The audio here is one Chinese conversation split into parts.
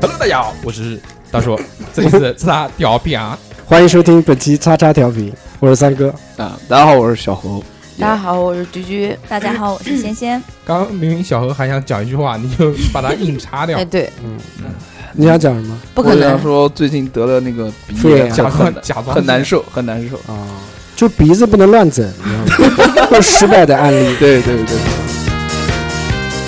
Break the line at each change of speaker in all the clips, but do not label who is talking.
Hello，大家好，我是大 硕，这里是叉叉调频啊。
欢迎收听本期叉叉调皮，我是三哥。
啊，大家好，我是小侯。
大家好，我是菊菊。
大家好，我是仙仙。
刚刚明明小何还想讲一句话，你就把它硬插掉
哎，，对，
你想讲什么
不可
我想
能，
说最近得了那个鼻
肺炎
炎，
假
很
装假装
很难。受，很难受。
哦
啊？就鼻子不能乱整，你知道 吗？有失败的案例。
对对对，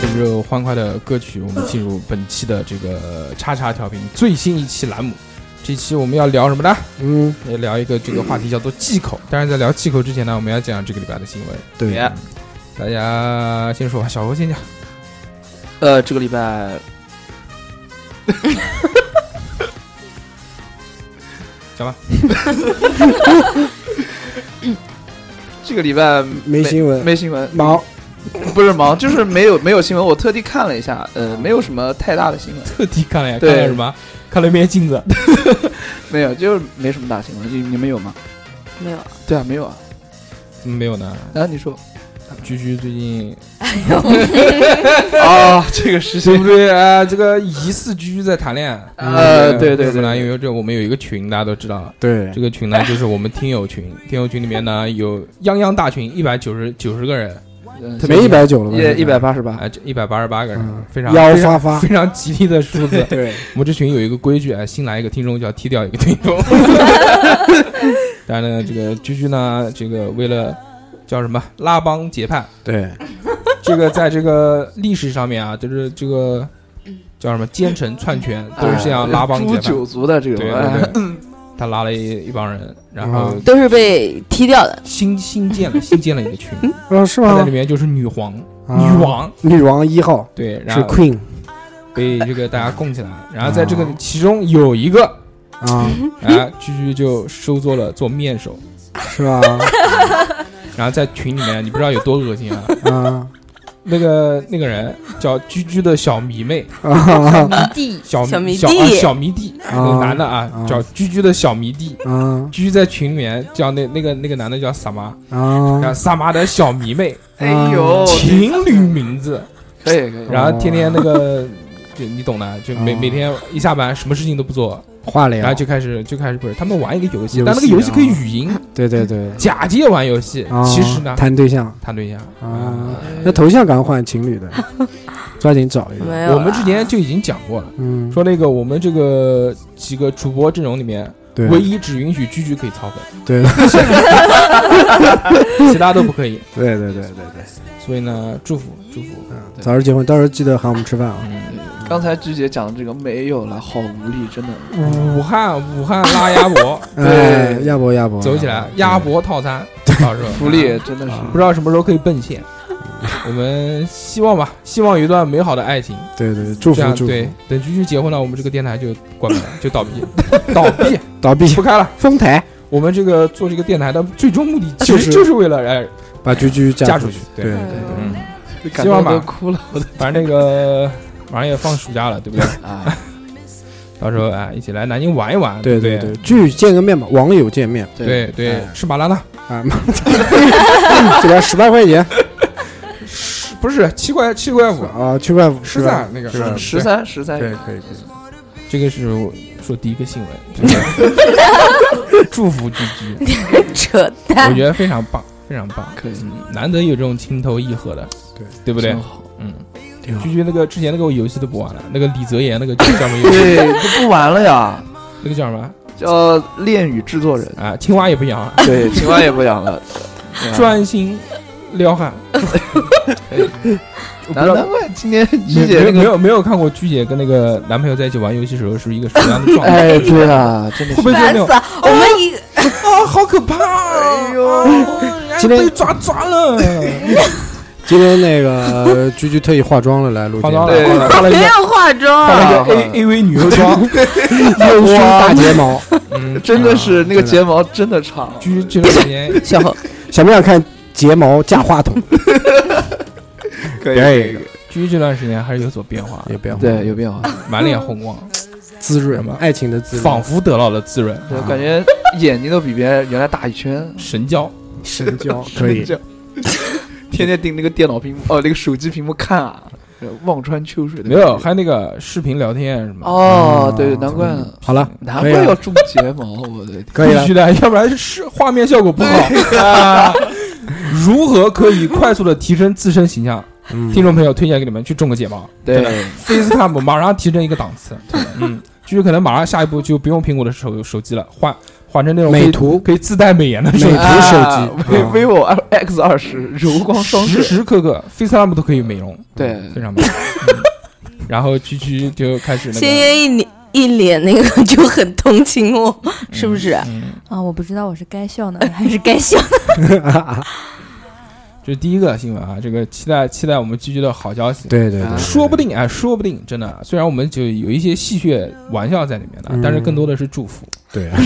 这首欢快的歌曲，我们进入本期的这个叉叉调频最新一期栏目。这期我们要聊什么呢？
嗯，
要聊一个这个话题叫做忌口。但是在聊忌口之前呢，我们要讲这个礼拜的新闻。
对，
Yeah
大家先说吧，小何先讲。
呃，这个礼拜
讲吧。
这个礼拜
没新闻，
没新闻，
忙。
不是忙，就是没有没有新闻。我特地看了一下，呃，没有什么太大的新闻，
特地看了呀，看
对
了什么？看了一面镜子。
没有，就是没什么大新闻。你你们有吗？
没有。
对啊，没有啊。
怎么没有呢？
然后你说
居居最近
啊，这个事
对不
情，
对啊？这个疑似居居在谈恋爱。
呃
嗯
对对
为什么呢？
对对
因为这我们有一个群，大家都知道。
对
这，个群呢，就是我们听友 群，听友群里面呢有泱泱大群，一百九十九十个人，
嗯
特别
没一百九了吧？哎
也一百八十八，
啊，一百八十八个人
嗯，
非常
腰
非常
发发
非。常吉利的数 字。
对，
我们这群有一个规矩，哎，新来一个听众就要踢掉一个听 众。当然呢，这个居居呢，这个为了叫什么拉帮结派，
对，
这个在这个历史上面啊，就是这个叫什么奸臣篡权，
啊
都是这样拉帮结
诛
派。
哎九族的这
对
种，
对
哎
对对，他拉了一一帮人，然后
嗯
都是被踢掉的。
新新建了新建了一个群，
哦，是
他在
吗
里？面就是女皇
啊
女，王。
女王一号
对，然
是
后
Queen
被这个大家供起来，然后在这个其中有一个
啊，
啊，居居就收做了做面首，
是吧？
然后在群里面，你不知道有多恶心啊！
啊
那个那个人叫居居的小迷妹，
啊
弟，
小
小迷
小
弟
啊小迷弟，那个
啊
男的啊
啊，
叫居居的小迷弟。
啊
居居在群里面叫那那个那个男的叫萨妈，然后
啊！
萨妈的小迷妹，
哎
哦
呦，
情侣名字，
哦
可以可以，
然后天天那个，就你懂的，就每
哦
每天一下班什么事情都不做，
话聊
然后就开始就开始不是他们玩一个游戏，
游戏
但那个游戏
啊
可以语音，
对对对，
假借玩游戏
啊，
其实呢
谈对象
谈对象
啊，那头像赶快换情侣的，抓紧找一个。
没有啦。
我们之前就已经讲过了。
嗯，
说那个我们这个几个主播阵容里面，
对
唯一只允许居居可以操粉，
对
其他都不可以。
对对对对对，
所以呢，祝福祝福。
嗯早日结婚，到时候记得喊我们吃饭啊。
嗯，
刚才鞠姐讲的这个没有了，好无力，真的。
嗯武汉武汉拉鸭 脖，
对
哎，鸭脖鸭脖，
走起
嗯
来，鸭脖套餐，到时候啊
福利真的是
不知道什么时候可以奔现。 我们希望吧，希望有一段美好的爱情。
对对，对祝
这
福
样
祝
对
福，，
等居居结婚了，我们这个电台就关门了，就倒闭， 倒闭
倒闭
不开了。
封台，
我们这个做这个电台的最终目的，其
就
实
是
就是为了哎
把居居
嫁
出
出去对
对，
哎
嗯。
感
希望吧
动都哭了，我的
反正那个马上也放暑假了，对不 对？
啊！
到时候啊，一起来南京玩一玩，
对
不对
对对，聚见个面吧，网友见面
对对
哎
吃麻辣烫，
啊， 妈的这边十八块钱
是不是七块七块五？
啊，七块五
吃在那个嗯
是吧
十三十三，
对，可以可以，
这个是我说第一个新闻， 祝福居居，
扯
我
淡。
觉得非常棒，非常棒，
可以，
嗯，难得有这种情投意合的，
对
对不对
真？好
嗯，
挺好
居居那个之前那个游戏都不玩了，那个李泽言那个叫什么游戏？
对，都不玩了呀，
那个叫什么
叫恋与制作人，
啊？青蛙也不养，
对，青
啊
蛙也不养了，对 吧
专心撩汉。不
难
知道
难怪今天鞠
没
姐
没
那个，
有没有看过鞠姐跟那个男朋友在一起玩游戏时候是一个什么样的状态？
哎，对啊，真的
会不会
是，
就那
烦
种
死了！我们一个
啊，好可怕！哎呦，哎
今天
被抓抓了，
今天那个 菊菊特意化妆了来录节
化
目
妆，
对
了，化了一
没
个
有化妆
化
啊，
了一个
啊
A A V 女优妆，
又梳大睫毛。
嗯，
真的是那个
真的
睫毛真的长，
鞠这段时间
小何，
想不想看睫毛架 话筒？
可
表演一个
鞠这段时间还是有所变化，
有变化，
哎对，有变化，
满脸红光，
滋润
什么
爱情的滋润，
仿佛得到了滋润，啊
对，感觉眼睛都比别人原来大一圈，
神交。
神 交可以。
这样，天天盯那个电脑屏幕，哦，那个手机屏幕看啊，望穿秋水的
没
感觉
有，还有那个视频聊天什么，
哦，对，
嗯
难怪呢
好了，
难
可
怪
以了
要种睫毛，我的天，
可以
必
了
须，的，要不然是画面效果不好。啊如何可以快速的提升自身形象？
嗯
听众朋友，推荐给你们去种个睫毛
对，
，FaceTime 马上提升一个档次。嗯，就是可能马上下一步就不用苹果的手手机了，换换成那种可以
美图
可以自带美颜的手
美
机
图，
啊
手机
，vi-
啊
vivo X 二十柔光 双
时
水，
时刻刻 FaceTime 都可以美容，
对
非常棒。嗯然后居居就开始那
仙
个，
烟一脸一脸那个 就很同情我，是不是？
嗯，
啊，我不知道我是该 笑呢还是该 笑。
这是第一个新闻啊，这个期待期待我们居居的好消息。
对对对，
说不定哎，说不定真的，虽然我们就有一些戏谑玩笑在里面的，啊
嗯
但是更多的是祝福，
对，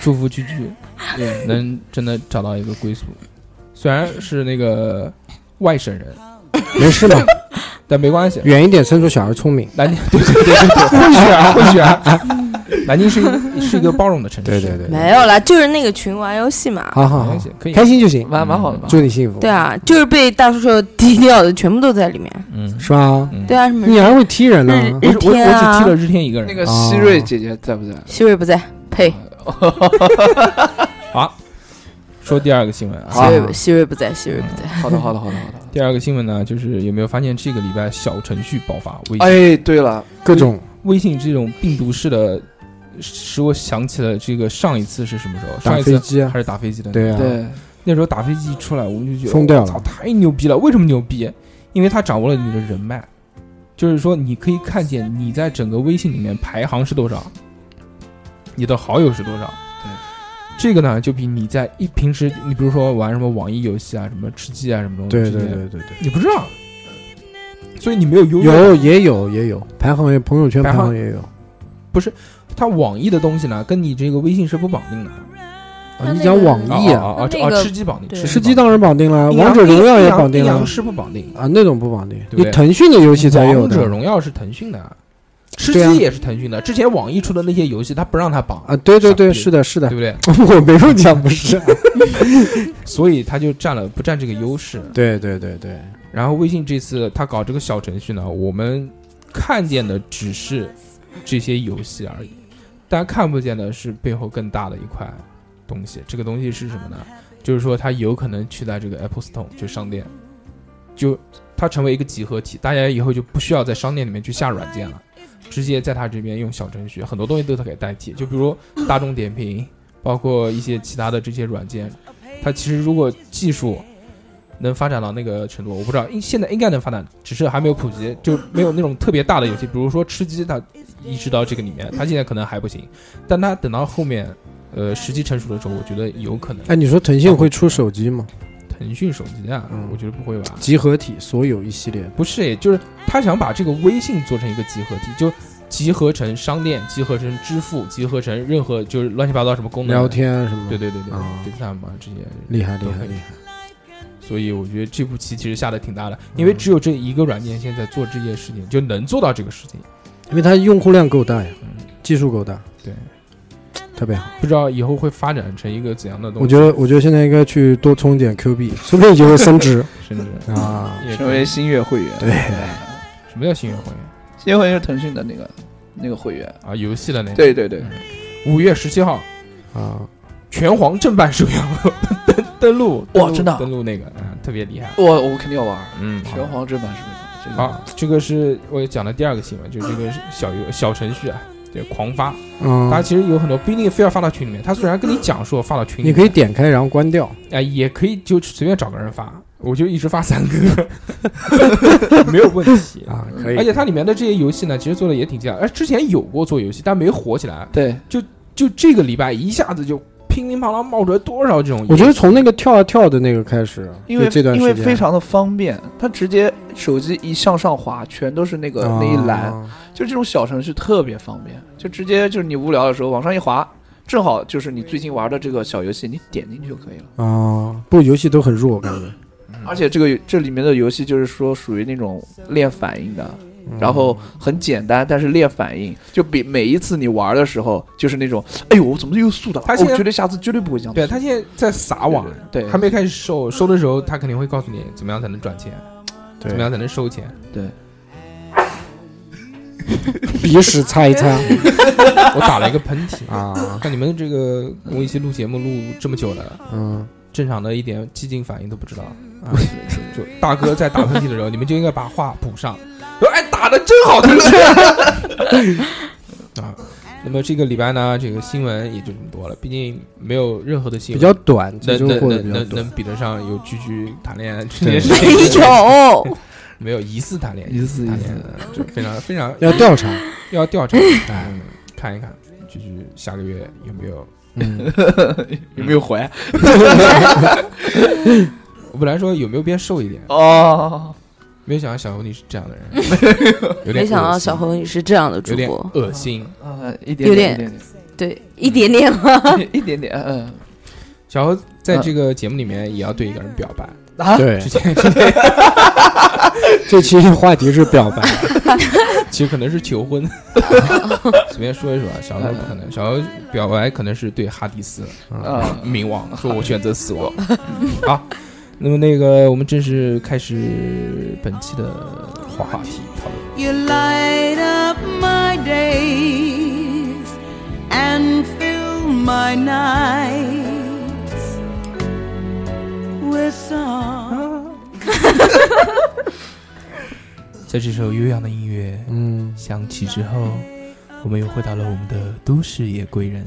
祝福居居能真的找到一个归宿，虽然是那个外省人，
没事嘛，
但没关系，
远一点生出小孩聪明。
南京对对对对对，会选
啊
会选，南京是一是一个包容的城市，
对对对，
没有啦，就是那个群玩游戏嘛。
好好
没
好
关，系，可以，
开心就行，
蛮蛮好的吧？
祝你幸福。
对，啊，就是被大叔说低调的全部都在里面。
嗯，
是吧？
嗯
对，啊，什么
你还会踢人呢？
我只我我
日天啊
只踢了日天一个人，
那个希瑞姐姐在不在？
希瑞不在，呸，
说第二个新闻啊，
好
希瑞希瑞不在，希瑞不在。
好的，好的，好的， 好的。
第二个新闻呢，就是有没有发现这个礼拜小程序爆发，微信
哎，对了，
各种
微信这种病毒式的，使我想起了这个上一次是什么时候？
打
上一
飞
次
机啊，
还是打飞机的？，
对啊，
对，
那时候打飞机一出来，我们就觉得
疯掉了
我操，太牛逼了！为什么牛逼？因为他掌握了你的人脉，就是说你可以看见你在整个微信里面排行是多少，你的好友是多少。
对，
这个呢，就比你在一平时，你比如说玩什么网易游戏啊、什么吃鸡啊、什么东西，
对对对，对
你不知道，所以你没有优
对，
越感
有也有也有排行也朋友圈
排
排
行
行也有，
它网易的东西呢，跟你这个微信是不绑定的。
啊你讲网易
啊
啊，
啊啊
那
啊！
个
吃鸡绑定，
对
吃
吃
鸡
绑
当然绑定了，
定
王者荣耀也绑定
阴阳阴
了
阳师不绑定，
啊，那种不绑定，
对不
你
对
腾讯的游戏才有
王者
的
荣耀是腾讯的，吃
对啊
鸡也是腾讯的。之前网易出的那些游戏，它不让它绑，
啊，对对对，
傻逼
是的是的
对，不对？
我没有讲不 是，
所以它就占了不占这个优势。
对对对对，
然后微信这次它搞这个小程序呢，我们看见的只是这些游戏而已，但看不见的是背后更大的一块东西。这个东西是什么呢？就是说它有可能取代这个 Apple Store 就商店，就它成为一个集合体，大家以后就不需要在商店里面去下软件了，直接在它这边用小程序，很多东西都可以代替。就比如大众点评，包括一些其他的这些软件，它其实如果技术能发展到那个程度，我不知道，应现在应该能发展，只是还没有普及，就没有那种特别大的游戏，比如说吃鸡，它移植到这个里面，它现在可能还不行，但它等到后面，呃，时机成熟的时候，我觉得有可能。
哎，你说腾讯会出手机吗？
腾讯手机啊
嗯，
我觉得不会吧？
集合体所有一系列，
不是，就是他想把这个微信做成一个集合体，就集合成商店，集合成支付，集合成任何就是乱七八糟什么功能。
聊。天啊什么，
对对对对
啊
，FaceTime 啊这些，
厉害厉
都可
害
以
厉害，
所以我觉得这步棋其实下的挺大的，因为只有这一个软件现在做这件事情，就能做到这个事情。
因为它用户量够大呀
嗯，
技术够大，
对，
特别好。
不知道以后会发展成一个怎样的东西？
我觉得，我觉得现在应该去多充点 Q 币，说不定就会 升值
甚至
啊！
也
成为星月会员，
对，
什么叫心愿会员
星月会员是腾讯的那个那个会员，
啊？游戏的那个。嗯
对对对，
嗯
五月十七号，
啊，
拳皇正版手游 登登录，
哇
登录
真的啊
登录那个，嗯，特别厉害。
我我肯定要玩儿
嗯，好
拳皇正版是不是？这个
好，这个是我讲的第二个新闻，就是这个小游小程序啊，对，狂发。它
嗯，
其实有很多不一定非要发到群里面，它虽然跟你讲说发到群里
你
面，
可以点开然后关掉，
哎、也可以就随便找个人发，我就一直发三个， 没有问题。
啊，可以。
嗯而且它里面的这些游戏呢，其实做的也挺像。哎，之前有过做游戏，但没火起来。
对，
就这个礼拜一下子就乒乒乓乓冒出来多少这种游戏？
我觉得从那个跳啊跳的那个开始，
因为
就这段时
因
间
为非常的方便，它直接手机一向上滑，全都是那个那一栏，
啊
就这种小程序特别方便，就直接就是你无聊的时候往上一滑，正好就是你最近玩的这个小游戏，你点进去就可以了。
啊，不，游戏都很弱，我感觉。
而且这个这里面的游戏就是说属于那种练反应的，
嗯
然后很简单，但是练反应就比每一次你玩的时候就是那种，哎呦，我怎么又速的？
他
我
现在
绝对下次绝对不会这样。
对他现在在撒网，
对对
还没开始收，收的时候他肯定会告诉你怎么样才能赚钱，
对
怎么样才能收钱。
鼻屎嗯擦一擦
我打了一个喷嚏啊！
啊，
看你们这个跟我一起录节目录这么久了，
嗯，
正常的一点激进反应都不知道。啊、 就大哥在打喷嚏的时候，你们就应该把话补上。说哎，打的真好听。 啊，那么这个礼拜呢，这个新闻也就这么多了，毕竟没有任何的新
比
闻
较短，这
能
周
能
过得
能
比较
能
短
能。比得上有居居谈恋爱这
对
件事情。
没 有，
没有疑似谈恋爱，
疑似
谈
疑
恋爱，就非常非常
要调查，
要调查，嗯，看一看，继续下个月有没有？
嗯，
有没有怀？
我本来说有没有变瘦一点，
哦，
没有想到小侯你是这样的 人，有点
没想到
恶心
小侯你是这样的主
有点
播，
恶心。
呃，一
有
点
点
一点
对，一点点吗？
点，一点点，嗯。
小侯在这个节目里面也要对一个人表白，
啊，
嗯对
之，前之前
这期话题是表白，
其实可能是求婚，随便说一说啊，小侯不可能，小侯表白可能是对哈迪斯，
啊，
啊，
冥王，说我选择死亡。好，那么那个我们正式开始本期的话题讨论。
You light up my days and fill my nights with song.
在这首悠扬的音乐
嗯，
响起之后，我们又回到了我们的都市夜归人。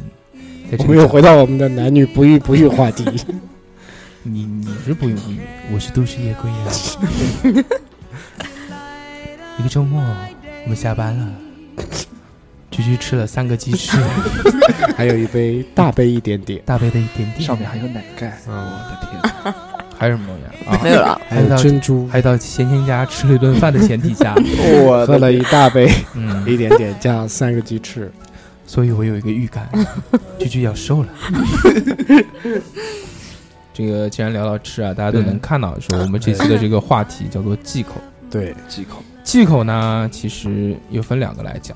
在这
我
个
们又回到我们的男女不育不育话题，
你，你是不用语，我是都市夜归人。一个周末，我们下班了，居居吃了三个鸡翅，
还有一杯大杯一点点，
大杯的一点点，
上面还有奶盖，我
嗯，
的天哪！
还有什么东西啊？啊
没有了，
还有珍珠，
还到贤贤家吃了一顿饭的前提下，
我
喝了一大杯
嗯，
一点点加三个鸡翅，
所以我有一个预感，居居要瘦了。 这个既然聊到吃啊，大家都能看到，说我们这期的这个话题叫做忌口。
对，
几 口，
忌口呢，其实又分两个来讲，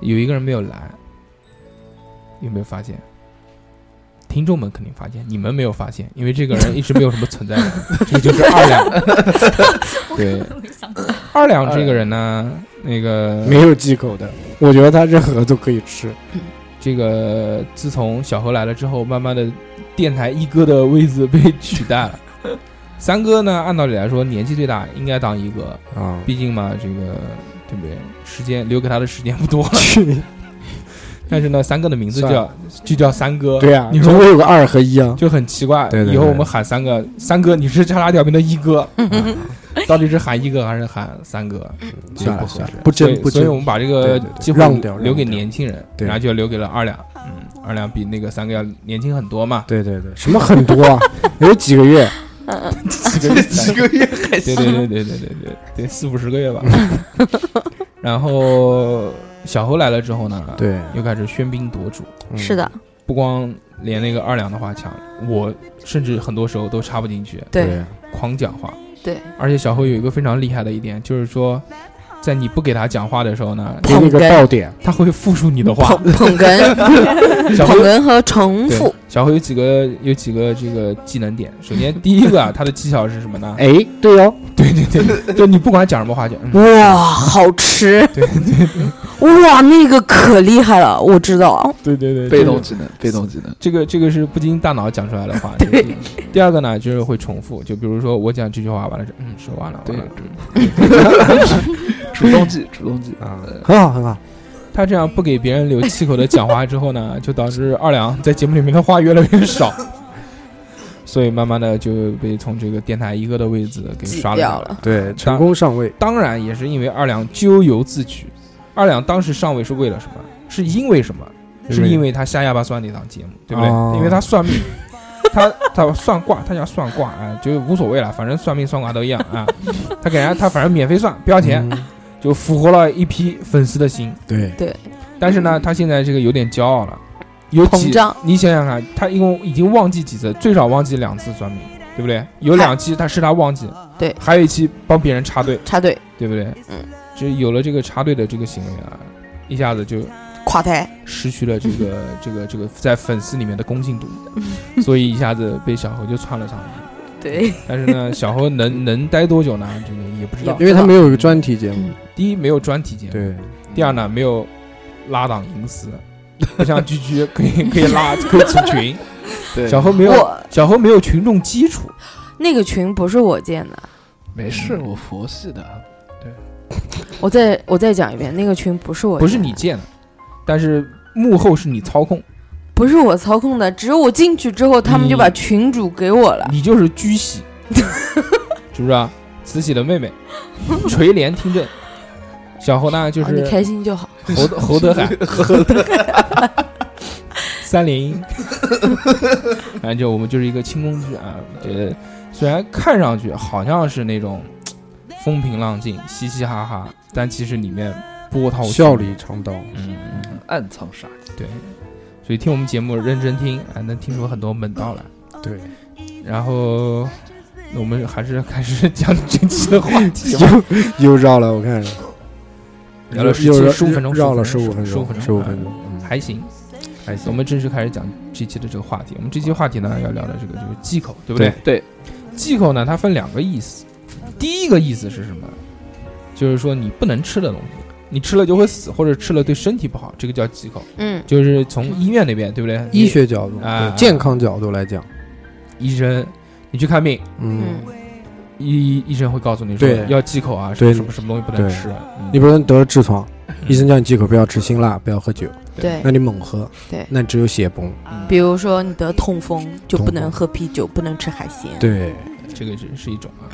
有一个人没有来，有没有发现？听众们肯定发现，你们没有发现，因为这个人一直没有什么存在 感，这个就是二两。对，二两这个人呢，那个
没有忌口的，我觉得它任何都可以吃，
这个自从小何来了之后，慢慢的，电台一哥的位子被取代了。三哥呢，按道理来说年纪最大，应该当一哥，
啊，
毕竟嘛，这个对不对？时间留给他的时间不多了。
去，
但是呢，三哥的名字就
算
叫就叫三哥，
对啊，
你
总
说
归有个二和一啊，
就很奇怪。
对对对
以后我们喊三哥，三哥你是叉叉调频的一哥，啊到底是喊一哥还是喊三哥？
嗯算了
不合
算
适
了，不
所以
争不
所以我
争，
们把这个
对对对
机会
让掉
留给
让掉
年轻人，
对
然后就留给了二两。嗯，二两比那个三哥要年轻很多嘛。
对对对，什么很多 啊，有几个月，
几个月还
对对对对对对对对，四五十个 月吧。然后小侯来了之后呢，，
对，
又开始喧宾夺主，
嗯
是的，
不光连那个二两的话抢，我甚至很多时候都插不进去，
对，
狂讲话。
对，
而且小侯有一个非常厉害的一点，就是说，在你不给他讲话的时候呢，
嗯
给你个爆点，
他会复述你的话。
捧哏、
小侯
捧哏和重
对
复，
小侯有几个有几个这个技能点，首先第一个啊，他的技巧是什么呢？
哎，对哦，
对对对，就你不管讲什么话就，嗯
哇，好吃，哇，那个可厉害了，我知道，
对对对，
被动技能，被动技 能，
这个这个是不经大脑讲出来的话。就是第二个呢，就是会重复，就比如说我讲这句话完了之后，嗯，说完了，完了，
主动技，主动技，
啊，很好很好，
他这样不给别人留气口的讲话之后 呢，就导致二两在节目里面的话越来越少， 所以慢慢的就被从这个电台一哥的位置给
挤
刷下
掉
来。
了。
对，成功上位，
当然也是因为二两咎由自取。二两当时上位是为了什么？是因为什么？是因为他瞎哑巴算那档节目，对不对？
哦
因为他算命， 他他算卦，他想算卦啊，就无所谓了，反正算命算卦都一样啊。他给人家他反正免费算，不要钱，
嗯
就俘获了一批粉丝的心。
对，
但是呢，他现在这个有点骄傲了，有几
膨胀
你想想看，他一共已经忘记几次，最少忘记两次算命，对不对？有两期他是他忘记，
对
还有一期帮别人插队，
插队
对不对？
嗯，
就有了这个插队的这个行为啊，一下子就
垮台，
失去了 这个这个这个在粉丝里面的公信度，所以一下子被小何就窜了上来。
对，
但是呢，小何能能待多久呢？这个也不知道
因。为他没有一个专题节目
嗯，
第一，没有专题节目；
对，
第二呢，没有拉档营私， 不像居居可以可以拉可以组群。
对，
小何没有
我
小何没有群众基础，
那个群不是我建的，
没事，
嗯
我佛系的。
我再我再讲一遍，那个群不是我，
不是你，建的，但是幕后是你操控，
不是我操控的，只是我进去之后，他们就把群主给我了，
你就是居喜， 是不是啊？慈禧的妹妹，垂帘听政。小何呢，就
啊你
是
开心就好。
侯 德侯德海，
呵，
三连 音，反正哎就我们就是一个轻工具啊。呃，虽然看上去好像是那种嘖风平浪静、嘻嘻哈哈，但其实里面波涛汹涌
笑里 藏刀，
嗯，
暗藏杀机。
对。所以听我们节目认真听，还能听出很多门道来。
对，
然后我们还是开始讲这期的话 题吧。
又又绕了，我看
聊了
又绕
十五分钟，
绕了
十
十五分
十五
钟，
分
十五
钟，
分钟
啊，
嗯
还行。
还
我
行，
们正式开始讲这期的这个话题。我们这期话题呢，要聊的这个就是忌口，对不
对
对？忌口呢，它分两个意思。第一个意思是什么？就是说你不能吃的东西，你吃了就会死，或者吃了对身体不好，这个叫忌口。
嗯，
就是从医院那边，对不对？
医学角度、
啊
对健康角度来讲，
医生，你去看病，
嗯，
医医生会告诉你说
对
要忌口啊，什么
对
什么什么东西不能
对
吃。嗯
你比如说你得了痔疮，医生叫你忌口，不要吃辛辣，不要喝酒，
对
那，你猛喝，
对啊
那只有血崩，
比如说你得痛风，就不
痛
能
风
喝啤酒，不能吃海鲜。
对，
这个是是一种啊。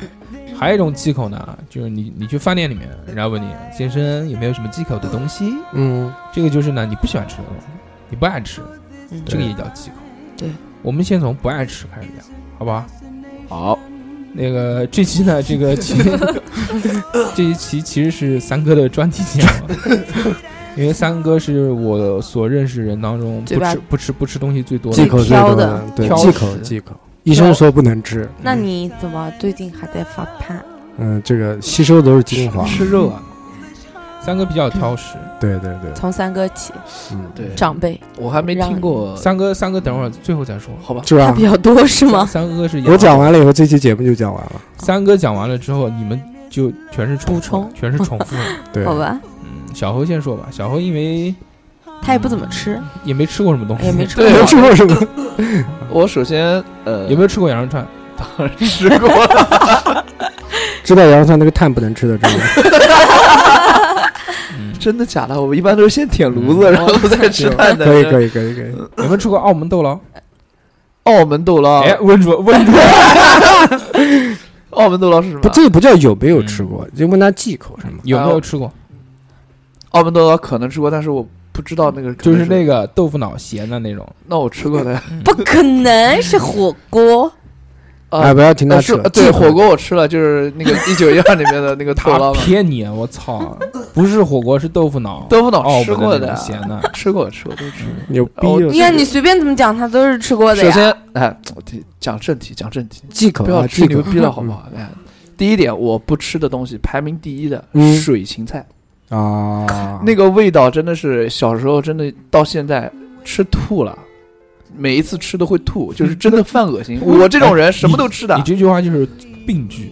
还有一种忌口呢，就是你你去饭店里面，人家问你先生有没有什么忌口的东西，
嗯，
这个就是呢你不喜欢吃的东西，你不爱吃，
嗯，
这个也叫忌口。
对，
我们先从不爱吃开始聊，好不好？
好，
那个这期呢，这个 其这一期其实是三哥的专题节目，因为三哥是我所认识人当中
嘴
不
巴
吃不吃不吃东西最多
忌
的。
口最
挑
多
的
对，
挑
忌
食
口忌口，医生说不能吃，
那你怎么最近还在发胖？
嗯，这个吸收都是精华，
吃肉啊！
三哥比较挑食，
对对对，
从三哥起，
嗯，
对，
长辈
我还没听过。
三哥三哥等会儿最后再说。
好吧，
是
他
吧
比？较多 是吗？
三哥是
我讲
完。
完了以后，这期节目就讲完了，
三哥讲完了之后，你们就全是重复的
补充
全是重复 的。
对，
好吧，
嗯，小侯先说吧。小侯因为
他也不怎么吃，
也没吃过什么东西，
也没吃
对
没吃过什么，
我首先呃，
有没有吃过羊肉串？
有吃过？
知道羊肉串那个碳不能吃的，知道吗？
嗯，
真的假的？我一般都是先舔炉子，
嗯
然后再吃蛋的。
可以可以可以可以，
嗯
有没有吃过澳门豆捞？
澳门豆捞，
哎，问住问住，
澳门豆捞是什么
不，？这个不叫有没有吃
嗯
过，就问他忌口什么，
有没有吃过？
澳门豆捞可能吃过，但是我不知道那个可
就
能
是
是
那个豆腐脑咸的那种，
那我吃 过的。
不可能是火锅，
哎，
啊，
不要听他
那
吃
是，
忌
对
口
火，锅我吃了，就是那个一九一二里面的那个豆
他
捞嘛，
骗你！我操，不是火锅，是豆腐脑，
豆腐脑
澳
吃
门
过
的那
的
种，咸的。
吃过吃过都吃过。
牛逼
哦
哦！
你看你随便怎么讲，他都是吃过的
首
呀。
先，哎，我得讲正题，讲正题，
忌口
不要
啊，
吹
忌
牛
口
逼了，好 不好？
嗯
哎，第一点，我不吃的东西排名第一的
嗯
水芹菜，
啊？
那个味道真的是小时候真的到现在吃吐了。每一次吃都会吐，就是真的犯恶心。我这种人什么都吃的
哎你，这句话就是病句，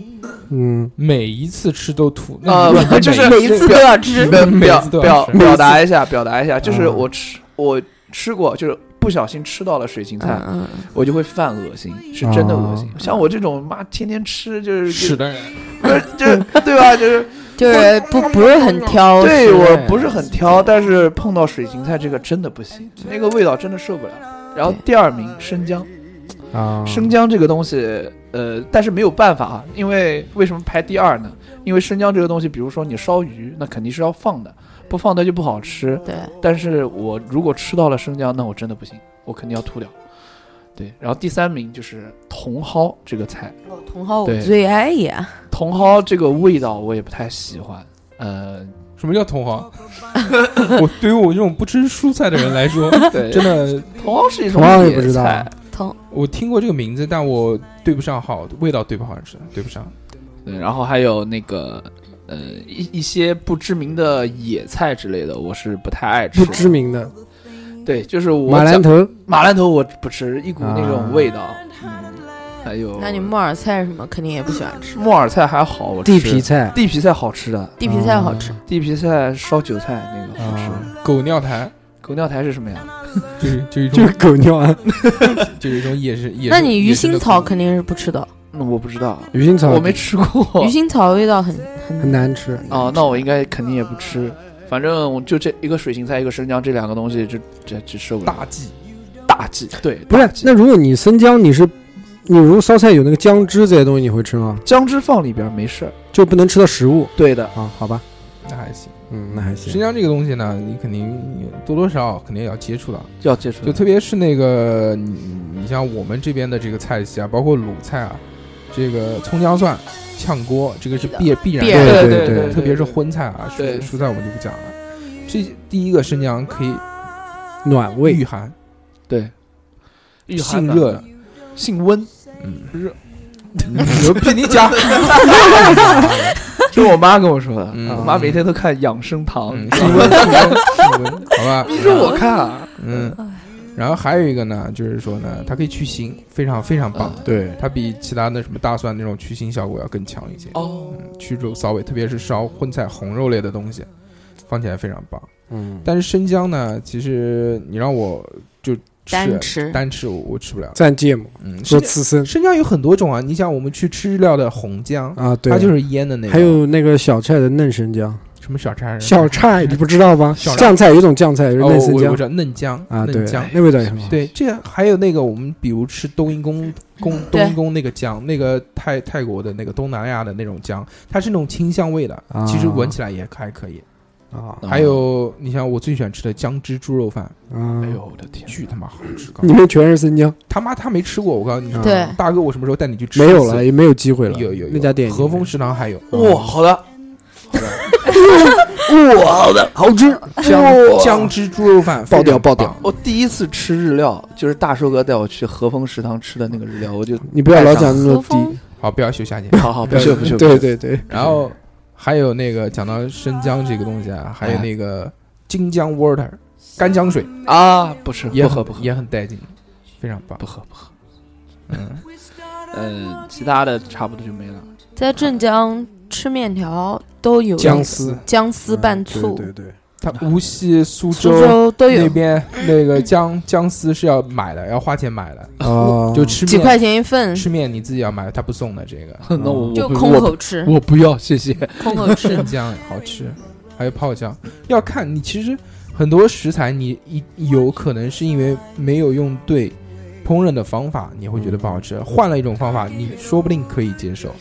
嗯，
每一是吃都吐。那
呃
你，
就
每
是
一
每一次都要吃，
表
每
表
次都要
表
吃
表达一下，表达一下，就是
嗯
我吃我吃过，就是不小心吃到了水芹菜，
嗯，
我就会犯恶心，是真的恶心。像我这种妈天天吃就是
屎的人，
不是，就是对吧？就是
就是不不哦是很挑食。
对我不是很挑，但是碰到水芹菜这个真的不行，那个味道真的受不了。然后
对
第二名生姜，
嗯
啊，
生姜这个东西，呃，但是没有办法啊，因为为什么排第二呢？因为生姜这个东西，比如说你烧鱼，那肯定是要放的，不放它就不好吃。
对，
但是我如果吃到了生姜，那我真的不行，我肯定要吐掉。对，然后第三名就是茼蒿这个菜，
茼蒿我
对
最爱也，
茼蒿这个味道我也不太喜欢，呃，
什么叫茼蒿？我对于我这种不吃蔬菜的人来说，
对，
真的
茼蒿是一种
茼蒿也
野
不知道
菜，
疼
我听过这个名字，但我对不上号，味道对不好吃，对不上。
对，然后还有那个呃一一些不知名的野菜之类的，我是不太爱吃
不
的。
知名的
对，就是我
马兰
讲
头，
马兰头我不吃，一股那种味道。嗯，还有
那你木耳菜什么肯定也不喜欢吃，
木耳菜还好，我
地
吃
皮菜，
地皮菜好吃的，
地皮菜好
嗯
吃。
地皮菜烧韭菜那个好吃。
啊，狗尿苔
狗尿苔是什么呀？
就是就一
就
种
是狗尿 啊，
就是一种野生野生。
那你鱼
野生
腥
的
草
恐
肯定是不吃的，
那我不知道，
鱼腥草
我没吃过。
鱼腥草味道很
很难吃，
哦，那我应该肯定也不吃。反正我就这一个水芹菜，一个生姜，这两个东西就这这受不了。
大忌，
大忌，对，
不是
大？忌
那如果你生姜，你是你如果烧菜有那个姜汁这些东西，你会吃吗？
姜汁放里边没事儿。
就不能吃到食物
对的，
啊？好吧，
那还行。
嗯，那还
生
行。
姜这个东西呢，你肯定多多少少肯定也要接触到，
要接触
就特别是那个你你像我们这边的这个菜系啊，包括鲁菜啊，这个葱姜蒜炝锅，这个是必必然
必
的
然
对
对
对
对，
特别是荤菜啊，蔬
对
蔬菜我们就不讲了。这第一个生姜可以
暖
御
胃，
寒、
对，御寒
性
的
热，
性 温，
嗯，
热。
牛逼，你 讲，
这是我妈跟我说的，
嗯
我妈每天都看养生堂，
嗯，
是
性温，性温，性温，好吧，
我看啊，
嗯。然后还有一个呢，就是说呢，它可以去腥，非常非常棒，
对，
它比其他的什么大蒜那种去腥效果要更强一些，
哦，
去肉骚味，特别是烧荤菜、红肉类的东西，放起来非常棒。
嗯，
但是生姜呢，其实你让我就
单
吃，
吃。
单吃我我吃不了。
蘸芥末
嗯，
做
生
刺身
生姜有很多种啊，你想我们去吃日料的红姜，
啊，对，
它就是腌的那种，
还有那个小菜的嫩生姜，
什么小肠儿
小菜 你不知道吗？
小
酱菜有一种酱菜就是
哦，
嫩生
我我
姜
知道嫩姜
啊，对
嫩姜，。
那味道也很好。
对，这个还有那个，我们比如吃冬阴功，宫冬阴功那个姜，那个泰泰国的那个东南亚的那种姜，它是那种清香味的，
啊
其实闻起来也还可以。
啊，
还有，你像我最喜欢吃的姜汁猪肉饭，
啊
哎，呦我的天，
巨他妈好吃！告诉
里
你
面全是生姜，
他妈他没吃过，我告诉你，
对
大哥，我什么时候带你去吃？
没有了，，也没有机会了。
有有有
那家店
和风食堂还有
哇，好的，
哇，好的，好吃，
姜嗯姜汁猪肉饭，
爆掉
非常棒
爆掉！
我第一次吃日料，就是大寿哥带我去和风食堂吃的那个日料，我就
你不要老讲那
和
种
风
低，
好，不要秀下限。
好好 不秀不秀，
对，对对，
然后还有那个讲到生姜这个东西啊，还
哎
有那个金姜 water 干姜水
啊，不吃
也
不喝
很
不喝
也很带劲，非常棒
不。喝不喝，
嗯，
嗯，其他的差不多就没了。
在镇江吃面条都有
姜
丝嗯
姜丝拌醋，
对对对，
它无锡、苏
苏
州
州都
那
有，
边那个 姜姜丝是要买的，要花钱买的，
啊，
就吃
哦几
面
块钱一份，
吃面你自己要买，他不送的这个。
那我
就
我不
空
我
口吃，
我不要，谢谢。
空口吃
生姜好吃，还有泡姜，要看你其实很多食材你一有可能是因为没有用对烹饪的方法，你会觉得不好吃。换了一种方法，你说不定可以接受，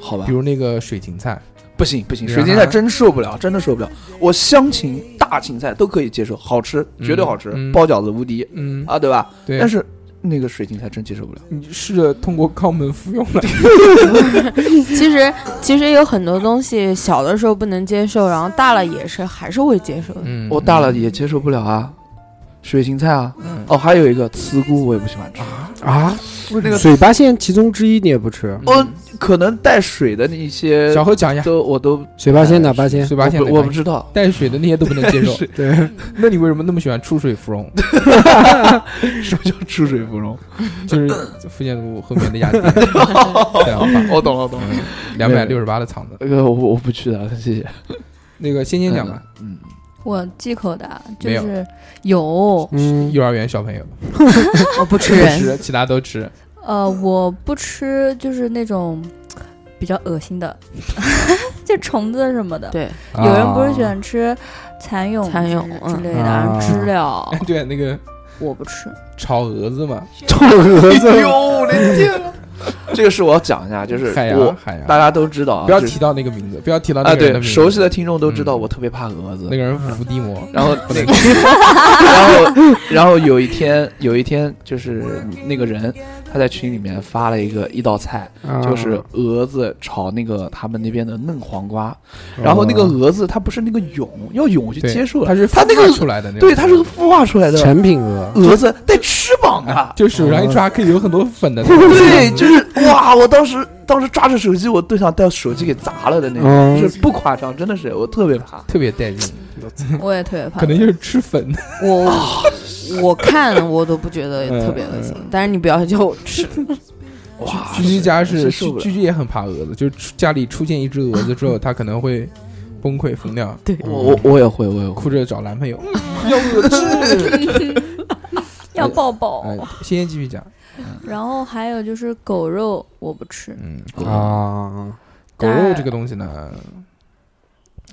好吧
比，如那个水芹菜，
不行不行，
然
水芹
后
菜真受不了，真的受不了。我香芹、大芹菜都可以接受，好吃，绝对好吃，
嗯
包饺子无敌
嗯，
啊，对嗯吧？
对，
但是那个水芹菜真接受不了。
你试着通过肛门服用来，
其实其实有很多东西小的时候不能接受，然后大了也是还是会接受的。
嗯
我大了也接受不了啊，水芹菜啊，
嗯
哦，还有一个茨菇我也不喜欢吃，
啊，
那个哦
水八线其中之一你也不吃，
我可能带水的那一些
嗯小何讲一下，
都我都
水八线哪八线？
水
我
八线
不呃我不知 道，
带水的那些都不能接受，
对，
那你为什么那么喜欢出水芙蓉？
什么叫出水芙蓉？
就是福建路后面的雅典，对啊，
我懂了我懂 了，
嗯两百六十八的厂子。
那呃个我我不去的，谢谢。
那个仙仙讲吧，
嗯，
我忌口
啊
的，就
没有
是有，
嗯，
幼儿园小朋友
我不吃
不
人，
吃，其他都吃。
呃，我不吃就是那种比较恶心的，
就虫子什么的。
对，
有
啊
人不是喜欢吃蚕蛹、
蚕蛹
之
嗯
类的
啊
知了
哎，，对，那个
我不吃。
炒蛾子嘛，
臭蛾子
哎呦， 我的天啊！这个是我要讲一下，就是
海
我
洋海
大
洋，
家都知道啊，
不要
就是
提到那个名字，不要提到那
啊，
个人的
对，
名字
熟悉的听众都知道，
嗯
我特别怕蛾子
那。个人伏地魔，
然后那个， 然后然后有一天，有一天就是那个人他在群里面发了一个一道菜，
啊嗯
就是蛾子炒那个他们那边的嫩黄瓜。然后那
哦
个蛾子它不是那个蛹，要蛹我就
对
接受了
他，是
他那
孵化
个
出来的那种
对，它是个孵化出来的
成品蛾，
嗯
蛾子带翅 膀的。
就手上一抓可以有很多粉
哦
的那种，
对，就是哇！我当时当时抓着手机，我都想带手机给砸了的那种，
嗯
就是不夸张，真的是我特别怕。
特别带劲，
我也特别怕。
可能就是吃粉的。
我我看我都不觉得
嗯
特别恶心，但是你不要叫我吃，
啊
哇，
居居家是
真受
居
不了
居居也很怕蛾子，就是出家里出现一只蛾子之后，他可能会崩溃疯掉，
我我我也会，我也 会。
哭着找男朋友。
要抱抱。
嗯
哎，先继续讲，
然后还有就是狗肉我不吃，
嗯，
啊！
狗肉这个东西呢，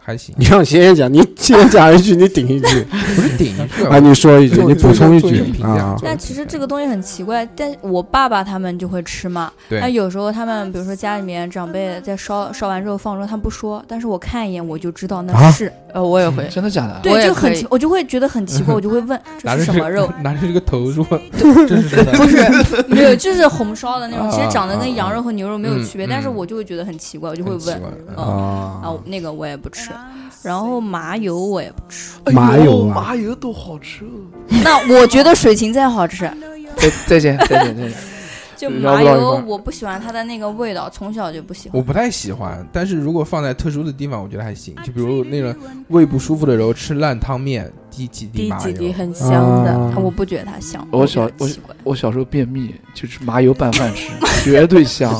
还 行，
你让先生讲，你先讲一句，你顶一 句
不是顶一句
啊！你说一句，
做
你补充一
做一
句
个评价
啊！
做
但其实这个东西很奇怪，但我爸爸他们就会吃嘛。
对
那有时候他们，比如说家里面长辈在烧烧完之后放桌，他们不说，但是我看一眼我就知道那
啊
是，
呃，我也 会。
真的
啊
啊 假的？
我
对，
也
就
可
很
以
奇，我就会觉得很奇怪，我就会问
拿着
这是什
这
么肉？
拿着这个头说这是什么？
不是，没有，就是红烧的那种，其
啊
实长得
啊
跟羊
啊
肉和牛肉没有
嗯
区别，但是
嗯
我就会觉得很奇怪，我就会
很奇
问
怪嗯
嗯啊，我那个我也不吃，
嗯
然后麻油我也不吃，
哎呦
麻油啊
麻油多好吃哦！
那我觉得水芹菜好
嗯
吃。
再再见，再见，再见。
就
聊
麻
不到一
油
块儿，
我不喜欢它的那个味道，从小就不喜欢。
我不太喜欢，但是如果放在特殊的地方，我觉得还行。就比如那种胃不舒服的时候吃烂汤面，滴几滴
滴
麻
几滴
油，
很香的
香的，
嗯
它我不觉得它香，
我
觉得
小我
奇怪。
我小时候便秘，就是麻油拌饭吃，绝对香。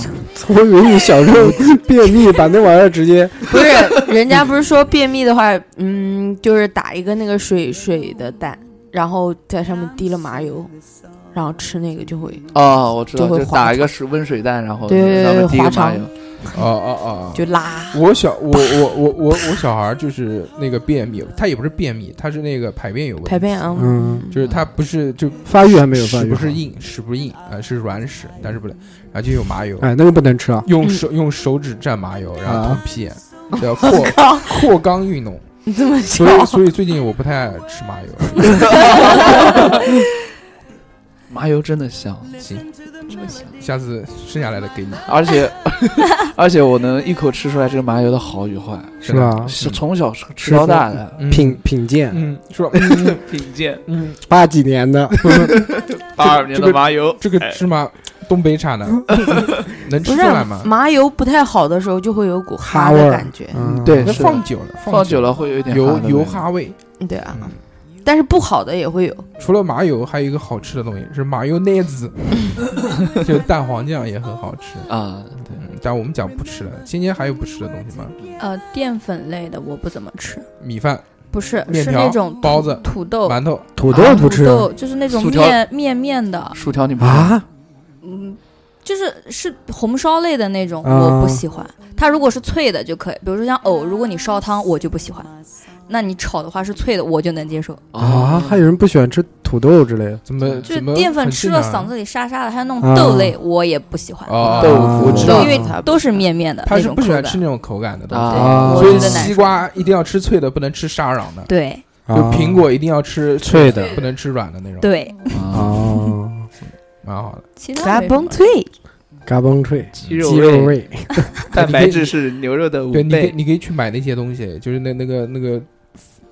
我以为你小时候便秘，把那玩意儿直接
不是人家不是说便秘的话，嗯，就是打一个那个水水的蛋，然后在上面滴了麻油，然后吃那个就会，
啊，我知道，
嗯就会
就是
滑
打一个水温水蛋，然后
对对对
咱们滴一个麻
滑肠
油。
哦哦 哦，
就拉。
我小我我我我我小孩就是那个便秘，他也不是便秘，他是那个排便有问题，
排便啊，
嗯
就是他不是就
发啊育还没有发
屎
育
不
好
是，硬，屎不是硬，啊、是软屎，但是不能，然后就有麻油，
哎，那个不能吃啊！
用手用手指蘸麻油，然后
啊
通屁， 叫扩 扩肛运动。
你这么
所，
小
以所以最近我不太吃麻油，
麻油真的香，
行，下次剩下来的给你，
而且而且我能一口吃出来这个麻油的好与坏，
是吧？
是
嗯
从小吃吃到大的。
嗯
品品鉴
嗯，是吧？嗯
品鉴
嗯，
八几 年的，
八二年
这个
麻油，
这个芝麻东北产的，能
不
吃
是啊
出
啊
来吗？
麻油不太好的时候就会有股哈
哈味
的
儿
感觉，
嗯
对
那
是
放久了，
放久
了
了会有一点
油
哈的
油
味道。
哈味，
对啊，
嗯
但是不好的也会有。
除了麻油，还有一个好吃的东西是麻油奶子，就蛋黄酱也很好吃。
啊，对，
嗯，但我们讲不吃了。今天还有不吃的东西吗？
呃，淀粉类的我不怎么吃，
米饭、
不是
面
是那
条
种
包子
土豆、
馒头，
土
啊
豆不吃啊
土豆就是那种
薯条
面面面的，
薯条你不
啊？
嗯，就是是红烧类的那种，
啊
我不喜欢。它如果是脆的就可以，比如说像藕，如果你烧汤我就不喜欢，那你炒的话是脆的我就能接受。
哦
哦
啊，还有人不喜欢吃土豆之类的，
怎么
就
怎
是
么
淀粉
很
吃
正
了
常啊
嗓子里沙沙的，还有那种豆类我也不喜欢，
哦，
豆
哦
腐
我
之
知
类
道
的
因，为都是面面的
他
那
是
种
不
口
喜欢
感。
吃那种口感的东西。
啊，
对
所以
我觉得难
西瓜一定要吃脆的，不能吃沙瓤的；
对
啊
就苹果一定要吃
脆的
不能吃软的那种。，
对，
啊，
哦，
蛮好的。
其他
嘎
没什么
嘣脆，
嘎嘣脆，
鸡
鸡肉味，
蛋白质是牛肉的五
对，你可以
倍。
你可以去买那些东西，就是那那个那个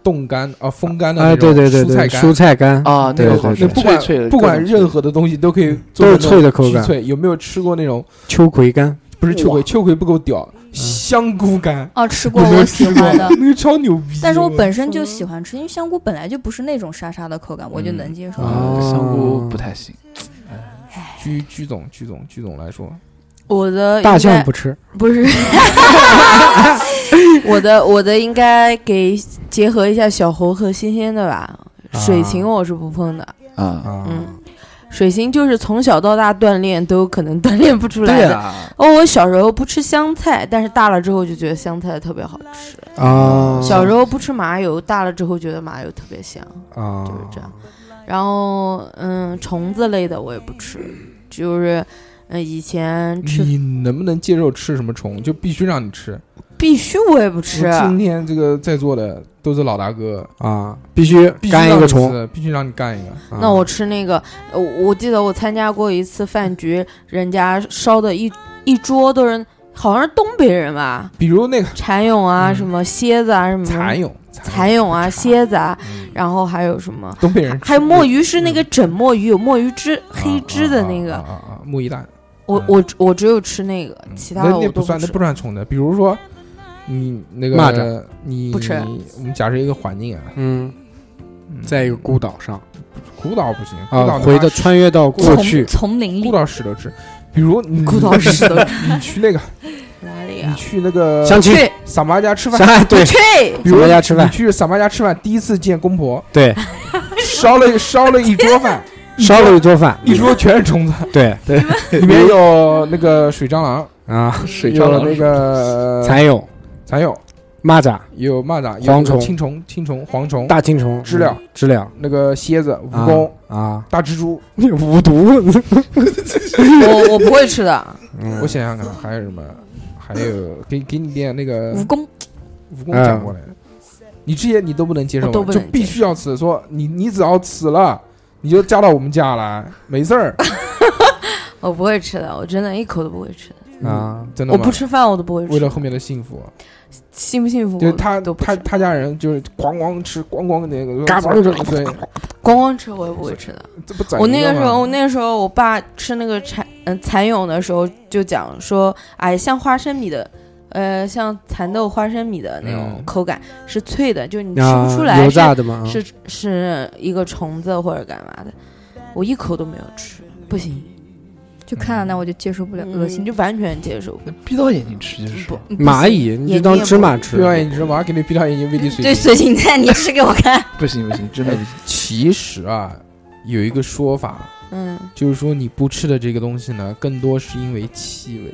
冻干啊、风干的
哎，
那种
对对对
蔬
对，
菜干
蔬。菜干
哦
啊，那
对
个
对
好
对
吃，
那不管
脆脆的
不管
各种脆
任何的东西都可以做
嗯都是
成那种
脆的口感嗯
酥脆有没有吃过那种
秋葵干，
不是秋葵，
哇
秋葵不够屌，
嗯
香菇干。
哦，吃过
有没有
我喜
吃过
欢的，
那个超牛逼。哦
但是我本身就喜欢吃，因为香菇本来就不是那种沙沙的口感，我就
嗯
能接受。
啊
啊
香菇不太行。
居居总居总居总来说，
我的
大
应该
象不吃，
不是，我的我的应该给结 合一下小猴和新鲜的吧。水芹我是不碰的，
啊
啊
嗯，水星就是从小到大锻炼都有可能锻炼不出来
对
的。
啊，
哦，我小时候不吃香菜，但是大了之后就觉得香菜特别好吃。
啊，
嗯
小时候不吃麻油，大了之后觉得麻油特别香，
啊，
就是这样。
哦
然后，嗯，虫子类的我也不吃，就是，嗯，以前吃
你能不能接受吃什么虫？就必须让你吃。
必须我也不吃，啊
今天这个在座的都是老大哥，
啊，必须
必须
干一
让
个
你
虫。
吃，必须让你干一个。
啊
那我吃那个，呃我我记得我参加过一次饭局，人家烧的一一桌都是，好像是东北人吧，
比如那个
蚕蛹啊，
嗯
什么蝎子啊，什么
蚕蛹，嗯
蚕蛹啊，
蚕
蝎子啊，
嗯
然后还有什么，
东北人吃
还有墨鱼是那
嗯
个整墨鱼，有墨鱼汁
啊
黑汁的那
啊
个，
啊啊啊啊墨鱼蛋，
我
嗯
我我只有吃那个，其他
那
的我
那
都
不算，那
吃
不。算虫的。比如说你那个
蚂蚱，
你
不吃
我们假设一个环境啊，
嗯，
嗯
在一个孤岛上
孤岛不行，孤岛他
啊，回
妈
的穿越到过去
丛丛林
孤
里，
岛屎都吃。比如你
孤岛屎都
你去那个，
哪里
你
啊？
去那个
相亲，
傻妈家吃饭，
哎，对，
去
比如
傻妈家吃饭
你去傻妈家吃饭，第一次见公 婆，
对，
哎
烧了烧了一桌饭，
烧了一桌饭，
一桌全是虫子，
对
里面有那个水蟑螂，
啊，
水
有
蟑螂
那个
蚕蛹、
蚕蛹，
蚂蚱、
有蚂蚱，有
蝗虫
青虫、青虫、蝗虫，
大青虫、
知了
嗯、知了、
那个蝎子、蜈
啊
蚣、
啊，
大蜘蛛，
你无毒，
我我不会吃的，
嗯
我想想看还有什么，还有给给你点那个
嗯
蜈蚣
蜈蚣讲过来，你这些你都不能接受吗，
我都不
就
能
必须要吃。说你你只要吃了，你就嫁到我们家来，没事
啊
儿，
我不会吃的，我真的一口都不会吃的。
啊，
真的
我
吗
不？吃饭我都不会吃。
为了后面的幸福，
幸不幸福？
就是他
都不
他
吃
他家人就是咣咣吃，咣咣那个
嘎嘣就
对，
光光吃我也不会吃的。
这不整
我那个时候，我
一吗
那个时候，我爸吃那个蚕嗯蚕蛹的时候就讲说，哎，像花生米的，呃，像蚕豆花生米的那种
嗯
口感、是脆的，就是你吃
啊
不出来
油
是、
炸的吗？啊
是是一个虫子或者干嘛的，我一口都没有吃，不行，
就看了那我就接受不了，恶
恶
嗯
心，
心
就完全接受不了。
那闭到眼睛吃就是
不
爽。
蚂蚁，你就当芝麻吃
闭。上眼睛吃，马上给你闭上眼睛喂你水
对
晶。
水芹菜，你吃给我看，
不行不行，真的不行。
其实啊，有一个说法，
嗯，
就是说你不吃的这个东西呢，更多是因为气味。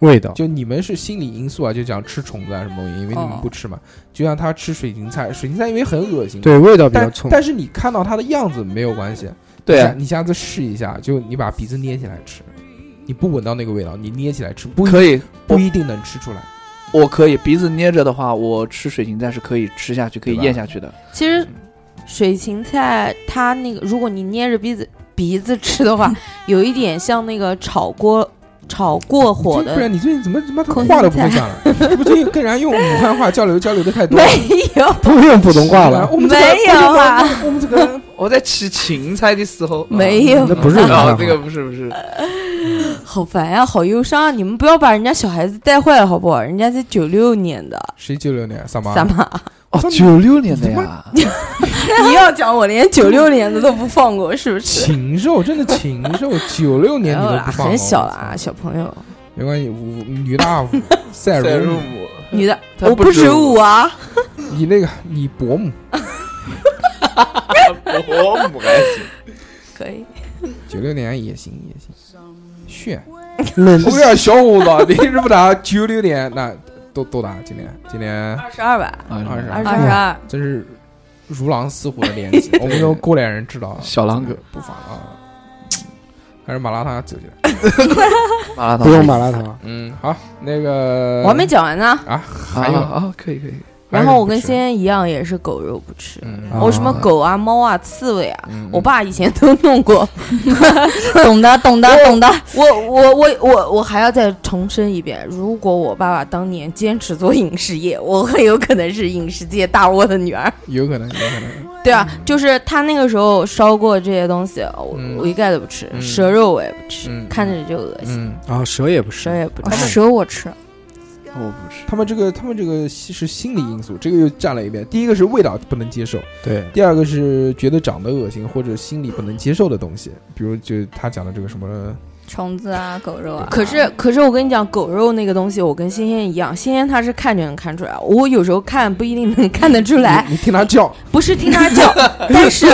味道，
就你们是心理因素啊，就讲吃虫子啊什么东西，因为你们
哦
不吃嘛。就像他吃水芹菜，水芹菜因为很恶心，，
对，味道比较
但
冲。
但是你看到它的样子没有关系。
对
你
啊
下，你下次试一下，就你把鼻子捏起来吃，你不闻到那个味道，你捏起来吃，不一
啊可以，
不一定能吃出来。
我可以鼻子捏着的话，我吃水芹菜是可以吃下去，可以
对吧
咽下去的。
其实
嗯
水芹菜它那个，如果你捏着鼻子鼻子吃的 话，有一点像那个炒锅炒过火
不
的
然，你最近怎么 他妈
空心
话都不会
菜
讲了？是 不是最近跟人家用武汉话交流交流的太多
没
了？
有。
不用普通话了，
我们这个
没有啊，
我们这个我们
我在吃芹菜的时候，
没有
那不是普通
啊
话，
这个不是不是，
好烦呀、好忧伤啊！你们不要把人家小孩子带坏了好不好？人家才九六年的
这，谁九六年？三八
怎么？
哦
说，你
九六年的呀，
你要讲我连九六年的都不放过，是不是？
禽兽，真的禽兽！九六
没
年
有
你都
啦，
不放
很小了
我
啊，
操
小朋友，
没关系，五女大五赛
塞
如
入
母，
母，
女的，
她
我不
止
止五啊，
你那个你伯母
我母还 行。
可以。
九六年也行也行，炫！
冷
我跟你讲，小伙子，你是不打九六年那多多大？今年今年
二十二吧，
啊
二十
二
二
十二，
真是如狼似虎的年纪， 我们这种过来人知道，
小狼狗
不妨啊。还是麻辣烫走起来。
麻辣烫
不用麻辣烫，
嗯，好，那个
我还没讲完呢。
啊，
啊
嗯还有，
啊，可以可以，
还有
然后我跟
不吃
仙仙一样，也是狗肉不吃。
嗯
啊
我什么狗啊、猫啊、刺猬啊，
嗯
我爸以前都弄过。
懂的懂的懂的，
我我我我我还要再重申一遍，如果我爸爸当年坚持做影视业，我很有可能是影视界大窝的女儿。
有可能有可能，
对啊，就是他那个时候烧过这些东西，我、
嗯
我一概都不吃，
嗯
蛇肉我也不吃，
嗯
看着就恶心，
嗯。
啊，蛇也不
蛇
是，
也不吃。
蛇我吃，
哦我不吃。
他们这个，他们这个心是心理因素，这个又占了一遍。第一个是味道不能接受，
对，
第二个是觉得长得恶心或者心里不能接受的东西，比如就他讲的这个什么，
虫子啊，狗肉啊。
可是，可是我跟你讲，狗肉那个东西，我跟仙仙一样，仙仙她是看就能看出来，我有时候看不一定能看得出来，
你你听他叫，
不是听他叫，但是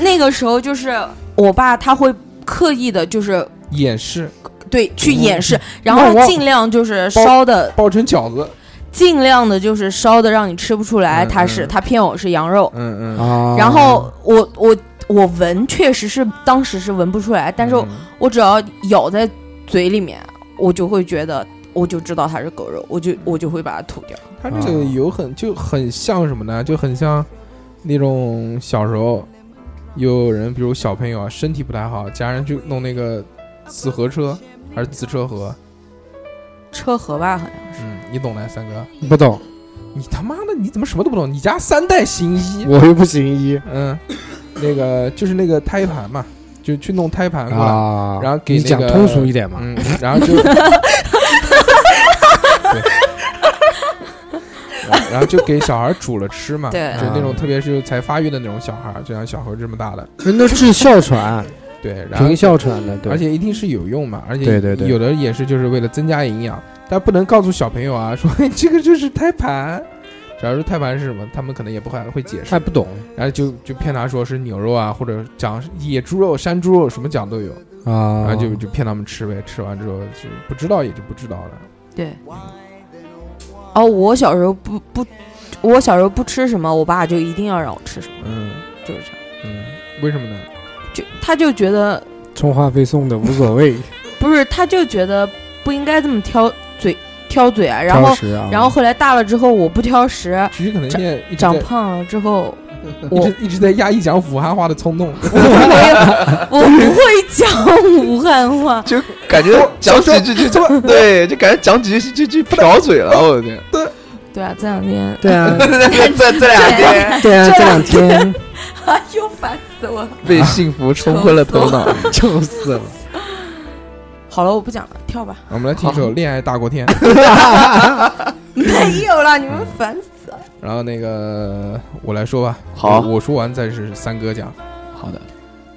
那个时候就是我爸他会刻意的，就是
演示
对去掩饰，然
嗯那
后
我
尽量就是烧的，
包成饺子，
尽量的就是烧的让你吃不出来
嗯
它是
嗯
它骗我是羊肉，
嗯嗯，
啊，
然后我我我闻确实是当时是闻不出来，但是
嗯
我只要咬在嘴里面，我就会觉得我就知道它是狗肉，我就我就会把它吐掉。
它嗯这个油很就很像什么呢？就很像那种小时候有人，比如小朋友啊，身体不太好，家人就弄那个自合车还是自车盒，
车河吧，好像
啊
是。
嗯，你懂的，三哥，
不懂，
你他妈的你怎么什么都不懂？你家三代行医，
我又不行医
嗯，那个就是那个胎盘嘛，就去弄胎盘过来，
啊。
然后给
你
那
讲
个
通俗一点嘛，
嗯，然后就， 对，然后就给小孩煮了吃嘛，
对
啊
就那种特别是才发育的那种小孩，就像小猴这么大的，
人都治哮喘，
对，嗯然后
平哮喘的，对，
而且一定是有用嘛，而且
对对对
有的也是就是为了增加营养，但不能告诉小朋友啊，说 嘿这个就是胎盘。假如说胎盘是什么，他们可能也不还会解释，
还不懂
然后就就骗他说是牛肉啊，或者讲野猪肉、山猪肉，什么讲都有，
啊，
然后就就骗他们吃呗，吃完之后就不知道也就不知道了。
对。哦，我小时候不不，我小时候不吃什么，我爸就一定要让我吃什么，
嗯
就是这样。
嗯，为什么呢？
就他就觉得
充话费送的无所谓，
不是，他就觉得不应该这么挑嘴挑嘴啊。 然
挑
后，
食啊，
然后后来大了之后，我不挑食，
菊可能现在一直
长
在
胖了之 后，
一
我
直一直在压抑讲武汉话的冲 动。
我不会讲武汉话。
就感觉讲几句就这么，对，就感觉讲几句就就瓢嘴 了，我的天！
对啊，这两天
对 啊，
这这这 两天
对啊，这两天
哎呦，烦死我了！
被幸福冲昏了头 脑，
臭死了。
好了，我不讲了，跳 吧。
我们来听一首《恋爱大过天》，
没有啦，你们烦死。
然后那个我来说吧。
好
我我说完再是三哥讲。
好的，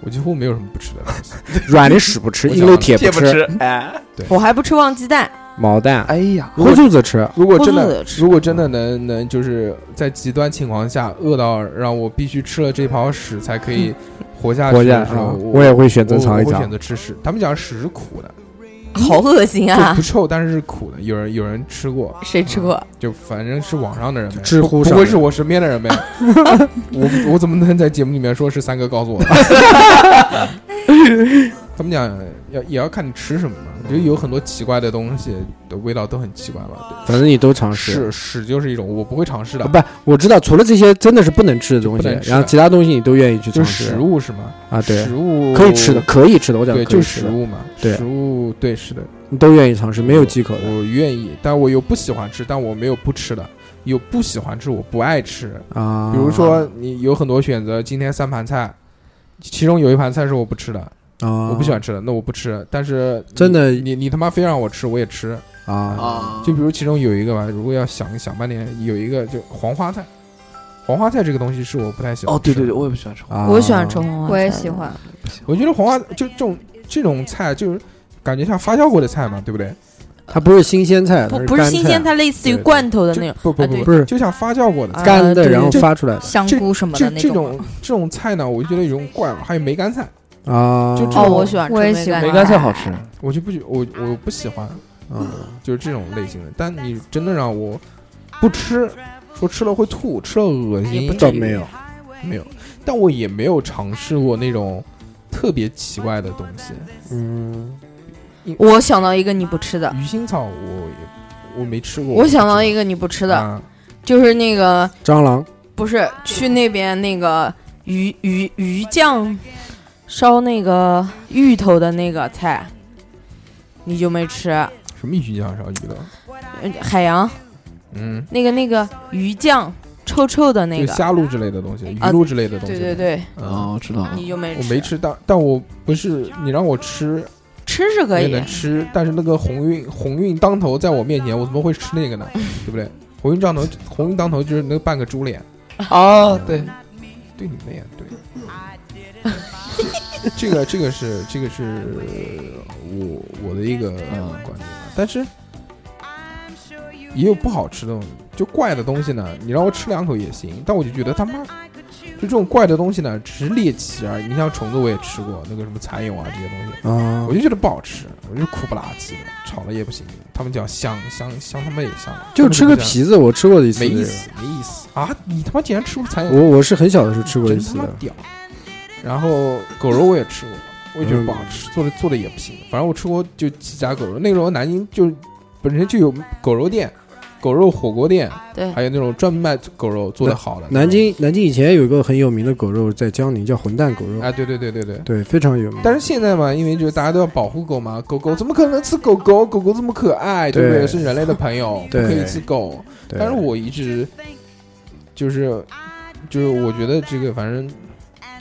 我几乎没有什么不吃的东西。
软的屎不 吃，硬的铁
也不
吃，，
哎，
我还不吃旺鸡蛋，
毛蛋
哎呀，
荤素子吃，
如果真
荤素
的
的，吃
如果真的能能就是在极端情况下饿到让我必须吃了这泡屎才可以
嗯
活下
活
去
下
的时
啊
候，！
我也会选择尝一
我我会选
尝。
择吃屎。他们讲屎是苦的，
好恶心
就
啊
不！臭，但是是苦的。有人有人吃过，
谁吃过？
就反正是网上的人呗，
知乎
不
上
不会
的
是我身边的 人呗？我我怎么能在节目里面说是三哥告诉我 的？啊他们讲要也要看你吃什么嘛，就有很多奇怪的东西的味道都很奇怪嘛。
反正你都尝
对，屎，
试
屎就是一种我不会尝试
啊，
的，
不，我知道，除了这些真的是不能吃的东
就
西
不能，吃的
然后其他东西你都愿意去
就
尝
是
试
食物是吗？
啊，对
食，物
可以吃的，，可以吃的，我讲
对，
可
就
以
是
吃
食
的，
物嘛，
对
食物对是的，
你都愿意尝试，没有忌口的
我愿意，但我有不喜欢吃，但我没有不吃的，有不喜欢吃，我不爱吃，
啊。
比如说，你有很多选择，今天三盘菜，其中有一盘菜是我不吃的，
啊，
我不喜欢吃的，那我不吃。但是你
真的
你你他妈非让我吃，我也吃。
啊，
啊，
就比如其中有一个吧，如果要想想半天，有一个就黄花菜，黄花菜这个东西是我不太喜欢。
哦，对对对，，我也不喜欢吃，
啊
我喜欢吃红花菜，
我也喜欢。
我觉得黄花就这种这种菜就是。感觉像发酵过的菜嘛，对不对？
它不是新鲜菜，
不
它
不
干
是
菜
新鲜，它类似于
对对
罐头的
就
那种。
不不
啊
不
对
不是
就像发酵过的菜。
干
啊
的，
对
然后
这
发出来的
香菇什么
这
的那
这
种
种这种菜呢，我就觉得有种怪味儿。还有梅干菜，
啊，
就这
哦，
种
我喜欢吃
我也
梅
喜欢
梅干菜好吃，
我就不喜我我不喜欢。
啊
就是这种类型的。但你真的让我不吃，说吃了会吐，吃了恶
也
心，
不至
倒
于
没有
没有。但我也没有尝试过那种特别奇怪的东西。
哦
嗯，
我想到一个你不吃的，
鱼腥草我也我没吃过。
啊我想到一
个
个你不吃
吃
的，
啊、
就是那个
蟑螂
不是去那边那个鱼鱼鱼酱烧那个芋头的那个菜，你就没吃。
什么鱼酱烧鱼的，
呃海洋
嗯，
那个那个鱼酱臭臭的那
就
个，
虾露之类的东西，鱼
啊
露之类的东西。
对对对，
嗯。
哦，知道了，
你就没
我没吃，但但我不是你让我吃，
吃是
我
可
也
以
能，吃，但是那个鸿运鸿运当头在我面前，我怎么会吃那个呢？对不对？鸿运当头，鸿运当头就是那半个猪脸，
哦，对，
对你妹啊，对。这个这个是这个是我我的一个
嗯
观点吧，但是也有不好吃的东西，就怪的东西呢，你让我吃两口也行，但我就觉得他妈就这种怪的东西呢，只是猎奇而已。你像虫子我也吃过，那个什么蚕蛹啊这些东西，
啊
我，就觉得不好吃，我就苦不拉几的，炒了也不行。他们讲香香香，他们也香，
就吃个
他们
皮子，我吃过一
就
次，
这样，没意。思，没意思啊！你他妈竟然吃过蚕蛹，
我我是很小的时候吃过一
真
次
他妈
的，
屌。然后狗肉我也吃过，我也觉得不好吃，
嗯
做的做的也不行。反正我吃过就几家狗肉，那个时候南京就本身就有狗肉店、狗肉火锅店，
对
还有那种专门卖狗肉做的好的。
南京南京以前有一个很有名的狗肉，在江宁叫混蛋狗肉，
啊，对对对对对。
对，非常有名。
但是现在嘛，因为就是大家都要保护狗嘛，狗狗怎么可能吃狗狗？狗狗这么可爱，对不对？
对
是人类的朋 友，不
对
可以吃狗。
对
但是我一直就是就是我觉得这个反正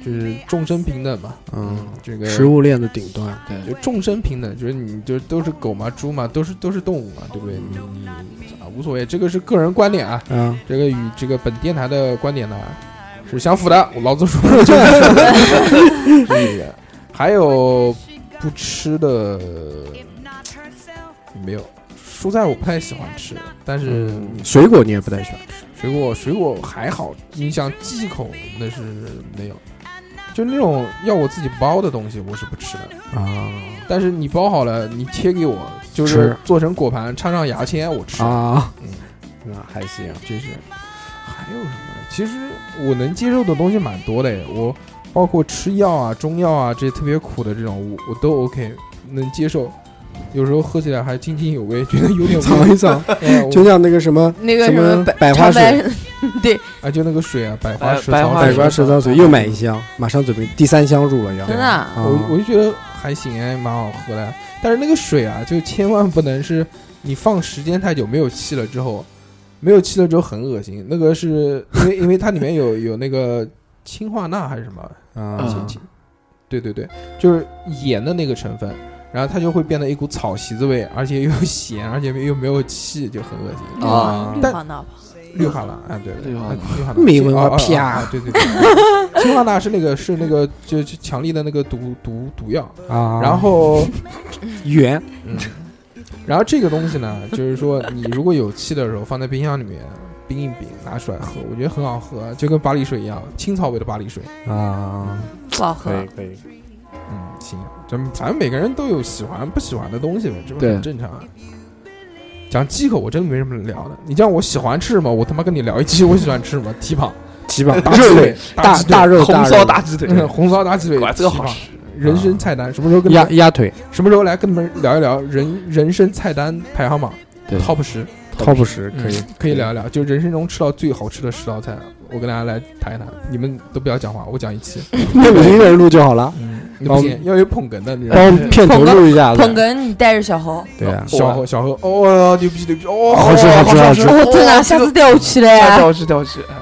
就是众生平等嘛，
嗯，
这个
食物链的顶端，
就众生平等，就是你就都是狗嘛、猪嘛，都是都是动物嘛，对不对？你你啊无所谓，这个是个人观点啊，
啊，
这个与这个本电台的观点呢是相符的。我老子说的 就是，这个还有不吃的没有。蔬菜我不太喜欢吃，但是
嗯，水果你也不太喜欢吃，
水果水果还好，你想忌口那是没有，就那种要我自己包的东西我是不吃的啊。但是你包好了，你切给我，就是
吃
做成果盘插上牙签我吃，
啊，
那还行。这是还有什么？其实我能接受的东西蛮多的，我包括吃药啊、中药啊这些特别苦的这种，我我都 OK 能接受。有时候喝起来还津津有味，觉得有 点
尝
味
一尝，
哎我
就像那个什么
那个
什
什
么
么百
百花
长白
水，
啊，就那个水啊，百花
百
水
哎百
草
花
水
百花蛇草水又买一箱，马上准备第三箱入了要，
真的啊，
啊
我我就觉得还行，哎，蛮好喝的。但是那个水啊，就千万不能是你放时间太久没有气了之后，没有气了之后很恶心。那个是因为因为它里面有有那个氰化钠还是什么？
啊
嗯
氢气对对对，就是盐的那个成分，然后它就会变得一股草席子味，而且又咸，而且又没有气，就很恶心。
嗯
啊
绿
但
黄道吧，
氯化钠，啊，对对，
氯化钠
氯化钠，
没文化
哦哦哦
啪
哦对对对，氰化钠是那个是那个就就强力的那个毒毒毒药，
啊，
然后，
圆
嗯，然后这个东西呢， 就是说你如果有气的时候放在冰箱里面冰一冰，拿出来喝，我觉得很好喝，就跟barley 水一样，青草味的 barley 水。
啊，
不好喝。
可以，
嗯，行，咱们反正每个人都有喜欢不喜欢的东西呗，这不
对
很正常啊。讲忌口，我真的没什么聊的。你像我喜欢吃什么，我他妈跟你聊一期我喜欢吃什么，蹄膀、
鸡膀
大
大
鸡
肉
腿
类、、
大
大
鸡腿
大肉、
嗯红
肉
烧大鸡腿，
嗯 红烧大鸡腿
哇，，这个
蹄
好
膀
吃，嗯
人生菜单，什么时候跟你
鸭鸭腿
什么时候来跟你们聊一聊人人生菜单排行榜
对
top 十？
，top 十可以。
嗯可以聊一聊，就人生中吃到最好吃的十道菜，我跟大家来谈一谈。你们都不要讲话，我讲一 期。嗯
那我一个人录就好了，
你不行，要有捧哏的，你知道
帮
吗？
我们片头录一下子。
捧哏，你带着小猴，
对啊，
小何，小何，哦，牛逼牛逼，哦，
好吃好吃 好吃
我真的下次带我去嘞。
下掉去掉去。哎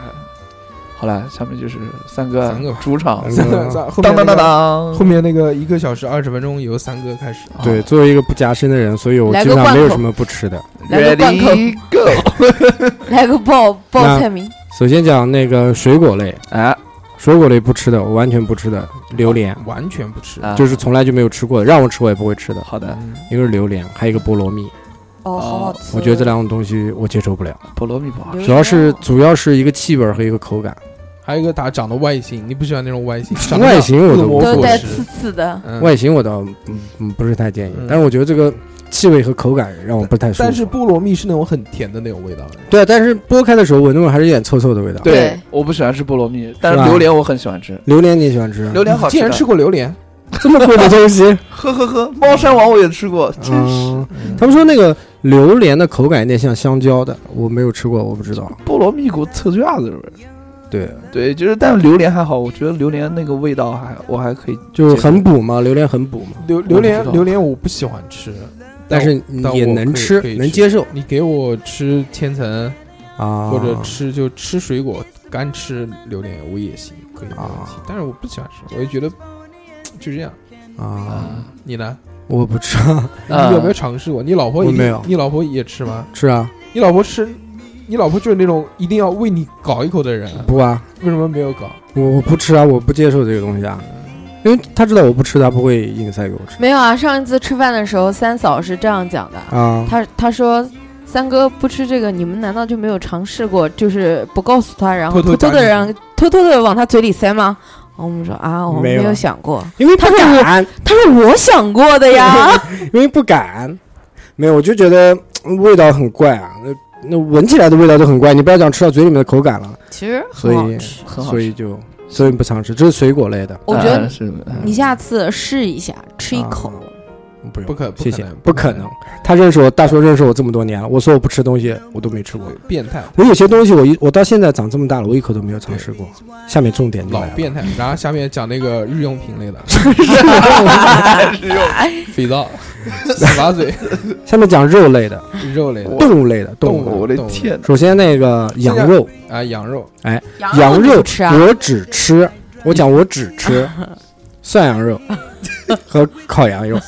好了，下面就是三个
三个吧
主场，
嗯
三个三后面那
当当
个
当当
后，面那个一个小时二十分钟由三哥开始。
对，作为一个不夹生的人，所以我基本上没有什么不吃的。
来个罐头
Ready go！
来个报报菜名，
首先讲那个水果类，
哎，
水果类不吃的，我完全不吃的，榴莲
完全不吃。
啊
就是从来就没有吃过的，让我吃我也不会吃的。
好的，
嗯
一个是榴莲，还有一个菠萝蜜，
哦，好好
哦
吃。
我觉得这两种东西我接受不了，
菠萝蜜不好吃，
榴莲
主要是
哦
主要是一个气味和一个口感，
还有一个打长得外形，你不喜欢那种外形，长得
外形我
恶
都
魔
都
果
带
实
刺刺的，
嗯
外形我倒嗯嗯不是太建议
嗯，
但是我觉得这个气味和口感让我不太舒服。
但是菠萝蜜是那种很甜的那种味道。
对，啊但是剥开的时候闻那种还是有点臭臭的味道。
对
对，
我不喜欢吃菠萝蜜，但是
是吧
榴莲我很喜欢吃，
榴莲你喜欢吃？啊
榴莲好
你
吃
竟然
的。
吃过榴莲，
这么贵的 东西？
呵呵呵，猫山王我也吃过，真是
嗯，他们说那个榴莲的口感有点像香蕉的，我没有吃过，我不知道。
菠萝蜜股臭脚丫子味儿。
对，
嗯
对，就是但是榴莲还好，我觉得榴莲那个味道还我还可以，
就是很补嘛，榴莲很补嘛，
榴
不
榴莲
知道
榴莲我不喜欢吃，
但是也能吃
但我可以可以，吃
能接受
你给我吃千层
啊。
或者吃就吃水果，干吃榴莲我也行，可以没问题
啊。
但是我不喜欢吃，我就觉得就这样。
啊，
你呢？
我不吃，
你
啊
有没有尝试过？你老婆一定
我没有
你老婆也吃吗？
吃啊，
你老婆吃，你老婆就是那种一定要为你搞一口的人，
不啊，
为什么没有搞？
我我不吃啊，我不接受这个东西啊，因为他知道我不吃，他不会硬塞给我吃
没有啊。上一次吃饭的时候，三嫂是这样讲的，
啊。
她她说三哥不吃这个，你们难道就没有尝试过？就是不告诉他，然后
偷
偷
偷
偷的
夹进
让偷偷的往他嘴里塞吗？然后我们说啊，我们
没
没
有
有想过。
因为不
他说
敢，
他说我想过的呀，
因为不敢，没有，我就觉得嗯味道很怪啊，那那闻起来的味道都很怪，你不要讲吃到嘴里面的口感了，
其实
所
很好
以
吃。
很好
所以就所以不常吃，这是水果类的，
我觉得
是
你下次试一下，吃一口。
嗯不用
不可
谢谢
不可能
不可能，他认识我，大叔认识我这么多年了，我说我不吃东西，我都没吃过。
变态，
我有些东西我一我到现在长这么大了，我一口都没有尝试过。下面重点就
老
来了
变态。然后下面讲那个日用品类的肥 皂、洗发水、
下面讲肉类的、
肉 类的
我
动物类的动
动
物。
物
我的
动
天，
首先那个羊肉，
啊，羊肉
羊
你
肉
不吃啊？
我只吃，我讲我只吃涮 羊肉和烤羊肉，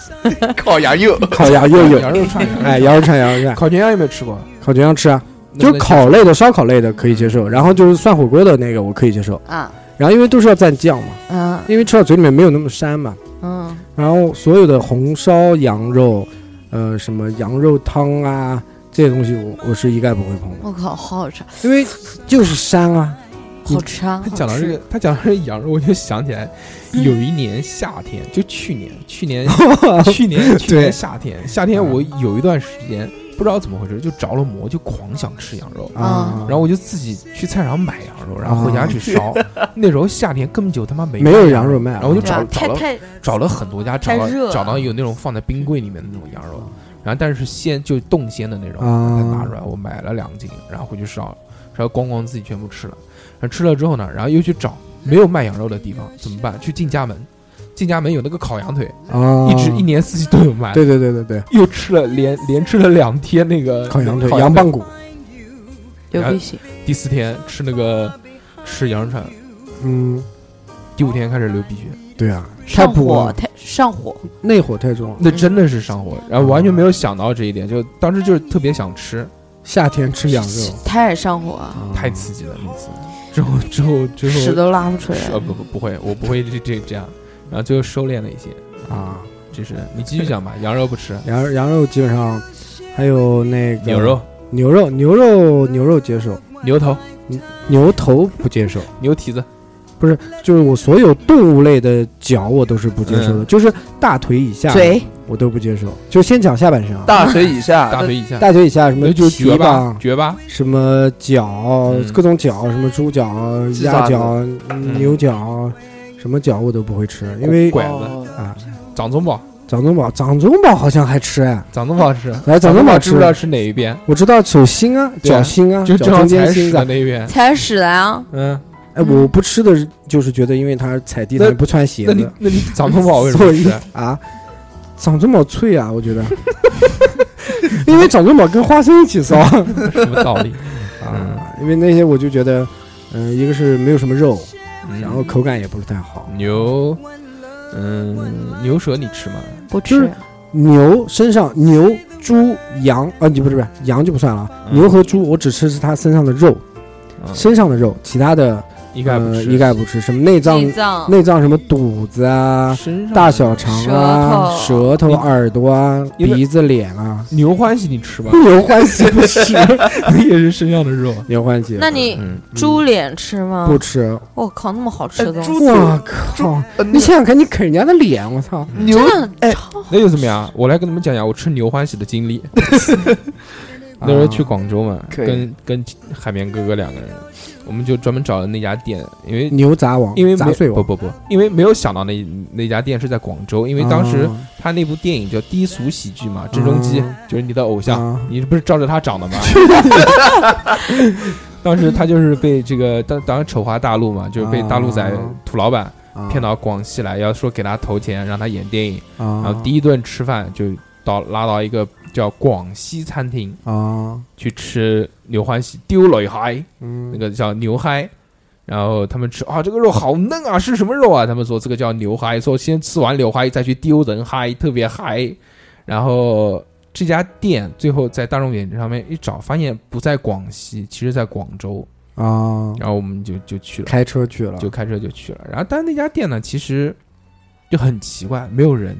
烤羊肉，
烤羊肉
啊羊
有，
肉串，
哎，羊肉串羊肉串，
烤全羊有没有吃过？
烤全羊吃啊，
能
就
不
是
能
烤类的、烧烤类的可以接受，然后就是涮火锅的那个我可以接受，
啊，
然后因为都是要蘸酱嘛，
嗯
因为吃到嘴里面没有那么膻嘛，
嗯，
然后所有的红烧羊肉，呃，什么羊肉汤啊这些东西我，我是一概不会碰的，
我靠，好好吃，
因为就是膻啊。
好吃嗯啊！
他讲到这个，他讲到这个羊肉，我就想起来，有一年夏天，就去年，去 年，去年，去年夏天，夏天
嗯
我有一段时间不知道怎么回事，就着了魔，就狂想吃羊肉。
嗯
啊，
然后我就自己去菜场买羊肉，然后
啊
回家去 烧。那时候夏天根本就他妈没
没有
羊
羊肉卖
然后我就
啊对吧
找？找
太
了
太
找了很多家，找
太
到
热了嗯
找到有那种放在冰柜里面的那种羊肉，然后但是是鲜就冻鲜的那种，
啊
才拿出来。我买了两斤，然后回去烧，烧光光自己全部吃了。然后吃了之后呢，然后又去找没有卖羊肉的地方，怎么办？去进家门，进家门有那个烤羊腿，
啊，
一直一年四季都有卖。
对对对对对，
又吃了连连吃了两天那个
烤羊腿、
烤
羊棒骨，
流鼻血，
第四天吃那个吃羊肉串，
嗯，
第五天开始流鼻血，
对啊，太
上
补
火
了，
太上火，
内火太重了。
那真的是上火，然后完全没有想到这一点，就当时就是特别想吃，
夏天吃羊肉
太上火啊，
啊
太刺激了那次。之后之后之后，
屎都拉不出来。
呃不不不会，我不会这这这样，然后最后收敛了一些。
啊！
这是你继续讲吧，羊肉不吃，
羊羊肉基本上，还有那个
牛肉、
牛肉、牛肉、牛肉接受，
牛头、
牛头不接受。
牛蹄子，
就是我所有动物类的脚我都是不接受的，
嗯
就是大腿以下
嘴
我都不接受。就先讲下半身啊，
大腿以下，
大腿以下，
大腿以下什么
那就是
蹄
绝巴
膀、、
绝巴、
什么脚、
嗯
各种脚，什么猪脚、
鸡
鸭
爪子
脚、牛脚，什么脚我都不会吃，因为
拐子、
哦
啊，
掌中宝、
掌中宝，掌中宝好像还吃哎，
掌中宝吃，
来掌
掌
中宝
知
吃
不知，道吃哪一边？
我知道手心啊、
对啊
脚心啊、
就
脚
正好
中间
踩
心
屎的
脏。
那一 边。
才屎的啊！
嗯，
哎，我不吃的就是觉得，因为它踩地
那
它不穿鞋
那你
子
那你掌中宝为什么
所
不
以
吃？
啊，掌中宝脆啊，我 觉得，因为掌中宝跟花生一起烧啊，
什么道 理？嗯
因为那些我就觉得，嗯、一个是没有什么肉，
嗯
然后口感也不是太好。
牛，嗯，牛舌你吃吗？
不
就是
吃，
牛身上牛、猪、羊啊，你不是不是羊就不算了啊，
嗯
牛和猪我只吃是它身上的肉，
嗯
身上的肉，其他的
一
一
概不
呃、
吃，
一概不吃，什么内脏
内脏
内脏什么肚子啊。
身上
大小肠啊，
舌
舌头、耳朵啊，
因为
鼻子、脸啊，
牛欢喜你吃吗？
牛欢喜不吃，
那也是身上的肉。
牛欢喜。
那你
嗯，
猪脸吃吗？
不吃。
我靠，那么好吃的东西，
猪
我靠！
呃
你想想看，你啃人家的脸，我操！
牛
那又怎么样？我来跟你们讲讲我吃牛欢喜的经历。那时候
啊
去广州嘛，
可以
跟跟海绵哥哥两个人，我们就专门找了那家店，因为
啊牛杂王，
因为
嗯杂
没
碎
不
王。
不不，因为没有想到那那家店是在广州，因为当时
啊
他那部电影叫《低俗喜剧》嘛，郑中基
嗯
就是你的偶像，
啊
你不是照着他长的 吗？ 当时他就是被这个当当时丑化大陆嘛，就是被大陆仔
啊
土老板
啊
骗到广西来，要说给他投钱让他演电影，
啊，
然后第一顿吃饭就到拉到一个叫广西餐厅
啊，
去吃牛欢喜丢雷嗨，
嗯
那个叫牛嗨。然后他们吃啊，这个肉好嫩啊，是什么肉啊？他们说这个叫牛嗨，说先吃完牛嗨再去丢人嗨，特别嗨。然后这家店最后在大众点评上面一找，发现不在广西，其实在广州。
啊，
然后我们就就去了，
开车去了，
就开车就去了。然后，但是那家店呢，其实就很奇怪，没有人。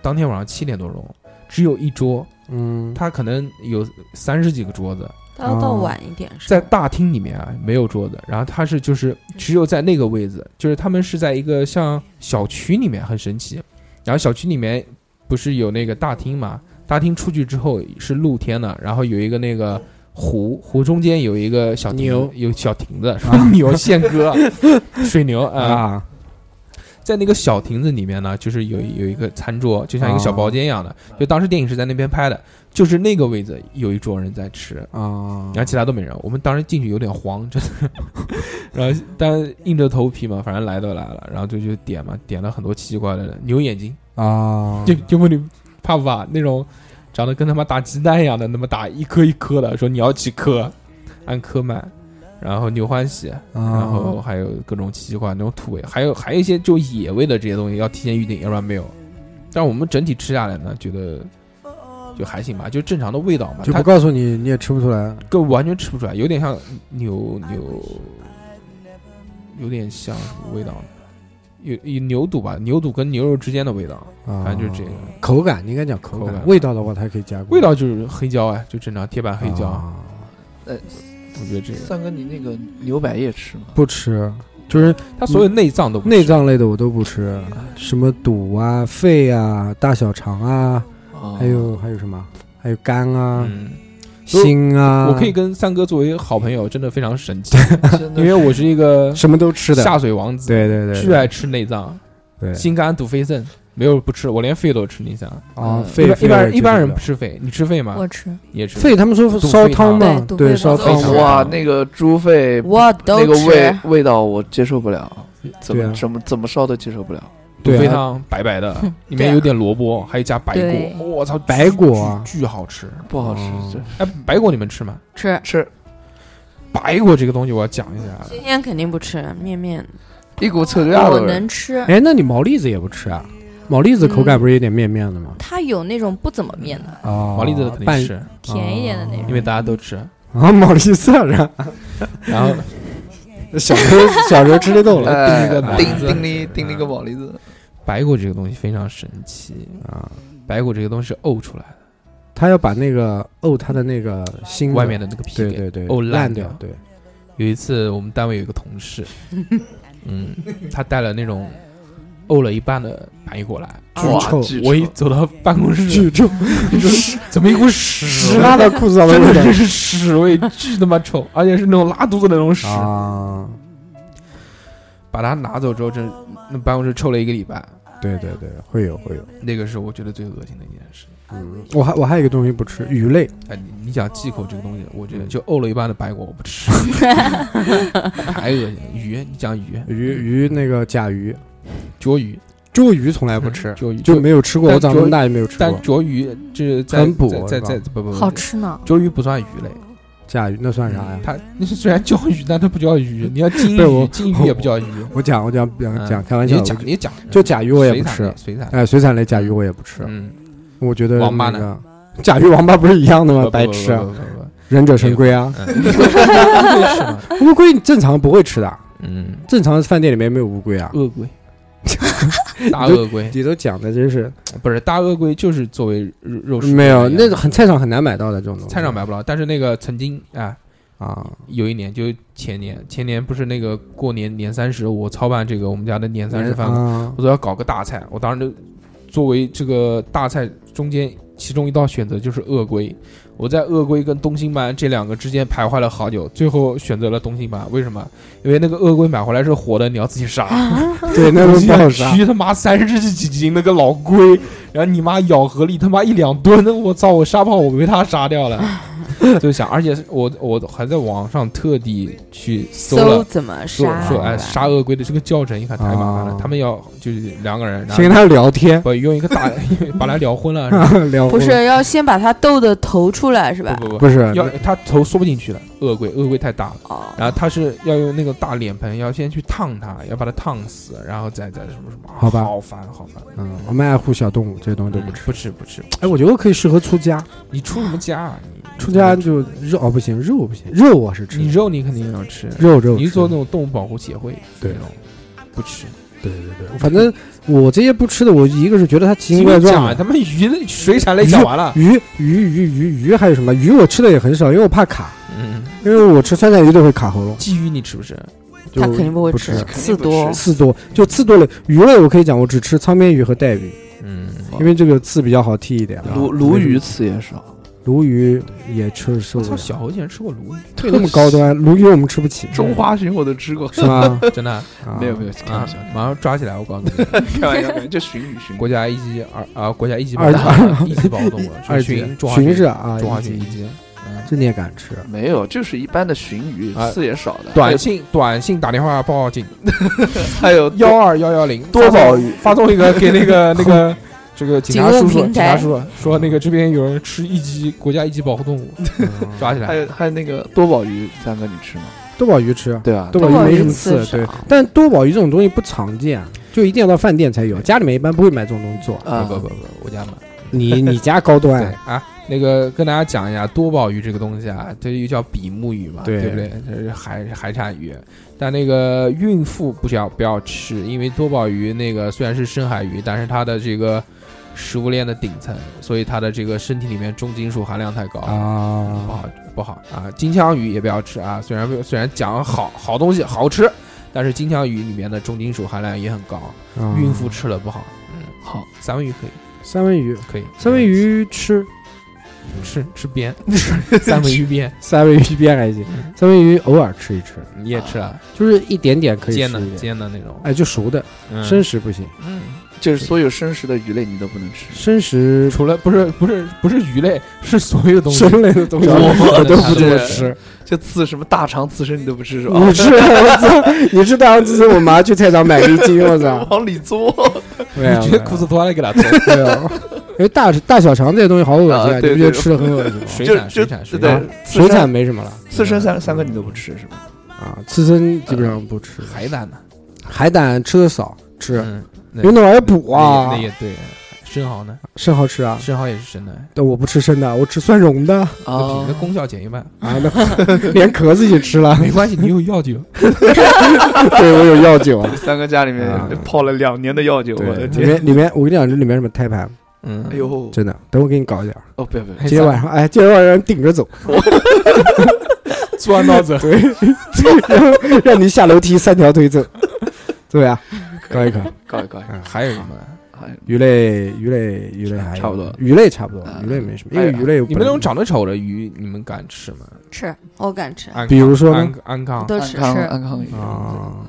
当天晚上七点多钟，只有一桌，
嗯，
它可能有三十几个桌子，
到到
哦
晚一点是
在
吧
大厅里面啊没有桌子，然后它是就是只有在那个位置，就是他们是在一个像小区里面很神奇，然后小区里面不是有那个大厅嘛，大厅出去之后是露天的，然后有一个那个湖，湖中间有一个小亭
牛
有小亭子，什么牛宪哥，水牛啊。
啊，
在那个小亭子里面呢，就是有有一个餐桌，就像一个小
哦
包间一样的。就当时电影是在那边拍的，就是那个位置有一桌人在吃，
啊
然，后其他都没人。我们当时进去有点慌，真的。 然后但硬着头皮嘛，反正来都来了，然后就去点嘛，点了很多奇奇怪怪的牛眼睛，
啊，
就就问你怕不怕那种长得跟他妈大鸡蛋一样的那么大，一颗一颗的，说你要几颗，按颗卖。然后牛欢喜，
啊
然
嗯
后还有各种奇奇怪怪那种土味，还有还有一些就野味的这些东西要提前预定，要不然没有。但我们整体吃下来呢，觉得就还行吧，就正常的味道嘛，
就
它
不告诉你，你也吃不出来。
个完全吃不出来，有点像牛牛，有点像什么味道呢？有有牛肚吧，牛肚跟牛肉之间的味道，
啊，
反正就是这个
口感，你应该讲口
口感
味道的话，它还可以加工。
味道就是黑椒啊，就正常铁板黑椒，
啊
我觉得这个
三哥，你那个牛百叶吃吗？
不吃，就是
它所有内脏都不
内
吃
脏类的我都不吃，什么肚啊、肺啊、大小肠啊，
啊
还有还有什么？还有肝啊、
哦嗯，
心啊，
我可以跟三哥作为好朋友，真的非常神 奇，
真的
因为我是一个
什么都吃的。
下水王子，
对对对，
巨爱吃内脏，
对
心肝肚肺肾。没有不吃，我连肺都吃。你想，
啊，
嗯
肺
一般
肺
一
我也
般
接
一般
受
人
不
不
了
吃肺，你吃肺
啊
吗？
我吃，
也吃。
肺他们说
肚
烧
肺
汤嘛
汤，对
对
肚
烧
肺
汤
非常
嘛，
哇，那个猪肺
我都
那个味
吃，
味道我接受不了，怎
对
么
啊
怎么怎么烧都接受不了。
肚
对
肺
啊
汤白白 的，里面有点萝卜，还有加白
对
果，我操，巨
白果啊
巨巨好吃。
不好吃，
哦
这
哎，白果你们吃吗？
吃
吃
白果这个东西我要讲一下，啊
今天肯定不吃面面，
一股臭豆
我
的味儿。
能吃。
哎，那你毛栗子也不吃啊？毛栗子口感不是有点面面的吗？
它有那种不怎么面的，
啊，
毛栗子肯定
拌
吃，
甜一点
哦
的那种
因为大家都吃。
啊，毛栗子啊，
然后
小时候小时候吃绿豆了
哎叮一个
哎，
毛
叮
栗子
叮哩叮了一个毛栗子，
白果这个东西非常神奇，
啊，
白果这个东西是沤出来的，
他要把那个沤它的那个心的
外面的那个皮
嗯对
给
对对
沤
烂
烂
掉
掉，。
对
有一次我们单位有一个同 事，嗯，他带了那种沤了一半的白果来，
巨
哇
臭
巨
我一走到办公室，
巨臭，
怎么一股屎
屎啊
味
拉到裤子嗯 上的
真
味道
的是屎味，巨他妈臭，而且是那种拉肚子的那种屎。
啊！
把它拿走之后，真那办公室臭了一个礼拜，
对对对，会有会有。
那个是我觉得最恶心的一件事。
嗯，我还我还有一个东西不吃，鱼类
哎，你你讲忌口这个东西，我觉
嗯
得就沤了一半的白果我不 吃，太恶心了。鱼，你讲鱼，
鱼鱼那个甲鱼，
啄鱼
鲫鱼从来不吃，
嗯啄鱼
就没有吃过，
但
我长这么大也没有吃
但
过
啄鱼这在
很补
在在在
是吧
不不不
好。吃呢。
啄鱼不算鱼类，
甲鱼，那算啥呀？
它那是虽然叫鱼，但它不叫鱼。你要金
对我
鱼，金鱼也不叫鱼。
我讲我讲讲
嗯
讲开玩
你
笑，
讲
我
你讲，
就甲鱼我也不吃
嗯水产类水产类。
哎，水产类甲鱼我也不吃，
嗯，
我觉得
王八
那个甲鱼王八不是一样的
呃不不
吗？白
不
吃，
不不不不
忍者神龟啊，
嗯 是吗
乌龟正常不会吃的，
嗯，
正常饭店里面没有乌龟啊。
鳄 龟，大鳄龟
你都讲的真是
不是大鳄龟，就是作为肉肉食
没有，
用的
那个很菜场很难买到的这种东西。
菜场买不着，但是那个曾经啊，
啊，
有一年就前年，前年不是那个过年年三十，我操办这个我们家的年三十饭，
啊
我说要搞个大菜，我当时就作为这个大菜中间其中一道选择就是鳄龟，我在鳄龟跟东星斑这两个之间徘徊了好久，最后选择了东星斑，为什么？因为那个鳄龟买回来是活的，你要自己杀。
啊
对，那
啊东
种
西
不好 啊
要
杀。
他妈三十几斤那个老龟，然后你妈咬合力他妈一两吨，我操！我杀不好，我被他杀掉 了，就想，而且我我还在网上特地去搜
搜
了。
怎么
说
杀？
说哎，杀鳄龟的这个教程，一看太麻烦了
啊。
他们要就是两个人，然
先跟
后
他聊天，
不用一个大 把他聊 昏了，是吧
聊
不是要先把它斗的头出来是吧？
不不不，
不是
要他头缩不进去了。鳄龟鳄龟太大了，
哦，
然后他是要用那个大脸盆，要先去烫它，要把它烫死，然后再再什么什么，
好吧
好烦好烦，
嗯，我们爱护小动物，这些东西都不吃。
不吃不吃，
哎，我觉得可以适合出家，
你出什么家啊？你
出家就肉哦不行，肉不行，肉我是吃
你，肉你肯定要吃，
肉肉
你
吃
是做那种动物保护协会
对
那种，不吃。
对对对，反正我这些不吃的，我一个是觉得它奇形怪
讲
状
啊，
的，
他们鱼类水产类讲完了，
鱼鱼鱼鱼鱼还有什么鱼我吃的也很少，因为我怕卡，
嗯，
因为我吃酸菜鱼都会卡喉咙，
鲫鱼你吃不吃？
就
他肯定不会
不
吃
吃
刺多，
刺多，就刺多了。鱼类我可以讲，我只吃沧边鱼和带鱼，
嗯，
因为这个刺比较好剔一点。啊
鲈鲈鱼、刺也少，
鲈鱼也吃受
我
不
操，
了，
小侯竟然吃过鲈鱼，
这么高端，鲈鱼我们吃不起，
中华鲟我都吃过，
是 吗？
真的啊
啊
没有没有，开
啊
玩笑，，
马上抓起来，我告诉你，
开玩笑，就鲟鱼鲟鱼。
国家一级 二啊，国家一级保
二
动物，一级保护动物，
二级
群中华
巡视啊，
中华
一
鲟
级
一级，嗯
这你也敢 吃？
没有，就是一般的鲟鱼
啊，
刺也少的。
短信短信打电话报警，
还有
幺二幺幺零
多宝鱼
发送一个给那个那个这个警察
警务
叔叔，警
平
察
台
叔叔说那个这边有人吃一级国家一级保护动物，抓起
还
来。
有还有那个多宝鱼，三哥你吃吗？
多宝鱼吃，
对啊，
多
宝
宝鱼没什么
鱼刺
刺，对
啊
少。
但多宝鱼这种东西不常见，就一定要到饭店才有，家里面一般不会买这种东西做。
啊
不不不不，我家买。
你你家高
呃对
端，
啊，那个跟大家讲一下多宝鱼这个东西啊，这又叫比目鱼嘛，
对
不对？这是海海产鱼，但那个孕妇不要不要吃，因为多宝鱼那个虽然是深海鱼，但是它的这个食物链的顶层，所以它的这个身体里面重金属含量太高不
啊，
好不好啊！金枪鱼也不要吃啊，虽然虽然讲好好东西好吃，但是金枪鱼里面的重金属含量也很高，
啊
孕妇吃了不好。嗯，
好，
三文鱼可以
三文鱼，
可以，
三文鱼吃，
吃吃 边，三文鱼边
三文鱼一边还行，
嗯
三文鱼偶尔吃一吃，
你也吃啊？
就是一点点可以
煎
吃
的
一点，
煎的那种，
哎，就熟的，
嗯
生食不行，
嗯，
就是所有生食的鱼类你都不能吃。
生食
除了不是不是不是鱼类，是所有东 西
生类的东西
只要是生的啊
我都
它
不这么
是
吃，
就刺什么大肠刺身你都不吃是
哦
吧？
你吃， 我操，你吃大肠刺身，我马上去菜场买个一斤，我操，
往里嘬，
没有
你直接裤子脱下来给它做。
没有，啊因为大大小肠这些东西好恶心
啊
啊，你
对
不觉得
对
吃的很恶心吗？
水
就
产
就
水产
对
水产，
对
水
刺
产
身
没什么了
刺身三三个你都不吃是吧？
啊，刺身基本上不吃，
海胆呢？
海胆吃的少，吃
嗯，那
因为那玩意儿补
那
啊
也那，也对。生蚝呢？
生蚝吃啊，
生蚝也是生的，
但我不吃生的，我吃蒜蓉的
啊
那比那功效减一半。
啊，那连壳子一起吃 了，
没关系，你有药酒。
对我有药酒啊，
三哥家里面
啊
泡了两年的药酒，我的
对，里
天！
面里面我跟你讲，这里面什么胎盘，
嗯，
哎呦，
真的，等我给你搞一点儿，
哦不要不要，
还
今天晚上哎，今天晚上顶着走，
钻到 嘴，
对，然后让你下楼梯三条腿走，怎么样？搞一搞，
搞一搞一，
嗯
还有什么？
哎
鱼类，鱼类，鱼类还有
差不多
鱼类差不多
啊，
鱼类没什么，因
还有
为鱼类
哎你们那种，长得丑的鱼，你们敢吃吗？
吃
我敢吃，
安
比如说呢
安安康
都
安
吃
康
吃，
安康鱼
啊，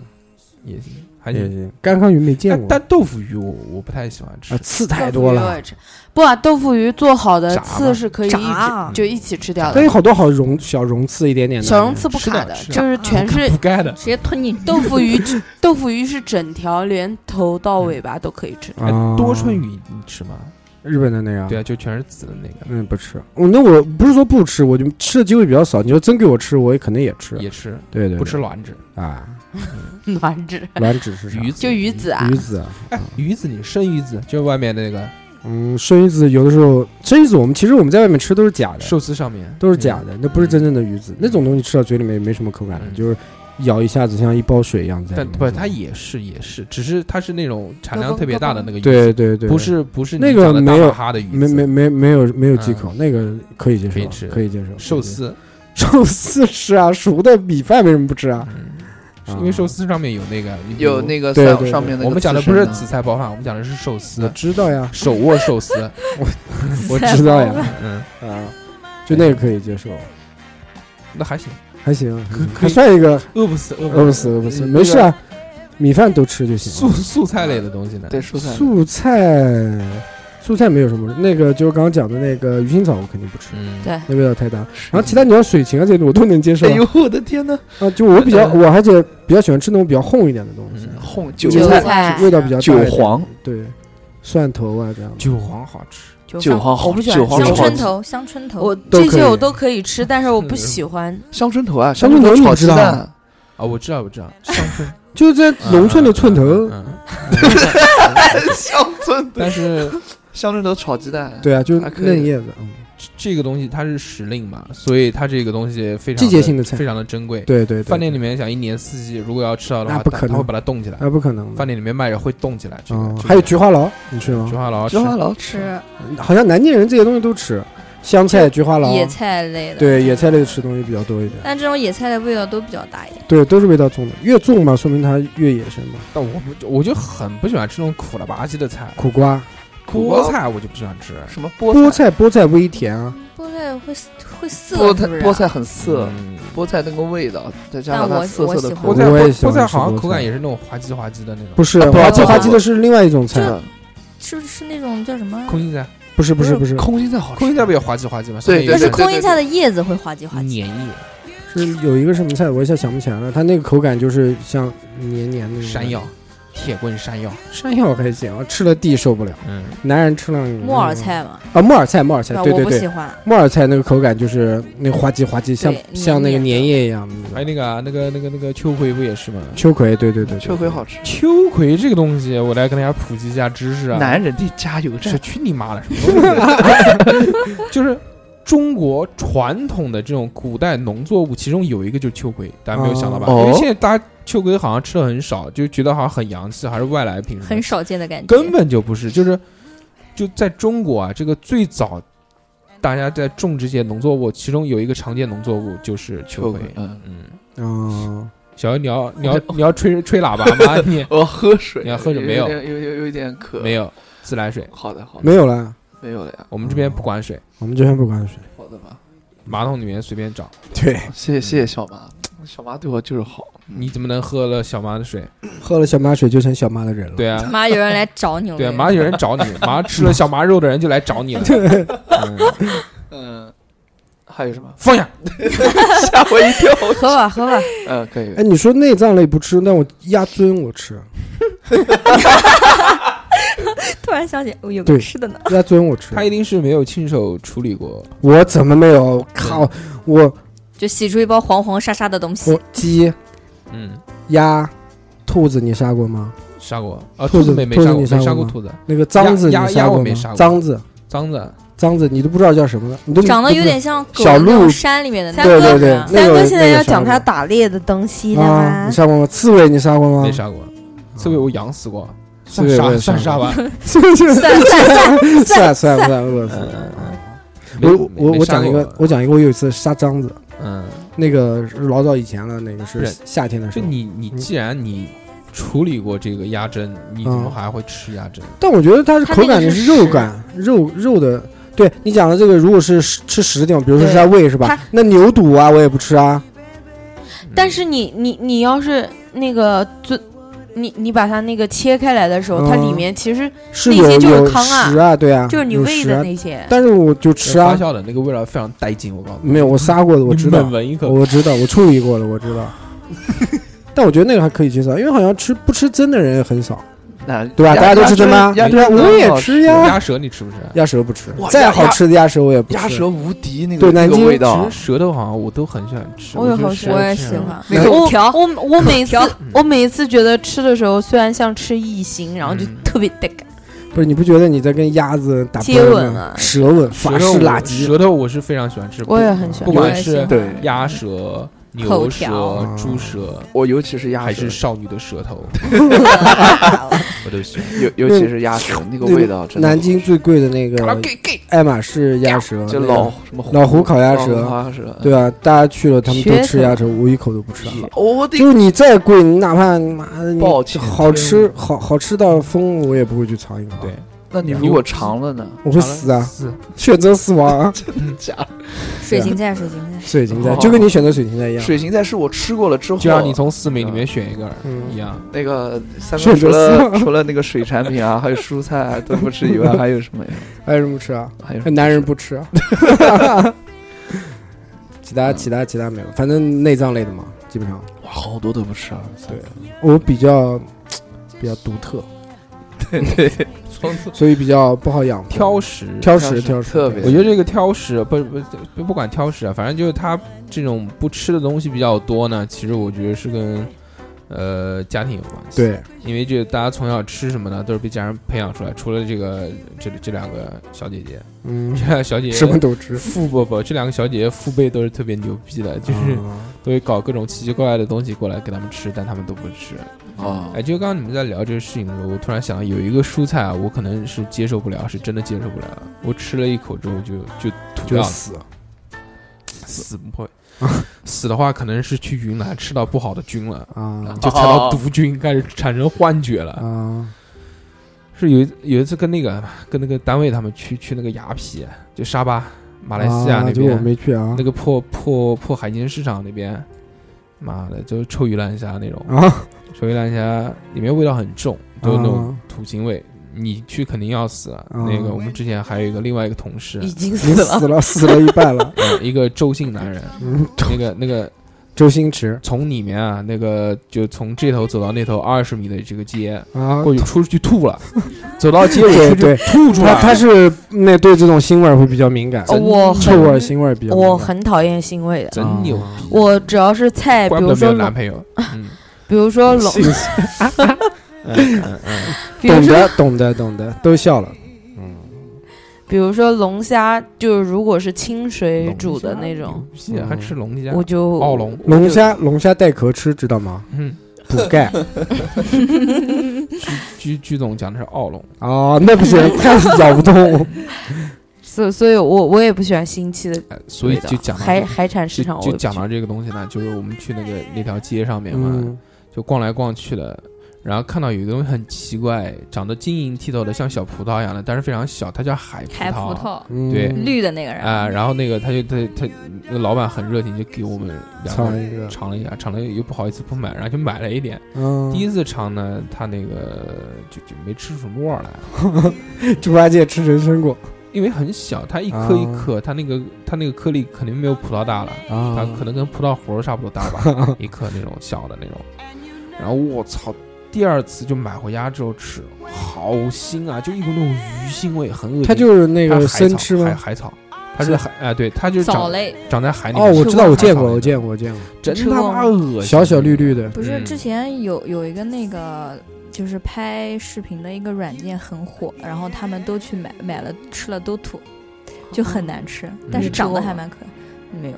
也行，还
也
行。
行，干糠鱼没见
但
过，
但豆腐鱼我我不太喜欢吃
啊，刺太多
豆腐鱼我
了，
也吃。不啊，豆腐鱼做好的
炸吧
刺是可以一
炸
直就一起吃掉
但有
的，
好多好绒小绒刺一点点的，
小绒刺不
吃的
卡的，
吃的
就是 全是
补钙的。
直接吞进去。
豆腐鱼，豆腐鱼是整条连头到尾巴都可以 吃。
哎
啊，
多春鱼你吃吗？
日本的那个，
对，啊，就全是紫的那个，
嗯，不吃，我那我不是说不吃，我就吃的机会比较少，你说真给我吃，我也可能也吃，
也吃，
对啊对，
不吃
对
卵子。
啊，
卵子
卵子是啥？
鱼子
就鱼子啊
鱼，子啊，
哎， 鱼子你生鱼子，就外面那个
嗯，生鱼子有的时候生鱼子，我们其实我们在外面吃都是假的，
寿司上面
都是假的，那不是真正的鱼子，那种东西吃到嘴里面也没什么口感的，
嗯
就是咬一下子像一包水一样在里
但
面。
不，它也是也是，只是它是那种产量特别大的那个鱼子，
对对对，
不是不是你
那个
讲的大
没有
马哈的鱼子，
没没没没有没有忌
嗯
口，那个可以接受，
可以吃
可以接受。
寿司，
寿司吃啊，熟的米饭为什么不吃啊？
嗯，是
啊
因为寿司上面有那个你比如
有那个
对
上
对
上面那个
我们讲的
刺
不
身
是
呢
紫菜包饭，我们讲的是寿
我
司，
知道呀，
手握寿司，
我知道呀，
嗯，
啊，就那个可以接受，
那还行，
还行，
可
还
以
算一个
饿不死，
饿
饿
不
不
死
死，
饿不死，
嗯
没事啊，米饭都吃就行
素
了。
素菜类的东西呢？
对蔬菜
素菜，素菜没有什么，那个就是刚刚讲的那个鱼腥草，我肯定不吃，
嗯，
对
那味道太大。
是
然后其他你要水芹啊这些我都能接受
哎呦我的天呐，
啊，就我比较，我还是比较喜欢吃那种比较厚一点的东西，
嗯
红
就
韭
是
韭
味
菜、
菜
味道比较大
韭
一点
黄、
对，蒜头啊这样的。
韭黄好吃，
韭黄
我
好，
不喜欢
韭黄超好
香椿
吃。
头，香椿头，
我
都
这
可以
些我都可以吃，但是我不喜欢。
香椿头啊，
香
香
椿
椿
头
头
你
炒
知
鸡
道
蛋，
啊，我知道我知道， 香椿
就是在 农村的寸头
嗯，嗯嗯
香椿
但是
香椿头炒鸡蛋，
对啊，就是
还可以
嫩叶子，嗯，
这个东西它是时令嘛，所以它这个东西非常
季节性的菜
非常的珍贵。
对对对，
饭店里面想一年四季，如果要吃到的话，
那不可
它它会
能
把它冻起来。
啊不可能的
饭店里面卖着会冻起来。这个
哦
这个
还有菊花蒌，你吃
菊
吗？
花老
菊花老
吃
好像南京人这些东西都吃，香菜、菊花
野
啊
哎
蒌，
菜类的。
对野菜类的吃东西比较多一点，
但这种野菜的味道都比较大一点。
对，都是味道重的，越重嘛，说明它越野生嘛。
但我不，我就很不喜欢吃那种苦了吧唧的菜，
苦瓜、
苦
菠菜我就不喜欢吃。
什么菠
菠菜，菠菜微甜啊，
菠菜会会涩，
菠菜
是不是啊
菠菜很涩，
嗯
菠菜那个味道，再加上
但
它
我
涩
我
涩的
喜
口
菠
欢
菜
我也
菠
喜欢
菠菜
吃
好像
菠
口感
菜
也是那种滑稽滑稽的那种，
不是
啊不
滑
要
稽
不要
滑稽的是另外一种菜，
感。
是不是那种叫什么？
空心菜，
不是不是不是，
空心菜好吃，啊
空心菜不也滑稽滑稽吗？
对
上面
但
有
是
一
对对
个
空心菜的叶子会滑稽滑稽。
黏液，
是有一个什么菜，我一下想不起来了，它那个口感就是像黏黏的那种
山药，铁棍山药，
山药还行，我吃了地受不了，
嗯，
男人吃了
木耳菜
嗯
嘛，
啊木耳菜木耳菜
啊，
对
我
对
不喜
对。
欢。
木耳菜那个口感就是那个滑稽滑稽，像
对
像那个
黏
粘液一样的
还
那
有那
种。
个啊那个那个那个秋葵不也是吗？
秋葵，对对对，对
秋葵。好吃。
秋葵这个东西，我来跟大家普及一下知识啊。
男人的加油
是
站，
去你妈了！什么东西？啊 就是中国传统的这种古代农作物，其中有一个就是秋葵，大家没有想到吧？
哦
因为现在大家秋葵好像吃的很少，就觉得好像很洋气，还是外来品什么的
很少见的感觉。
根本就不是，就是就在中国啊，这个最早大家在种植这些农作物，其中有一个常见农作物就是秋
秋
葵
葵。，嗯，
嗯，
哦，
小优，你要你要你要吹吹喇叭吗？你
我喝水，
你要喝水没有
有点？有有有一点渴，
没。有自来水，
好的，好的，
没有了，
没有了呀，
我们这边不管水，
我们这边不管水。
好的吧。
马桶里面随便找。
对，
谢谢谢谢小妈，小妈对我就是好。
你怎么能喝了小妈的水？
喝了小马水就成小马的人了。
对啊，
妈有人来找你，我
对啊，
跟你
马上有人找你，马上吃了小麻肉的人就来找你了。嗯？
嗯，还有什么
放下，
吓我一 跳。
喝吧喝吧，
嗯，可以
哎，。你说内脏类不吃，但我鸭胗我吃，
突然想起我有
对
个吃的呢，
鸭胗我吃
他。一定是没有亲手处理过。
我怎么没有？靠，我
就洗出一包黄黄沙沙的东西
我，鸡、
嗯，
鸭、兔子你杀过吗？
杀过啊，
兔
兔
子
没没
兔子
杀过，
你杀
没杀
过
过
吗
兔子，
那个獐子你
鸭
杀
鸭
过
我
吗？
没杀过
獐子，
脏的
獐子你都不知道叫什么了，你都
长得
都
有
不
点像狗
小
的那
鹿
种山里面的那
对
种
对
感
对
觉。，
那
三
个
哥现在
那个
要
杀
讲
过
他打猎的东西了
啊，
吗
你？杀过吗？刺猬你杀过吗？
没杀过，刺猬我养死过，
刺
算
猬我也
杀算
杀
杀
过
吧。
算算
算
算
算
算算饿
嗯
死了。
呃没
我我
没
我
杀
讲一
过
个，我讲一个，我有一次杀獐子，
嗯，
那个是老早以前了，那个是
不是
夏天的时
就
候。
你你既然你处理过这个鸭胗，你怎
嗯
么还会吃鸭胗？
但我觉得它是
它
口
那个
感就是是肉
实
感，肉肉的。对你讲的这个，如果是吃吃实的地方，比如说是在胃是吧
它？
那牛肚啊，我也不吃啊。
但
嗯
是你你你要是那个最，你你把它那个切开来的时候，它里
嗯
面其实
是
那
有
些就是
有
糠啊
食啊，对啊，
就是你
有
喂
食
的
啊。
那些。
但是我就吃
发
啊，
酵的那个味道非常带劲，我告诉你。
没有我杀过的，我知道
你，猛闻一口，
我知道，我处理过了，我知道。但我觉得那个还可以接受，因为好像吃不吃针的人也很少，
那
对吧？
鸭
大家都吃
鸭
针吗？
鸭
对啊，
胗
我也
很好
吃呀。
鸭舌你吃不吃？
鸭舌不吃
哇，
再
鸭
好
鸭
吃的鸭舌我也不吃。
鸭舌无敌那个
对
那
南
个
京
味
其
道
实，舌头好像我都很喜欢吃，
我也
觉得
好
是
喜欢
我也
这
喜
样
欢。
那
我
口条
我我每次
条
我每次觉得吃的时候，虽然像吃异形，然后就
嗯
特别带感。
不是你不觉得你在跟鸭子打
接
啵儿
吻
吗
啊
舌吻、法
舌
式
头
辣
我
鸡，
舌头我是非常喜欢吃，
我也很喜欢
不
我
管
也喜
是
欢
对
鸭舌、牛
口
舌
条、
猪舌，
嗯
我尤其是鸭
还
舌
是，少女的舌头，我都喜欢。
尤尤其是鸭舌那个味道，真的啊
南京最贵的那个爱马仕鸭舌，
就
那
老
个
什么
老胡烤鸭
老
舌
胡烤鸭舌，
对吧？大家去了，他们都
噱
吃
头
鸭舌，我一口都不吃。
老哦我得
就是你再贵，你哪怕妈的你
抱歉。
好吃好好吃到疯，我也不会去尝一口。啊
对，，
那你如果尝了呢？
嗯我会死啊，
是
选择死亡啊！
假
水芹菜，水芹菜，
水芹菜
哦
就跟你选择水芹菜一样，
水芹菜是我吃过了之后，
就让你从四美里面选一个
嗯
一样。
那个三
水
哥除
芹菜
了除了那个水产品啊，还有蔬菜啊都不吃以 外，还有什么呀？
还有什么吃啊？
还有什么
男人不吃啊。 其他其他其他没有，反正内脏类的嘛，基本上。
哇，好多都不吃啊。
我比较比较独特，
对对，从此
所以比较不好养活。
挑食，
挑
挑
食
食
挑食，
特别
我觉得这个挑食不不不不管挑食啊，反正就是他这种不吃的东西比较多呢。其实我觉得是跟嗯、呃家庭有关系。，
对，
因为这大家从小吃什么呢，都是被家人培养出来。除了这个这这两个小姐 姐，
嗯，
这两个小姐姐
什么都吃，
父不不，这两个小姐姐父辈都是特别牛逼的，就是
啊
都会搞各种奇奇怪怪的东西过来给他们吃，但他们都不吃。
哦
哎，就刚刚你们在聊这个事情的时候，我突然想到有一个蔬菜啊，我可能是接受不了，是真的接受不了。我吃了一口之后就就吐掉
就
了，
死，
死不会。死的话，可能是去云南吃到不好的菌了，
啊
就踩到毒菌，开始产生幻觉了。
啊
是有一有一次跟那个跟那个单位他们去去那个雅痞，就沙巴马来西亚
啊
那
就我
边，
没去啊
那个破破破海鲜市场那边，妈的，就是臭鱼烂虾那种，
啊
臭鱼烂虾里面味道很重，就是那种
啊
土腥味。你去肯定要死了。
啊
那个我们之前还有一个另外一个同事，
已，经
你
死了，
死了，死了一半了
嗯一个周姓 男人，
嗯，
那个那个
周星驰
从里面啊，那个就从这头走到那头二十米的这个街，
啊
过去出去吐了，走到街尾出
对
去
对，
吐出来
他
了，
他是那对这种腥味儿会比较敏感，
哦我
臭味儿、
很
腥味儿比较敏感。
我很讨厌腥味的。
真牛
啊
逼，
我只要是菜，比
怪不
如
得没
说
有男
龙，
朋 友。嗯
比如说龙，
嗯嗯嗯，
比如
懂
说
得懂得懂得，都笑了。
比如说龙虾，就是如果是清水
龙
煮的
虾
那种，
牛逼还吃龙虾，
嗯我就
暴龙
龙虾龙虾带壳吃，知道吗？
嗯。
补钙
居居总讲的是奥龙，
哦，那不行，太咬不动。
所所以我，我也不喜欢新奇的
哎所以
味道
就讲到
海海产市
就
场，我也
就
不
讲
去
到这个东西呢，就是我们去那个那条街上面嘛，
嗯，
就逛来逛去的，然后看到有一个东西很奇怪，长得晶莹剔透的，像小葡萄一样的，但是非常小，它叫海葡
开葡萄，
嗯
对
绿的那个人，
啊、然后那个他就他他那个老板很热情，就给我们两个
尝
人
一个，
尝了一下，尝了又不好意思不买，然后就买了一点。
嗯，
第一次尝呢，他那个就就没吃出什么味儿来，
猪八戒吃人参果
因为很小，它一颗一颗，它那个它那个颗粒肯定没有葡萄大了。
啊
它可能跟葡萄核差不多大吧，一颗那种小的那种。然后我操，第二次就买回家之后吃，好腥啊，就一股那种鱼腥味，很恶心。
它就是那
它
个
是海
生
草
吃
海
吗？
海草，它是海啊，对，它就是
藻
长
类，
长在海里
哦，
面。
我知道，我见
海
过，
草
我见过，我见过，
真
吃
他
过
妈
吗
恶心，
小小绿绿的，
不是
嗯
之前有有一个那个就是拍视频的一个软件很火，然后他们都去买买了吃了都吐，就很难吃，但是
你
吃
长
过
得还
吗
蛮可没有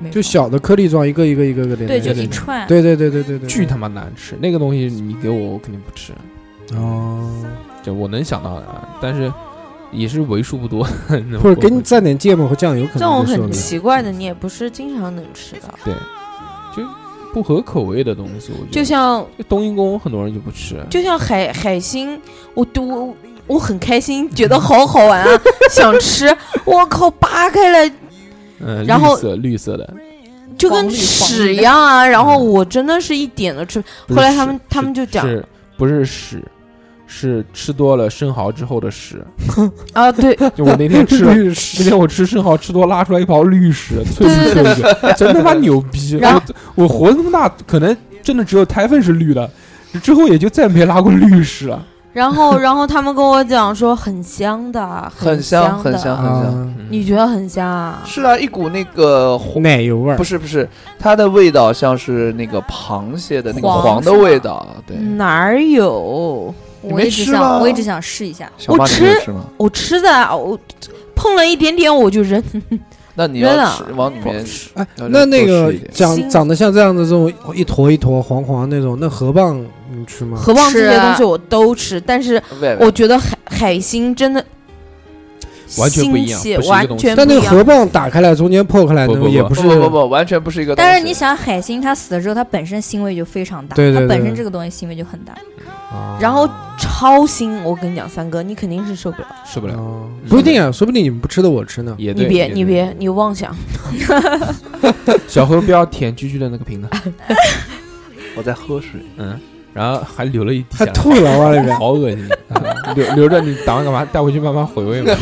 没有
就小的颗粒状，一个一个一个一个连在
对
一
就
起
一
的。
啊
串，
对对对对对对，
巨他妈难吃。那个东西你给我，我肯定不吃，
哦，
就我能想到的，啊，但是也是为数不多。那
或
种
者给
我
你
会
蘸点芥末和酱油，可
这种
能就受
很
得了。
奇怪的，你也不是经常能吃到。
不合口味的东西，我觉得
就像
就冬阴功，很多人就不吃。
就像海海星，我我我很开心，觉得好好 玩啊，想吃。我靠，扒开了
嗯，
然后
绿色绿色的，
就跟
黄绿
屎一样啊！然后我真的是一点都吃。
嗯不
后
是
来他
屎
们他
是
们就讲
是不是屎，是吃多了生蚝之后的屎。
啊，对，
就 我那天吃 了，
绿
那天我吃生蚝吃多拉出来一泡绿 屎，脆不脆的，真他妈牛逼！
然后
我我活这么大，可能真的只有胎粪是绿的，之后也就再没拉过绿屎了。
然后然后他们跟我讲说很香的，
很香
香，
很
的。
香，很香。
啊，
你觉得很香啊？
是啊，一股那个红，
奶油味儿
不，是不是，它的味道像是那个螃蟹的那个
黄
黄的
是吗嗯
味道。对，
哪儿有？
我
没
一直
吃吗
想我一直想试一下，
小八
我
你
吃
有吃吗？
我吃的啊，我碰了一点点我就扔。
那你
真的
要
啊
吃往里面
哎，
要
那
多
那
吃
个
一点
长
新
长得像这样的这种一坨一坨黄黄那种，那河蚌你吃吗？
河蚌这
吃
些
啊
东西我都吃，但是
喂喂
我觉得海海星真的
完全不一样
新奇
不是一个
完
东西
全不
但
一
那个
样。
河蚌打开来中间破开来，
不
那
不
个也
不
是
不不不，完全不是一个东西。
但是你想海星它死了之后，它本身腥味就非常大，
对对
它本
对
身这个东西腥味就很大，
啊
然后超腥，我跟你讲，三哥，你肯定是受不了。
受不了，
哦不一定啊，说不定你们不吃的我吃呢。
也对
你别，
也对
你别，你妄想。
小何不要舔居居的那个 瓶子，
我在喝水，
嗯，然后还留了一滴下
还
来，
吐了往里 面，
好恶 心，啊留留着你打算干嘛？带回去慢慢回味嘛。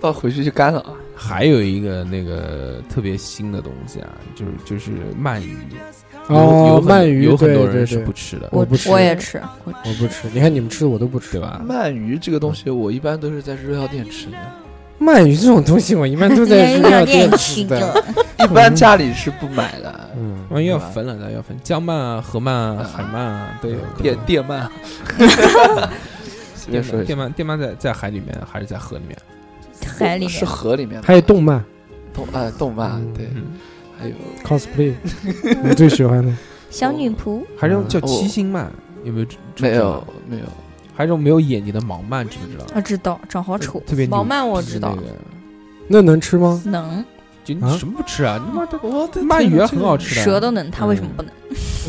到回去就干了啊。
还有一个那个特别新的东西啊，就是就是鳗鱼，有有
哦，
很
鳗鱼，
有很
对
多
对
人是
对
不吃的，
我不吃
我也吃，
我不吃。你看你们吃的我都不
对
啊
吃，
吧？
鳗鱼这个东西，我一般都是在日料店吃的。
鳗鱼这种东西，我一般 都在日料店吃的。
一般家里是不买的，
嗯，
万一啊要分了的，要分江鳗啊、河鳗啊、海鳗啊都有可能。
嗯电电啊鳗。 随便
电
说
鳗，
一下
电鳗，电鳗在在海里面还是在河里面？
海里
是
面
河里面的，
还有动漫
动呃动漫
嗯
对，
嗯，
还有
cosplay，我 最喜欢的。
小女仆，
还有一种叫
哦
七星鳗，有嗯没有知？知
没有
道
没有
还有一种没有眼睛的盲鳗，知不知道？
啊，知道长好丑，
特别
毛
牛
鳗我
逼
知
那
道
个，
那能吃吗？
能
就
啊
你什么不吃啊？你妈的，
我的
鳗鱼啊很好吃的。
蛇都能，他为什么不能？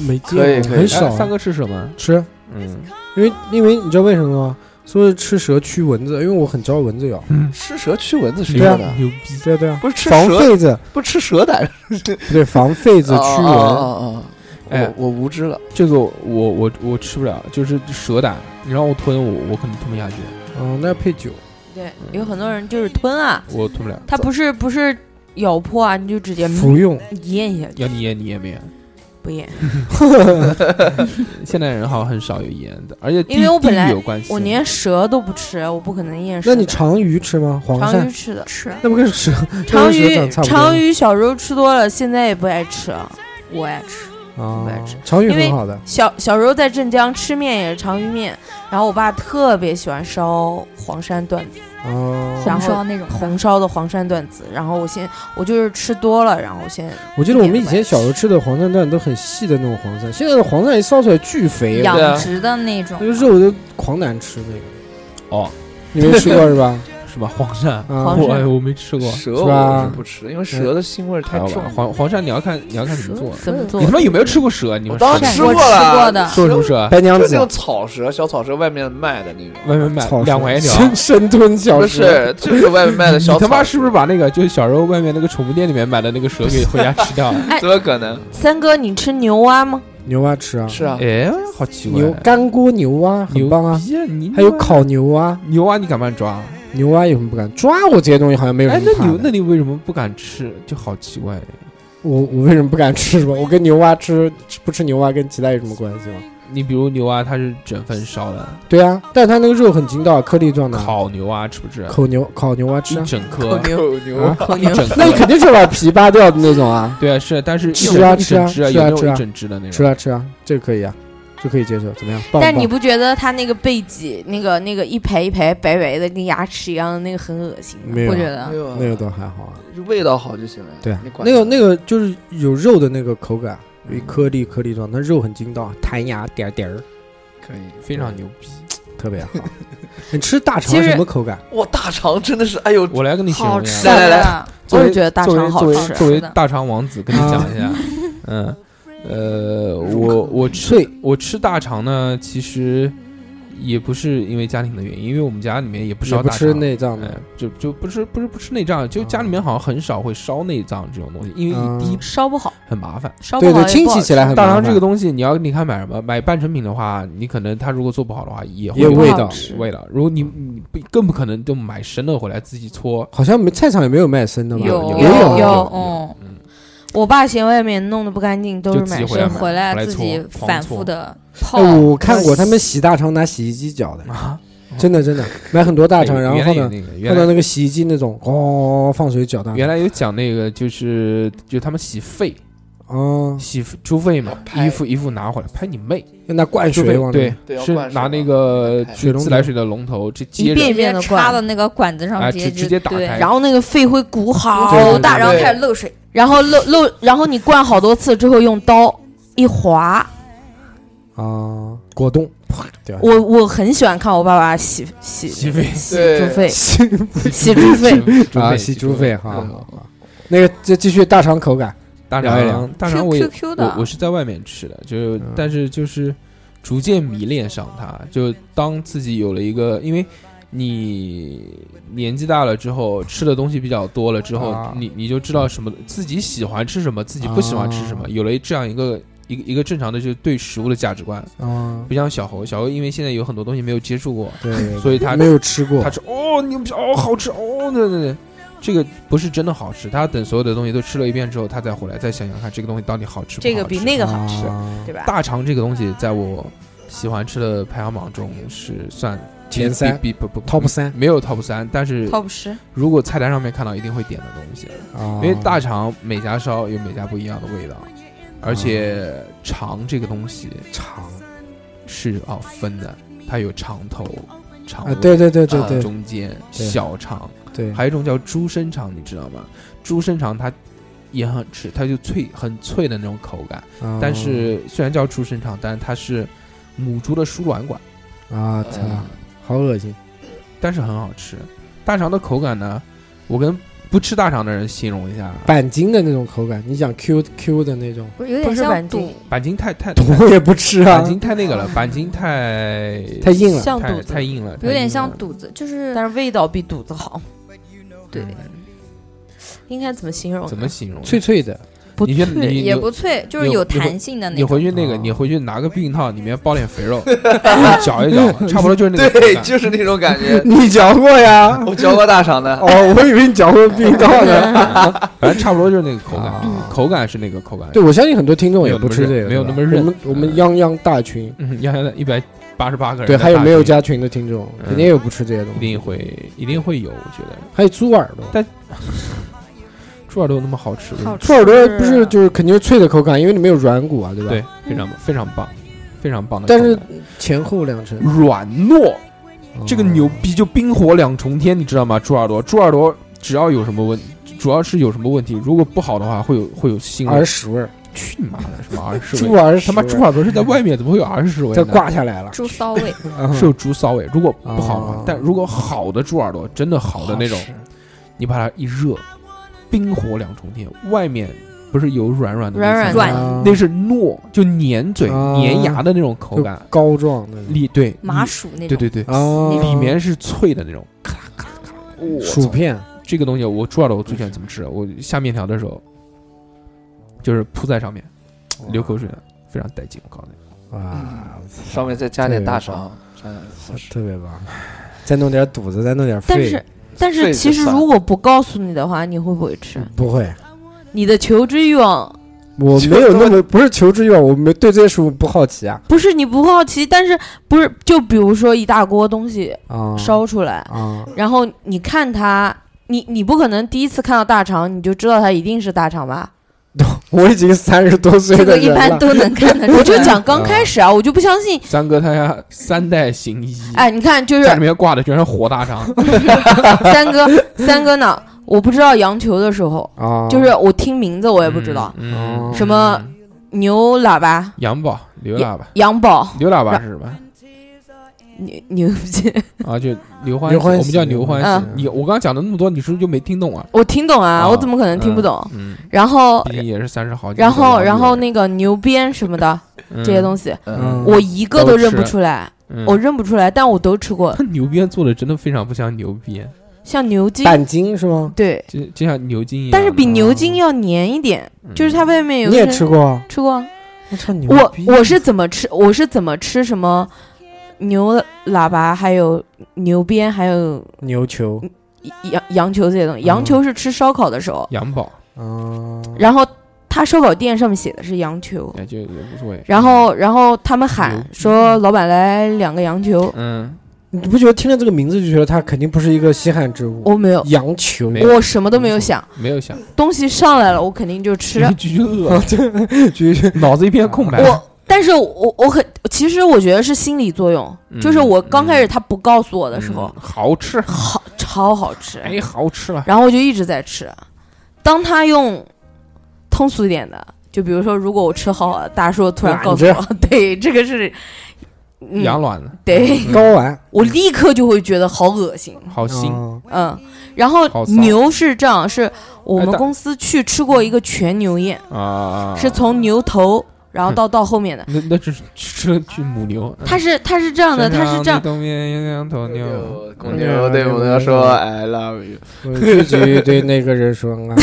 没见
可以
过，
可以
很
哎
少啊
三哥吃蛇吗？
吃，啊
嗯，
因为因为你知道为什么吗？说是吃蛇驱蚊子，因为我很招蚊子咬。
吃蛇驱蚊子是
嗯对啊
真的，
牛逼！
对啊对啊，
不是吃
防
蛇
痱子，
不吃蛇胆
不对，防痱子驱
哦哦
蚊。
哦哦
哎
哦我我无知了，
这个我我我吃不了，就是蛇胆，你让我吞我我可能吞不下去，
哦，那要配酒。
对，有很多人就是吞啊，
我吞不了。
它不是不是咬破啊，你就直接
服用
咽一下，
要你腌你腌没腌？
不咽。
现代人好像很少有腌的，而且地
因为我本来
地域有关系，
我连蛇都不吃，我不可能咽蛇
那
的。
你长鱼吃吗？黄
长鱼
鳝？
吃的，
吃，
那不跟蛇
长
跟蛇
鱼
长差不多
长鱼小时候吃多了，现在也不爱吃了。
我爱吃，
啊
不爱吃？
长鱼
因为
很好的，
小小时候在镇江吃面也是长鱼面，然后我爸特别喜欢烧黄山段子，
哦，
然
红
后
烧那种
红烧的黄山段子。然后我现我就是吃多了，然后我现在
我记得我们以前小时候吃的黄鳝段都很细的那种黄鳝，现在的黄鳝一烧出来巨肥，
对啊
养殖的那种
那个，肉都狂难吃那个。
哦，
你没吃过是 吧？
是吧？黄鳝，
啊
黄鳝
我哎我没吃过。
蛇
是
我
吧
是不吃，因为蛇的腥味儿
还
太
好
重
吧，。黄黄鳝你要看你要看怎么做，
怎么做
你？他妈有没有吃过蛇？你
我
们
当
说
时
的
吃
我
过
吃
了，
过的
说什么蛇？
白娘
就
子
是那种草蛇，小草蛇外面卖的那种。
外面买
草蛇
两块钱一条。
生生吞小
不
蛇，
是，就是外面卖的
你
小草蛇。
他妈是不是把那个就是小时候外面那个宠物店里面买的那个蛇给回家吃 掉了？
怎么可能？
三哥，你吃牛蛙吗？
牛蛙吃啊，
是啊，
哎，好奇怪，
牛干锅牛蛙很
牛
棒啊，
逼啊！你
还有烤牛蛙，
牛啊蛙，你敢不敢抓？
牛蛙有什么不敢？抓我这些东西好像没有
哎
什，么
那
怕
你那
的。
你为什么不敢吃？就好奇怪。
我我为什么不敢吃是 吧？我跟牛蛙吃吃不吃牛蛙跟其他有什么关系吗？
你比如牛蛙，它是整份烧的，
对啊，但它那个肉很筋道，颗粒状的啊。
烤牛蛙吃不吃？
口牛烤牛蛙吃
一
啊，
整颗，
牛牛
啊
一整
那你肯
颗。
定是把皮扒掉的那种啊。
对啊，是，但是一
吃啊
整一整只
吃啊
有那
吃
种
啊
一整只的那
吃
种。
啊吃啊，这个可以啊，这可以接受，怎么样？棒
但
棒
你不觉得它那个背脊，那个那个一排一排白白的，跟牙齿一样的那个很恶心吗？
没有
不
啊
觉得？
有
那个倒还好啊。
就味道好就行了。
对啊
嗯你，管
那个那
个
个就是有肉的那个口感，有
嗯
一颗粒颗粒状，它肉很筋道，弹牙点儿点儿，
可以。
非常牛逼！
特 别好。你吃大
其
肠
实
什么口感？
哇，大肠真的是，哎呦，
我来跟你形容
好
一
吃
下，
来来来
的，
作
我
为
也觉得大
作为
肠好
作为
吃。
作为
是的
大肠王子，跟你讲一下， 嗯，呃，我我吃
脆
我吃大肠呢，其实也不是因为家庭的原因，因为我们家里面也不
也
烧
不
大
吃
肠，
内脏
哎
的，
就就不是不是不吃内脏，就家里面好像很少会烧内脏这种东西，因
嗯
为第一
烧不好，
很麻烦。
烧不
对
好
对，
也
清
不好
洗
吃
起来很麻
啊哎大
烦
肠这个东西，你要你看买什么，买半成品的话，你可能它如果做不好的话，也会
也有味
不好
道，
吃
味道。如果你你不更不可能就买生的回来自己搓，
好像没菜场也没有卖生的吧？
有
也
有
有
有
啊
嗯
嗯，
我爸嫌外面弄得不干净，都是
就自己
买
回
生
来买
就
的。
回来
回来
自
搓
己
狂
反
搓
复的泡
哎，，我看过他们洗大肠拿洗衣机搅的，
啊，
真的真的买很多大肠，然后
原来
放
有
到
那个
放
原
到
来
那个洗衣机那种，哦，放水搅大肠。
原来有讲那个就是就他们洗肺
哦，
洗猪肺嘛，
拍
衣服衣服拿回来拍你妹，
要拿灌
猪肺
水往里
对
对要
是
灌水
拿
嘛
那个
拍
水龙
自来
头
水的龙头去
一
接
遍
着
直接
的灌
插到那个管子上
啊，
直接
直
就
直接打
对
开，
然后那个肺会鼓
对对
好
对
大，
对
然后
对
开始
漏水，
然后漏漏，然后你灌好多次之后用刀一划，
啊，果冻啪掉下
我我很喜欢看我爸爸洗洗
洗肺
猪
对，
肺，
去。
洗猪肺。
啊，
肺
洗
猪
猪肺
肺
哈。
嗯
好好那个，再继续大肠口感，
大
聊一聊
肠大肠我也
Q Q
我
的
我，是在外面吃的，就是、
嗯
但是就是逐渐迷恋上它，就当自己有了一个，因为你年纪大了之后，吃的东西比较多了之后，
啊
你你就知道什么自己喜欢吃什么，自己不喜欢吃什么，
啊
有了这样一个。一个一个正常的就是对食物的价值观，
啊，
不像小猴，小猴因为现在有很多东西没有接触过，
对对，对
所以他
没有吃过
他，吃哦牛逼哦好吃哦对对对，这个不是真的好吃，他等所有的东西都吃了一遍之后，他再回来再想想看这个东西到底好吃不好吃。
这个比那个好吃，
啊
对吧？
大肠这个东西，在我喜欢吃的排行榜中是算
前
比
三
比不不不
top 三
没有 top 三，但是
top 十，
如果菜单上面看到一定会点的东西，嗯
啊，
因为大肠每家烧有每家不一样的味道，而且肠这个东西
肠
是啊分的，它有肠头、肠
啊
尾、，
对对对对
啊
对
中间
对
小肠，
对，
还有一种叫猪身肠，你知道吗？猪身肠它也很吃，它就脆很脆的那种口感，
啊
但是虽然叫猪身肠，但是它是母猪的输卵管，
啊，操，
嗯
好恶心，
但是很好吃。大肠的口感呢，我跟不吃大肠的人形容一下，
板筋的那种口感，你讲 Q Q 的那种，
不是有
不
点
是
像
板
肚
筋，，
板筋太太太
我也不吃啊
板，筋太那个了，板筋太
太硬了，
像肚
太
子
太，硬了，太
有点
硬
像
了
肚子，就是
但是味道比肚子好。
对，
应该怎么形容
嗯
呢？
怎么形容呢？
脆脆 的，
不
你觉得
脆
你
也不脆，就是
你
有
你会
弹性的那
你
种。
回去那个，
啊。
你回去拿个避孕套，里面包点肥肉，你搅一搅，差不多就是那个口
对，
感
就是那种感觉
你嚼过呀？
我嚼过大肠的，
哦，我以为你嚼过避孕套呢。
反正差不多就是那个 口感，
啊
口感是那个口感。
对，我相信很多听众也不吃这个，
没有那么嗯
对吧
热
我们我们泱泱大群，
嗯，要一百八十八个人，
对，还有没有？加群的听众，肯定也不吃这些东
嗯一
西。
定会一定会有，我觉得
还有猪耳朵，
猪耳朵那么好吃，
好
猪耳朵不是就是肯定是脆的口感，因为里面有软骨啊，对吧？
对，
嗯
非常非常棒，非常棒的口
但
感。
是前后两层，
软糯，这个
哦
牛逼就冰火两重天，你知道吗？猪耳朵，猪耳朵只要有什么问，主要是有什么问题，如果不好的话，会有会有腥
耳
味。
屎味儿，
去你妈的，什么耳屎
猪
味？
耳屎
他
味
妈
儿，
猪耳朵是在外面，怎么会有耳屎味
再
呢？
挂下来了，
猪骚味，
嗯
是有猪骚味，如果不好的话
哦，
但如果好的猪耳朵，真的好的那种
好吃，
你把它一热，冰火两重天，外面不是有软软的
软
那
软
层
的
吗
软
啊
那是糯，就粘嘴、
啊
粘牙的那种口感，
膏状的
里对
麻
里
薯那
对
种。
对对，
啊，
里面是脆的那种，咔啦咔啦咔啦。我
薯
操，
片
这个东西我猪耳朵我最喜欢怎么吃？我下面条的时候，就是铺在上面，流口嗯水，非常带劲。我告诉你，
啊，
上面再加点大肠，加点好吃。
特别棒。再弄点肚子，再弄点
但
肺，
是但
肺子
是其实
散
如果不告诉你的话，你会不会吃？
不会，
嗯
你的求知欲望
我
就
没有那
这么
么不是求知欲望，我没对这些食物不好奇啊
不是你不好奇，但是不是就比如说一大锅东西
啊
烧出来，
啊
然后你看它，你你不可能第一次看到大肠你就知道它一定是大肠吧？
我已经三十多岁
这
的
个一
人
般
了，
都能看得出来。
我就 讲刚开始啊，我就不相信。
三哥他家三代行医，
哎，你看，就是
家里面挂的全是活大肠，
三哥，三哥呢，我不知道羊球的时候，
啊，
就是我听名 字我也不知道，
嗯，嗯
什么牛喇叭、
羊宝、刘喇叭、
羊宝、
刘喇叭是什么？
牛牛 筋，
啊，就刘欢喜，
刘欢喜
我们叫刘欢喜。
嗯
你我刚刚讲的那么多，你是不是就没听懂啊？
我听懂啊，
啊
我怎么可能听不懂？
嗯，
然后
毕，竟也是三十好几岁
然
的老
后，
女人。
然后那个牛鞭什么的
嗯
这些东西，
嗯
我一个
都
都认
吃
不出来，
嗯
我认不出来，但我都吃过，
他牛鞭做的真的非常不像牛鞭，
像牛筋，
板筋是吗？
对，
就就像牛筋一样的。嗯
但是比牛筋要黏一点，就是它外面有
你也
一
吃
层
过啊？
吃过啊，
我操牛
我
逼
我是怎么吃？我是怎么吃什么牛喇叭，还有牛鞭，还有
牛球
羊羊球这些东西。羊球是吃烧烤的时候，
羊宝，
啊，
然后他烧烤店上面写的是羊球，
哎，就也无所谓。
然后然后他们喊说老板来两个羊球，
嗯，
你不觉得听了这个名字就觉得它肯定不是一个稀罕之物？
我没有，
羊球
没有
我什么都没有想，
没有想，
东西上来了我肯定就吃。
继续饿，脑子一片空白。
啊 我，但是我我很，其实我觉得是心理作用，
嗯
就是我刚开始他不告诉我的时候
嗯，好吃，
好超好吃，
哎，好吃了。
然后我就一直在吃。当他用通俗一点的，就比如说，如果我吃好了，大叔突然告诉
懒
我， 对，这个是，嗯，
羊卵子
对
睾丸
我立刻就会觉得好恶心，
好腥，
啊
嗯。然后
好骚
牛是这样，是我
哎
们
但
公司去吃过一个全牛宴，
啊，嗯
是从牛头然后到到后面的，
那那只是吃了只母牛，嗯
它是它是这样的，它是这样，
东边鸳鸯头
哎
牛，
牛公牛对母牛说 “I love you”，
我自己对那个人说啊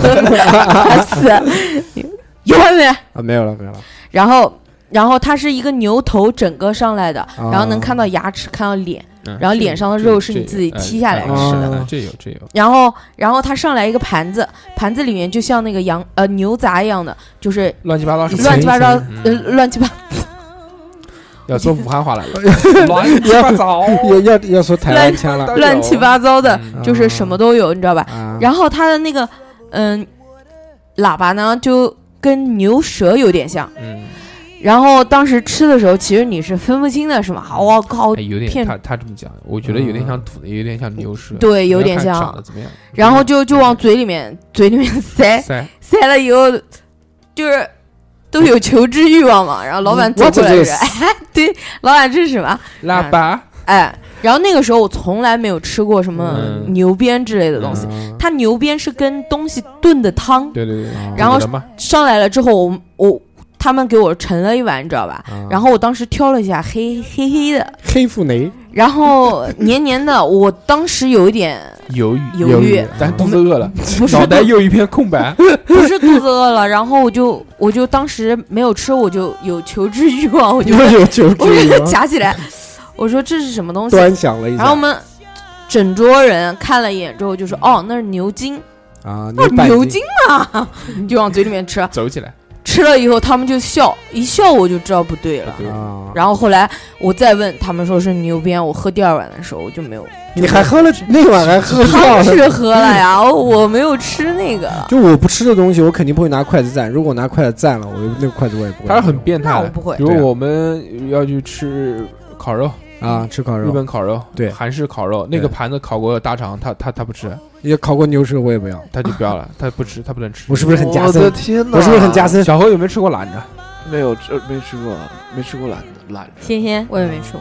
烦死， 有完没？
啊，没有了 没有了，
然后，然后它是一个牛头整个上来的，
啊
哦
然后能看到牙齿，看到脸，
嗯
然后脸上的肉是你自己剔下来
吃的
哎这有这有，
然后，然后它上来一个盘子，盘子里面就像那个羊呃牛杂一样的，就是
乱七八糟
是
是
吧
乱七八糟呃
一
层一层
呃乱七八，
要说武汉话来了，
乱
七八糟，
要要要说台湾腔了
乱
乱七八糟的，
啊嗯
就是什么都有，你知道吧？
啊，
然后它的那个嗯，喇叭呢就跟牛舌有点像。
嗯，
然后当时吃的时候，其实你是分不清的，是吗？我靠
哎，有点
骗嗯
他他这么讲，我觉得有点像土的，有点像牛舌，
对
你要
有点
看
像
长嗯得怎么样？
然后就就往嘴里面嘴里面塞，
塞，
塞了以后，就是都有求知欲 望嘛。然后老板走过来就
嗯
What
是，
is
哎，对， 老板这是什么？
喇叭，
哎，然后那个时候我从来没有吃过什么
嗯
牛鞭之类的东 西，
啊
它牛鞭是跟东西炖的汤，
对对对，
然后
有的嘛，
上来了之后，我我他们给我盛了一碗，你知道吧？
啊
然后我当时挑了一下，黑黑黑的，
黑腹雷
然后黏黏的，我当时有一点
犹豫，
犹豫，
但肚子饿了，
不是
脑袋又一片空白，
不是肚子饿了，然后我就我就当时没有吃，我就有求知欲望， 我就
又有求
我
助欲
就
吗，
夹起来，我说这是什么东西？
端详了一下
然后我们整桌人看了一眼之后就说，哦，那是牛筋，
啊，
那
牛
是
板
牛筋啊， 就往嘴里面吃，
走起来，
吃了以后他们就笑，一笑我就知道不对了。
对，
啊，
然后后来我再问他们说是牛鞭，我喝第二碗的时候我就没有，
你还喝了那碗 还喝
他
掉
们
了。
是喝了呀，哦我没有吃那个，
就我不吃的东西，我肯定不会拿筷子蘸。如果我拿筷子蘸了，我就那个筷子我也不会拿。
他是很变态
那我
的。
不会
比。如
对啊
我们要去吃烤肉，
啊，吃烤
日
肉，
本烤肉，
对
韩式烤肉，那个
对
盘子烤过大肠，他他他不吃，
也烤过牛舌，我也不要。
他就不要 了，他不吃，他不能吃
我。是不是很加
我的
深？
天哪！
我是不是很加？深？
小何有没有吃过懒着？
没有，这没吃过，没吃过懒的懒的。
仙仙，
我也没吃过。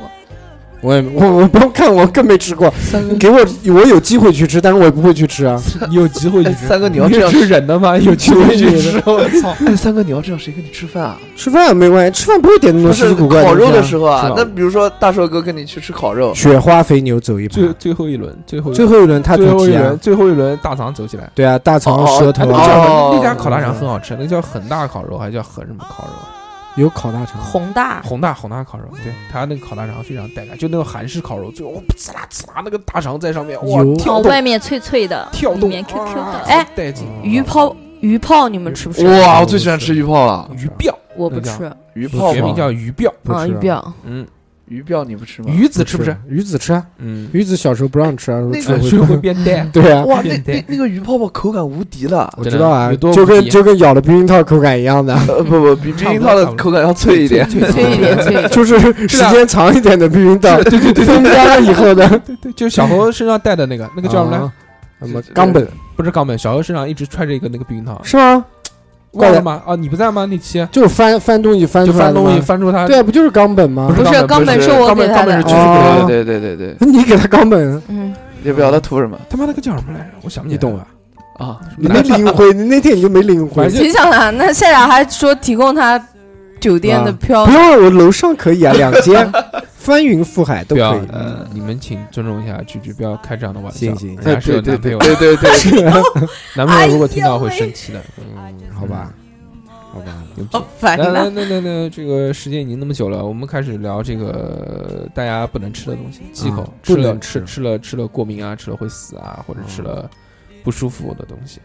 我也我我不用看，我更没吃过。给我我有机会去吃，但是我也不会去吃啊。
哎你有机会去吃。
三哥，你要这样
是人的 吗？有机会去吃，我操！
哎，三哥，你要这样，谁跟你吃饭啊？
吃饭也没关系，吃饭不会点那么
不
多稀
是
奇古怪
烤
东西啊
肉的时候
是
啊
吧，
那比如说大硕哥跟你去吃烤肉，
雪花肥牛走一
最
盘，
最后一轮，最后一
最后一轮他
最
走
后一
鸡
轮，
啊，
最后一轮大肠走起来。
对啊，大肠
哦
舌头
那
啊，
哦
叫那家烤大肠很好吃，那叫恒大烤肉，还叫恒什么烤肉？啊
有烤大肠，
宏大
宏大宏大烤肉，对，他那个烤大肠非常带感，就那种韩式烤肉，最后哇呲啦呲啦那个大肠在上面，哇
油
跳动
外面脆脆的，
跳
里
动
面 Q Q
啊
的。
哎
带劲。
鱼泡，鱼泡你们吃不吃？
哇，我最喜欢吃鱼泡了，
鱼鳔，
我不
那叫
吃，
鱼泡
学名
吗？
叫鱼鳔，
不
啊，
吃
鱼
啊
鳔
嗯，
鱼鳔你不吃吗？
鱼子吃不吃？？
鱼子吃啊，
嗯，
鱼子小时候不让吃啊，
那
说
个
吃
水会
会。
变淡
对啊，
哇，那
变
那
态
那个鱼泡泡口感无敌了，
我知道啊，
有多
就
无
跟
敌
就跟咬了避孕套口感一样 的，
呃，不不，比避孕套的口感要脆一点。
脆一点，脆一点。
就是时
啊
间长一点的避孕套，对对对，风干了以后的，
对对，就是小猴身上带的那 个，那个叫什么来？
啊？什么冈本
不是啊冈本，小猴身上一直揣着一个那个避孕套，
是吗？
忘了吗？啊，你不在吗？那期
就是翻翻东西翻
就
出来
翻
的
东西，
吗
嗯翻出他
对啊，不就是冈本吗
不？
不 是
冈
冈
本
本
不
是
是
我
冈
给
本，冈
他
本是
的
就
居
是
士哥
给他的
哥，
对对对对对，
你给他冈本，啊
嗯，
也不晓得图什么
他妈那个叫什么来着？我想不起
你
来了
懂吧？
啊。
你没领会，你那天你就没领会
反。正
挺想的。那夏夏还说提供他酒店
啊
的票
不，用了，我楼上可以啊，两 间，翻云覆海都
不要
可以。，
呃你们请尊重一下菊菊，不要开这样的玩笑。
行行
人家是有男朋友的，
哎对对对，
男朋友如果听到会生气的。嗯，
好吧，
好吧，对不起
好烦嗯
来来
呐！
来来来，这个时间已经那么久了，我们开始聊这个大家不能吃的东西，忌口
嗯，
吃
不
了
能
吃
吃
吃了吃了过敏啊，吃了会死啊，或者吃了不舒服的东西。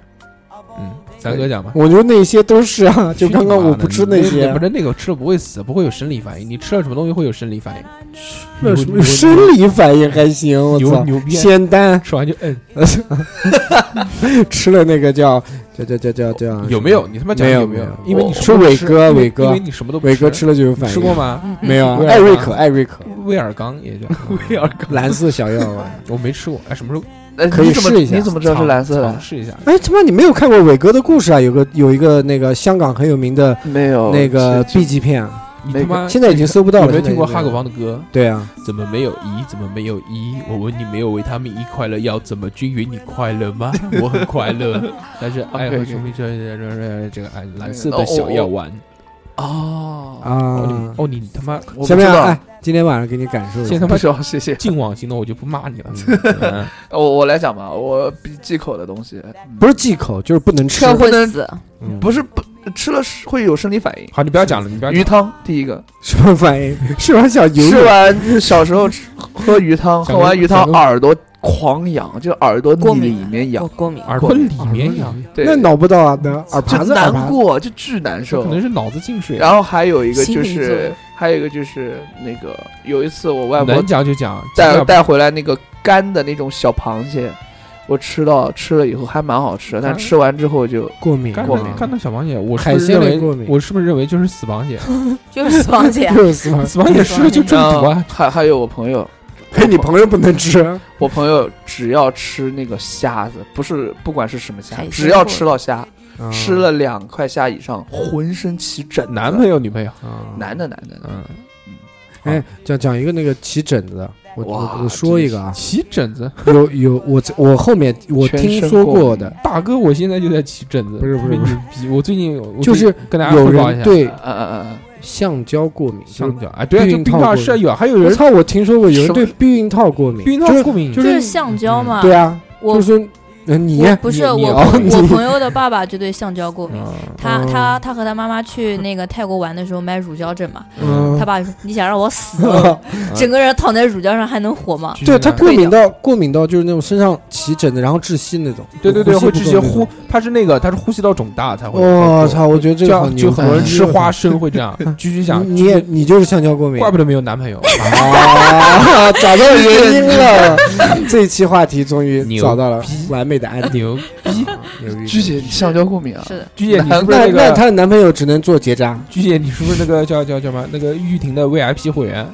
嗯，三哥讲吧。
我就那些都是啊，就
去
刚
你
刚
妈
我
的
不吃
你
那
你
些
不，是那个吃了不会死，不会有生理反应。你吃了什么东西会有生理反应？
那什
牛
么生理反应还行，我
牛
操，
牛逼啊！
仙丹
吃完就嗯，
吃了那个叫叫叫叫叫叫
有没有？？你他妈讲
没有
有没
没有
因为你
我
什么都不
是伟哥
因为
伟哥
因为你什么都不
伟哥吃了就有反应，
吃过？
嗯
吗？
没有啊
威，尔
艾瑞
刚
可，艾瑞 可，
威尔刚也叫威尔刚，
蓝色小药丸。
我没吃过。哎，什么时候
哎
可以
你怎么
试一下
你怎么知道是蓝色
尝
的？
试一下？
哎，他妈，你没有看过伟哥的故事啊？有个有一个那个香港很有名的
没有
那个
这
B 级片啊，
你
那
他
个
妈
现在已经搜不到
有
了。
没有
现在
听过
已经
哈狗帮的歌？
对啊，
怎么没有一？怎么没有一？我问你，没有维他命一快乐药，怎么均匀？你快乐吗？ 我很快乐，但是爱和
OK，OK
穷逼这这这这这个哎，蓝色的小药丸。
哦，
哦
啊
你，哦，你他妈
我不知
小妹
道
啊，哎，今天晚上给你感受一
现在
下
他
不
妈
知道，谢谢。哦
净网行动，我就不骂你了。嗯
我我来讲吧，我比忌口的东西，
不是忌口，就是不能吃。
车会死，
不是不吃了是会有生理反应。
嗯好，你不要讲了，你不要
鱼
讲。
汤第一个，
什么反应？是玩小游
吃完小时候吃喝鱼汤，
小
喝
哥
完鱼
小
汤
哥
耳朵狂痒，就耳朵
过
里
敏
里面痒
我，过敏。
耳朵里面痒，
对，
哦那挠不到啊，那耳
就
耙子，耳
难
耙子
过，就巨难
这
受
可。能是脑子进水了。
然后还有一个
心
就
理作
是
用，
还有一个就是那个有一次我外婆
能讲就讲，尽
带
量
带回来那个干的那种小螃蟹，我吃到吃了以后还蛮好
嗯
吃，但
干
吃完之后就
过敏
干
过
的
敏
干的小螃蟹，我是
海
不是
鲜
认
类
为
过敏，
我是不是认为就是死螃蟹？
就是死 亡姐
又死吗？
死螃蟹吃了就中毒
然后
啊！
嗯还还有我朋友，
嘿，哎你朋友不能吃，啊
我朋友只要吃那个虾子，不是不管是什么虾
海，鲜
只要吃到虾，
啊
吃了两块虾以上，浑身起疹子。
男朋友女朋友，
啊
嗯男的男的，男的
嗯，
哎，讲讲一个那个起疹子的，我
哇
我我说一个啊，
起疹子，
有有我我后面我
全
听
身
说
过
过
敏
的，
大哥，我现在就在起疹子，
不是不是
特别
不是
牛逼，我最近我最
就
近
是
跟大家
有
汇报一
人
下，
对
嗯嗯嗯
橡胶过敏。
橡胶，哎，对啊，
避
就
孕
避
套
孕套
过
是啊有啊，还有
我
人
操！我听说过有人
什么
对避孕套过敏，
避孕套
就是
过敏，啊
就
就是是橡胶嘛。
对啊，
我
就是说，呃你
我不是
你
我
哦
朋
你
我朋友的爸爸就对橡胶过敏。
嗯
他
哦
他他和他妈妈去那个泰国玩的时候买乳胶枕嘛，
嗯
他，爸就说你想让我死，
嗯
整个人躺在乳胶上还能活吗？
对他
过
过敏到过敏到就是那种身上起疹子，然后窒息那种，
对对对，
呼
会
吸
直
不
接
过那
呼
种。，
他是那个他是呼吸道肿大才会，
我，操！我觉得这
这
个好
样
牛
就很多人
逼
吃花生会这 样，居居想
你你也你就是橡胶过敏
怪不得没有男朋 友，
啊！找到原因了，这一期话题终于
牛
找到了完美的案 例。
牛逼！
牛逼！
嗯，鞠姐你橡胶过敏啊？
是的，
鞠姐，你是不是
那那
个？
她的男朋友只能做结扎，
鞠姐，你是不是那个叫叫叫什么？那个玉婷的 VIP 会员，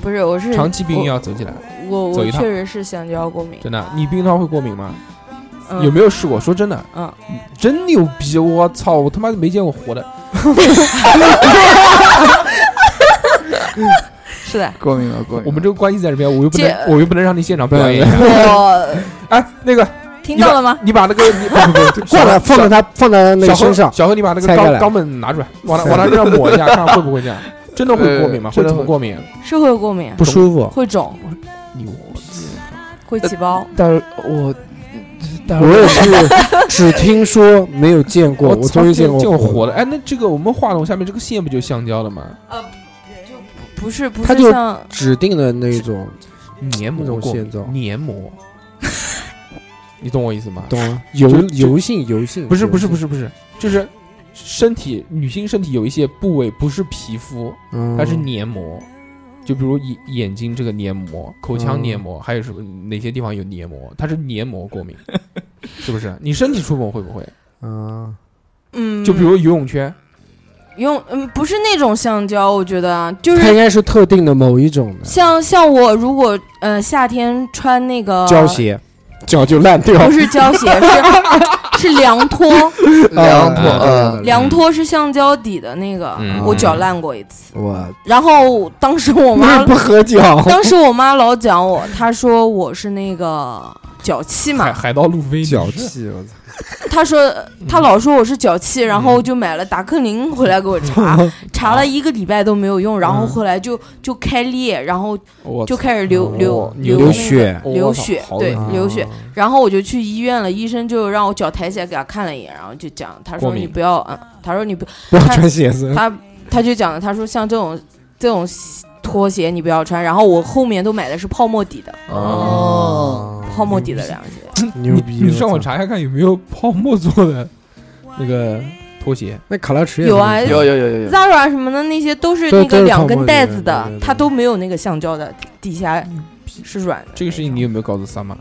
不是，我是
长期避孕要走起来，
我
走
我
一
确
趟
实是橡胶过敏，
真的。你避孕套会过敏吗？
嗯
有没有试过？说真的，
嗯，
真牛逼！我操，我他妈没见过活的。
嗯是 的，
过敏了，过敏了。
我们这个关系在这边，我又不
这
能，我又不能让你现场表演一下。
我
哎，那个，
听到了吗？
你把那个， 你不不不
挂在放在他放在那
小
个
何
身上，
小何，你把那个
拆开
肛
来
肛门拿出来，往他往他身上抹一 下，看会不会这样。真的会过敏吗？会
呃真的
怎么
会
过敏？
是会过敏，
不舒服。
会肿，
牛逼！
会起
呃
包，
但是我，但
我也 是只听说没有见过，我
操
终于
见
过
见过活
的。
的。哎，那这个我们话筒下面这个线不就橡胶的吗？
不是不
它
是
就
像
指定的那种，
黏
那
膜
种
过
现状
敏，黏膜， 你懂我意思吗？
懂吗？油
就就
油性油性
不是不是不
是，
是不是，就是身体女性身体有一些部位不是皮肤，
嗯
它是黏膜，就比如眼眼睛这个黏膜、口腔
嗯
黏膜，还有什么哪些地方有黏膜？它是黏膜过敏，是不是？你身体触碰会不会？
啊，
嗯，
就比如游泳圈，
用嗯不是那种橡胶，我觉得啊，就
它
是
应该是特定的某一种的
像像我如果呃夏天穿那
啊
个
胶，鞋，脚就烂掉
不 是胶鞋，是是凉拖，
嗯
凉
啊
拖，嗯
凉拖是橡胶底的那个
嗯，
我脚烂过一次，
我
然后当时我
那
妈
是不合脚，
当时我妈老讲我，她说我是那个脚气
海
嘛，
海盗路飞，
脚
你是啊
气，我操，
她说
嗯
她老说我是脚气，然后就买了达克宁回来给我 查，查了一个礼拜都没有用，然
嗯
后回来就就开裂，然后
我
就
操
开始流
哦
流啊
流
那个
血
流血
我操好
对
恶心
流
啊
血，然后我就去医院了，医生就让我脚抬起来给他看了一眼，然后就讲，他
过
说
敏
你不要，嗯，他说你不，
不要穿鞋子，
他他就讲了，他说像这种这种拖鞋你不要穿，然后我后面都买的是泡沫底的，
哦
泡沫底的凉鞋，
牛逼
你你上
我
网
操
查一下看有没有泡沫做的那个拖鞋，
那卡拉池也
有
是
啊
这
有
种
有有有有，
Zara 什么的那些都是
都
那
都
个
是
两
泡沫
根
的
带子的
对对对，
它都没有那个橡胶的，底下是软的。
嗯这个事情你有没有告诉三妈？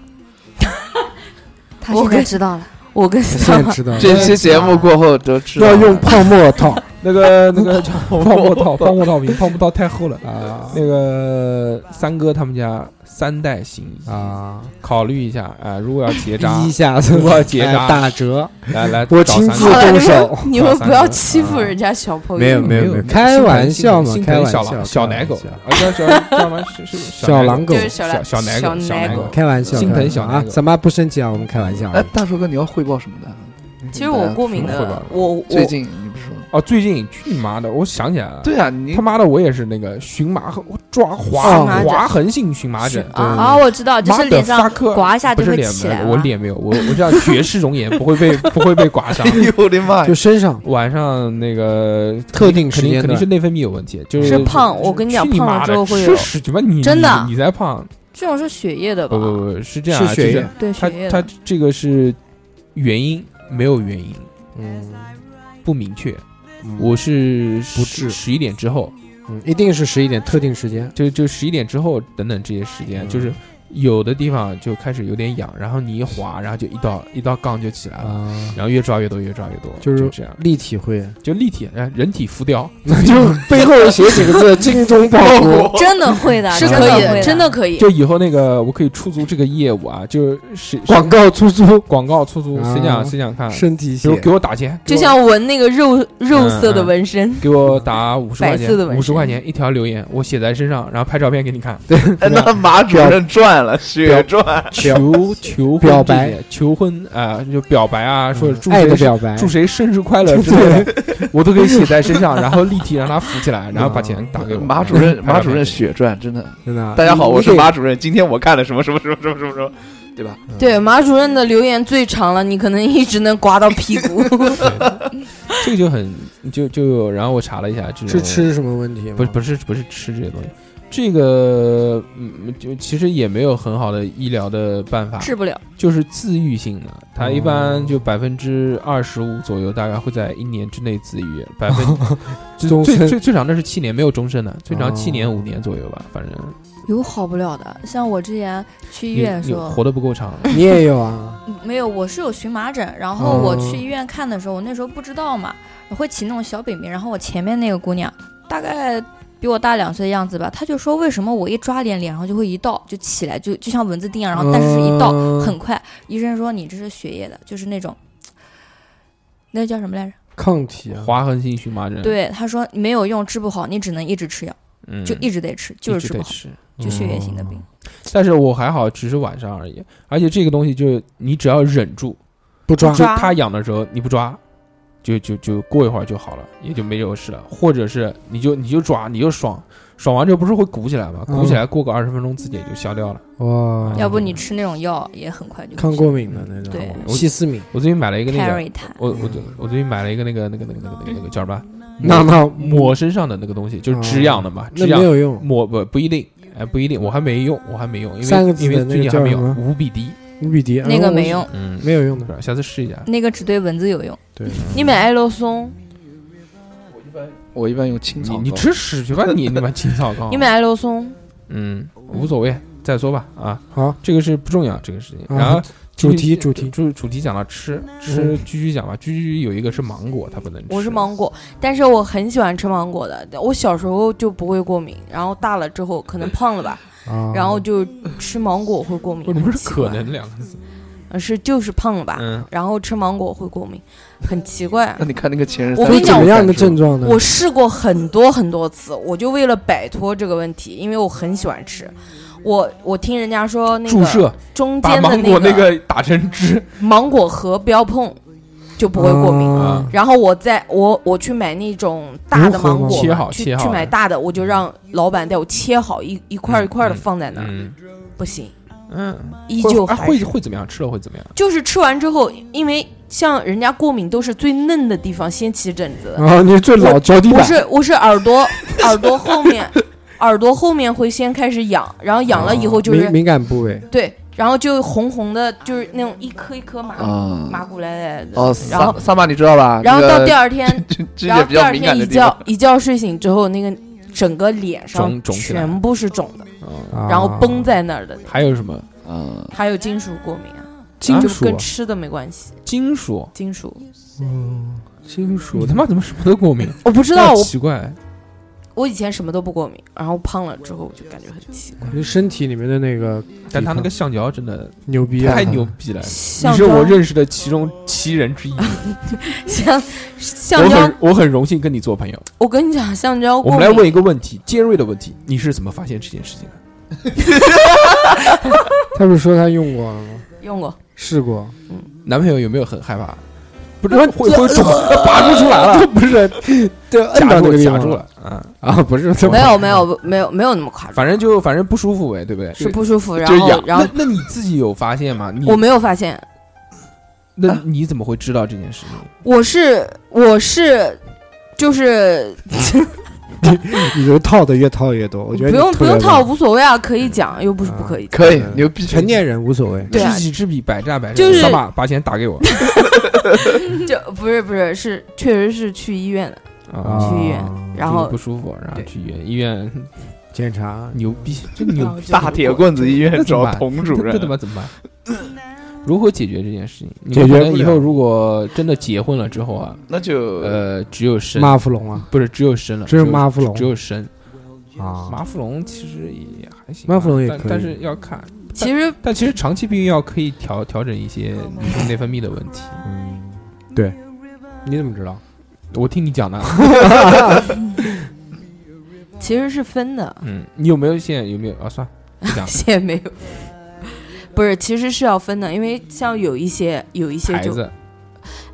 他
我
现在
跟
知道了，
我跟
我
萨
现在
玛
知道了
这期节目过后都知道
要
了
用泡沫套
那个那个叫泡沫套，泡沫套瓶，泡沫套太厚了。
啊
那个三哥他们家三代行医，
啊，
考虑一下啊、如果要结扎，
一下子
如果要结
哎
扎，
打折，
来来，
我
找
亲
三
自
哥
动
你
手
们你们不要欺负
啊
人家小朋友。
没有
没
没有
开
开玩笑嘛
心
开
疼
玩
小狼
笑开
小
玩
奶狗
笑
啊，叫叫叫什么？是是是
小
狼
狼狗
就是小
小
狼
小奶
小
狗，小
奶
奶
狗
狗。
哎开玩笑，
心疼
开玩
小奶
啊
狗，
咱妈不生气啊，我们开玩笑
哎
啊，，
大叔哥，你要汇报什么的？
其实我过敏
什么汇报
的，我我
最近你不是说？
哦，最近去你妈的！我想起来了，
对啊，你
他妈的，我也是那个荨麻和我抓
荨
划
麻
疹
划痕性荨麻疹，
啊，
对
啊，我知道，就
妈
是
的
脸上
fuck
刮一下
不
就是会
脸
起
没有
来了。
我脸没有，我我这样绝世容颜不会被 不会被刮伤。
我的妈
啊就！身上
晚上那个
特定时
肯定
间
肯定
段
是内分泌有问题，就是
是胖我跟你讲
去你
胖了
妈的
之后会
吃
有
屎去吧你
真的
你你才胖，
这种是血液的吧
不？不不是这样啊，
是血
就
液
对，
它
血液
它
的。
这个是原因没有原因
嗯
不明确，我是
不治
十一点之后，
嗯，一定是十一点特定时间，
就就十一点之后等等这些时间，
嗯
就是有的地方就开始有点痒，然后你一滑，然后就一道一道杠就起来了。
啊，
然后越抓越多，越抓越多，
就是
就这样，
立体会，
就立体，哎，人体浮雕，
就背后写几个字“ 精忠报国
真的会的，
是
真
可以
会
的，真的可以。
就以后那个我可以出租这个业务啊，就是谁”，
广告出 租，
广告出租，谁
啊
想谁想看，
身体
比
写
如，给我打钱，
就像纹那个肉肉色的纹身，
给我打五十块
百色的
钱，
纹身
五十块钱一条留言，我写在身上，然后拍照片给你看。
哎那马主任赚了，血赚，
求求婚
表白
这些，求婚啊、就表白啊，说祝
嗯爱的
谁
表白，
祝谁生日快乐之类的，我都可以写在身上，然后立体让他扶起来，然后把钱打给我。
马主任，
拍照
马主
片
任血赚，真的。
真的啊。
大家好，
你
我
你
是
给
马主任，今天我干了什么什么什么什么什么什么，对吧？
对马主任的留言最长了，你可能一直能刮到屁股。
这个就很就就，然后我查了一下，这种
是吃什么问题吗？
不是不是不是吃这些东西，这个嗯就其实也没有很好的医疗的办法，
治不了。
就是自愈性的，它一
哦
般就百分之二十五左右，大概会在一年之内自愈，百分 最
终身
最最最长的是七年，没有终身的，最长七年
哦
五年左右吧，反正
有好不了的，像我之前去医
你
院的
你
时候，
活得不够长，
你也有 啊？
没有，我是有荨麻疹，然后我
哦
去医院看的时候，我那时候不知道嘛，会起那种小饼饼，然后我前面那个姑娘大概比我大两岁的样子吧，她就说为什么我一抓脸，脸上就会一道就起来，就就像蚊子叮一样，然后但是是一道、
哦
嗯
很快，医生说你这是血液的，就是那种。那叫什么来着？
抗体啊，
划痕性荨麻疹，，
对，他说没有用，治不好，你只能一直吃药，
嗯，
就一直得吃，就
一直
是治不
得
好，
吃。哦
就血
哦
液型的病。
但是我还好，只是晚上而已。而且这个东西就你只要忍住，
不抓
就它痒的时候你不抓，就就就过一会儿就好了，也就没有事了。或者是你就你就抓，你就爽，爽完之后不是会鼓起来吗？
嗯
鼓起来过个二十分钟自己也就消掉了。
哇，
要不你吃那种药也很快就
抗过敏的那种，
对
我
西斯敏，
我最近买了一个那个，啊
carry 它。
我我最我最近买了一个那个那个那个那个那个那个叫什么？
那那
抹身上的那个东西，就是止痒的嘛，
那
止
没
痒
有用，
抹不不一定，哎不一定，我还没用，我还没用，因
三个
为
字
因
的
为
那
最
个
近
叫
还没有
什么
五比滴，
五比迪
那个没，用，
嗯，
没有用的
不。知道下次试一下。
那个只对蚊子有用。
你买艾洛松，
我一般用青
你
草
你
膏
吃屎去吧你你妈青草 膏，
你买艾洛松，
嗯，无所谓，再说吧啊。
好，
这个是不重要，这个事情。
啊
然后
主
继
题
续
主题
主主题讲到吃吃，居居讲吧。居居有一个是芒果，他不能吃。
嗯我是芒果，但是我很喜欢吃芒果的。我小时候就不会过敏，然后大了之后可能胖了吧，
啊，
然后就吃芒果会过敏。
为什么
很
是
奇
可
怪
能两个字？
呃是就是胖了吧，
嗯，
然后吃芒果会过敏，很 奇怪
那。你看那个情人，
我
会
跟你
怎
讲
么样的
症
症状
嗯
呢？
我试过很多很多次，我就为了摆脱这个问题，因为我很喜欢吃。我我听人家说那
注
个
射
中
把
间的
芒果那
个
个打成汁
芒果核不要碰，就不会过敏。
哦
啊，
然后我在我我去买那种大的芒
如何吗
果嘛，
切好
去
切好
去买大的，我就让老板带我切好一一块儿一块儿的
嗯
放在那儿，
嗯
不行，
嗯，
依
会
旧
哎
还
会
是
会怎么样？吃了会怎么样？
就是吃完之后，因为像人家过敏都是最嫩的地方先起疹子的，
啊，你最老脚底
我
板，
是我是耳朵耳朵后面耳朵后面会先开始痒，然后痒了以后就是、
敏敏感部位，
对，然后就红红的，就是那种一颗一颗麻、麻
啊
古来来的，
哦，
然后
萨萨巴你知道吧？
然后到第
二，
二天
指指
然
甲
后
比
第
较
二
敏感
天
的
一
地方
觉，一觉睡醒之后，那个整个脸上
肿肿起来
全部是肿的，
啊
然后绷在那儿的。
嗯还有什么
嗯，
还有金属过敏啊，
金
就
属啊
跟？吃的没关系。
金属？
金属，
嗯，金属
我他妈怎么什么都过敏？
我不知道，
好
我
奇怪，
我以前什么都不过敏，然后胖了之后我就感觉很奇怪。
你身体里面的那个
但他那个橡胶真的
牛逼啊，
太牛逼了。你
橡
是
胶，
我认识的其中七人之一，我
橡橡胶
很，我很荣幸跟你做朋友。
我跟你讲，橡胶
我
过
们来问
敏，
一个问题，尖锐的问题，你是怎么发现这件事情的？
他不是说他用过了吗？
用过，
试过，
男朋友有没有很害怕？不是
我
会会肿，
呃
拔不出来了， 不是，对，摁
夹
到那
住
个
了
地
夹
方
住了，嗯，
啊，不是，
没有没有没有没有那么夸张，
反正就反正不舒服呗，对不对？
是不舒服，然
就是
后
痒
然后
那那你自己有发现吗？你
我没呃有发现，
那你怎么会知道这件事情？
我是我是就是
你就套的越套越多，我觉得
不
你
用
特
不用
别
套，
棒，
无所谓啊，可以讲，又不是
啊
不可以讲。
可以
嗯
牛逼，
成年人无所谓，
对啊
知己知彼，百战百胜。
就是
扫把把钱打给我，
就不是不是是，确实是去医院的，
啊，
去医院
啊
然
肚子
后
不舒服，然后
对
去医院，医院
检查
牛逼， 真牛
哦
逼，
大铁棍子医院
这怎么
找
办
童主
这他
任，
妈怎么办？
嗯
如何解决这件事情？你
解
们
决
可能
不
以
了
后如果真的结婚了之后啊，
那就
呃，只有生，
马芙龙啊
不是只有生了，
只有
只
马芙龙
只有生。
啊，
马芙龙其实也还行吧，
马芙龙也
但
可以
但是要看，
其实
但其实长期避孕药可以调调整一些女性内分泌的问题。
嗯，对，你怎么知道？
我听你讲 的，
其实是分的，
嗯，你有没有现在有没有啊？算了，不讲了
现在没有， 不是，其实是要分的，因为像有一些有一些
牌
就
子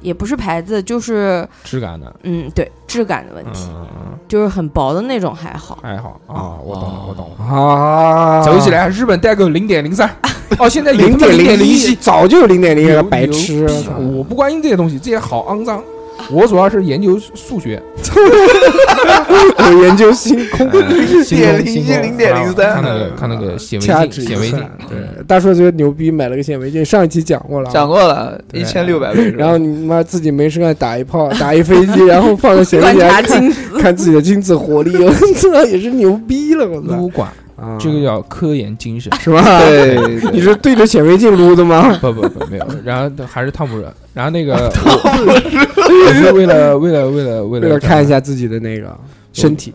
也不是牌子，就是
质感的，
嗯，对质感的问
嗯
题，
嗯，嗯
就是很薄的那种还好，
还好啊，我懂了，我懂了。
啊，
走起来，日本代购零点零三，哦，现在有
零点
点
零
一
一，，早就零点零一了，白痴啊
牛逼！我不关心这些东西，这些好肮脏。我主要是研究数学，
我研究呃星空，
点
0.010.03
看那个看那个显微
掐
镜，
指
显
一
微镜
算，，对，大硕最牛逼，买了个显微镜，上一期讲过了啊，
讲过了，
对
一千六百倍，
然后你妈自己没事干打一炮， 打一飞机，然后放个显微
观
镜
察
来看
精
看自己的精子活力， 我操，也是牛逼了，我操
撸管，！
啊
这个叫科研精神。
是吧？
对，对对
你是对着显微镜撸的吗？
不不不， 没有。然后还是汤姆人，然后那个我是为了为了为了为
为
了
了看一，下自己的那个身体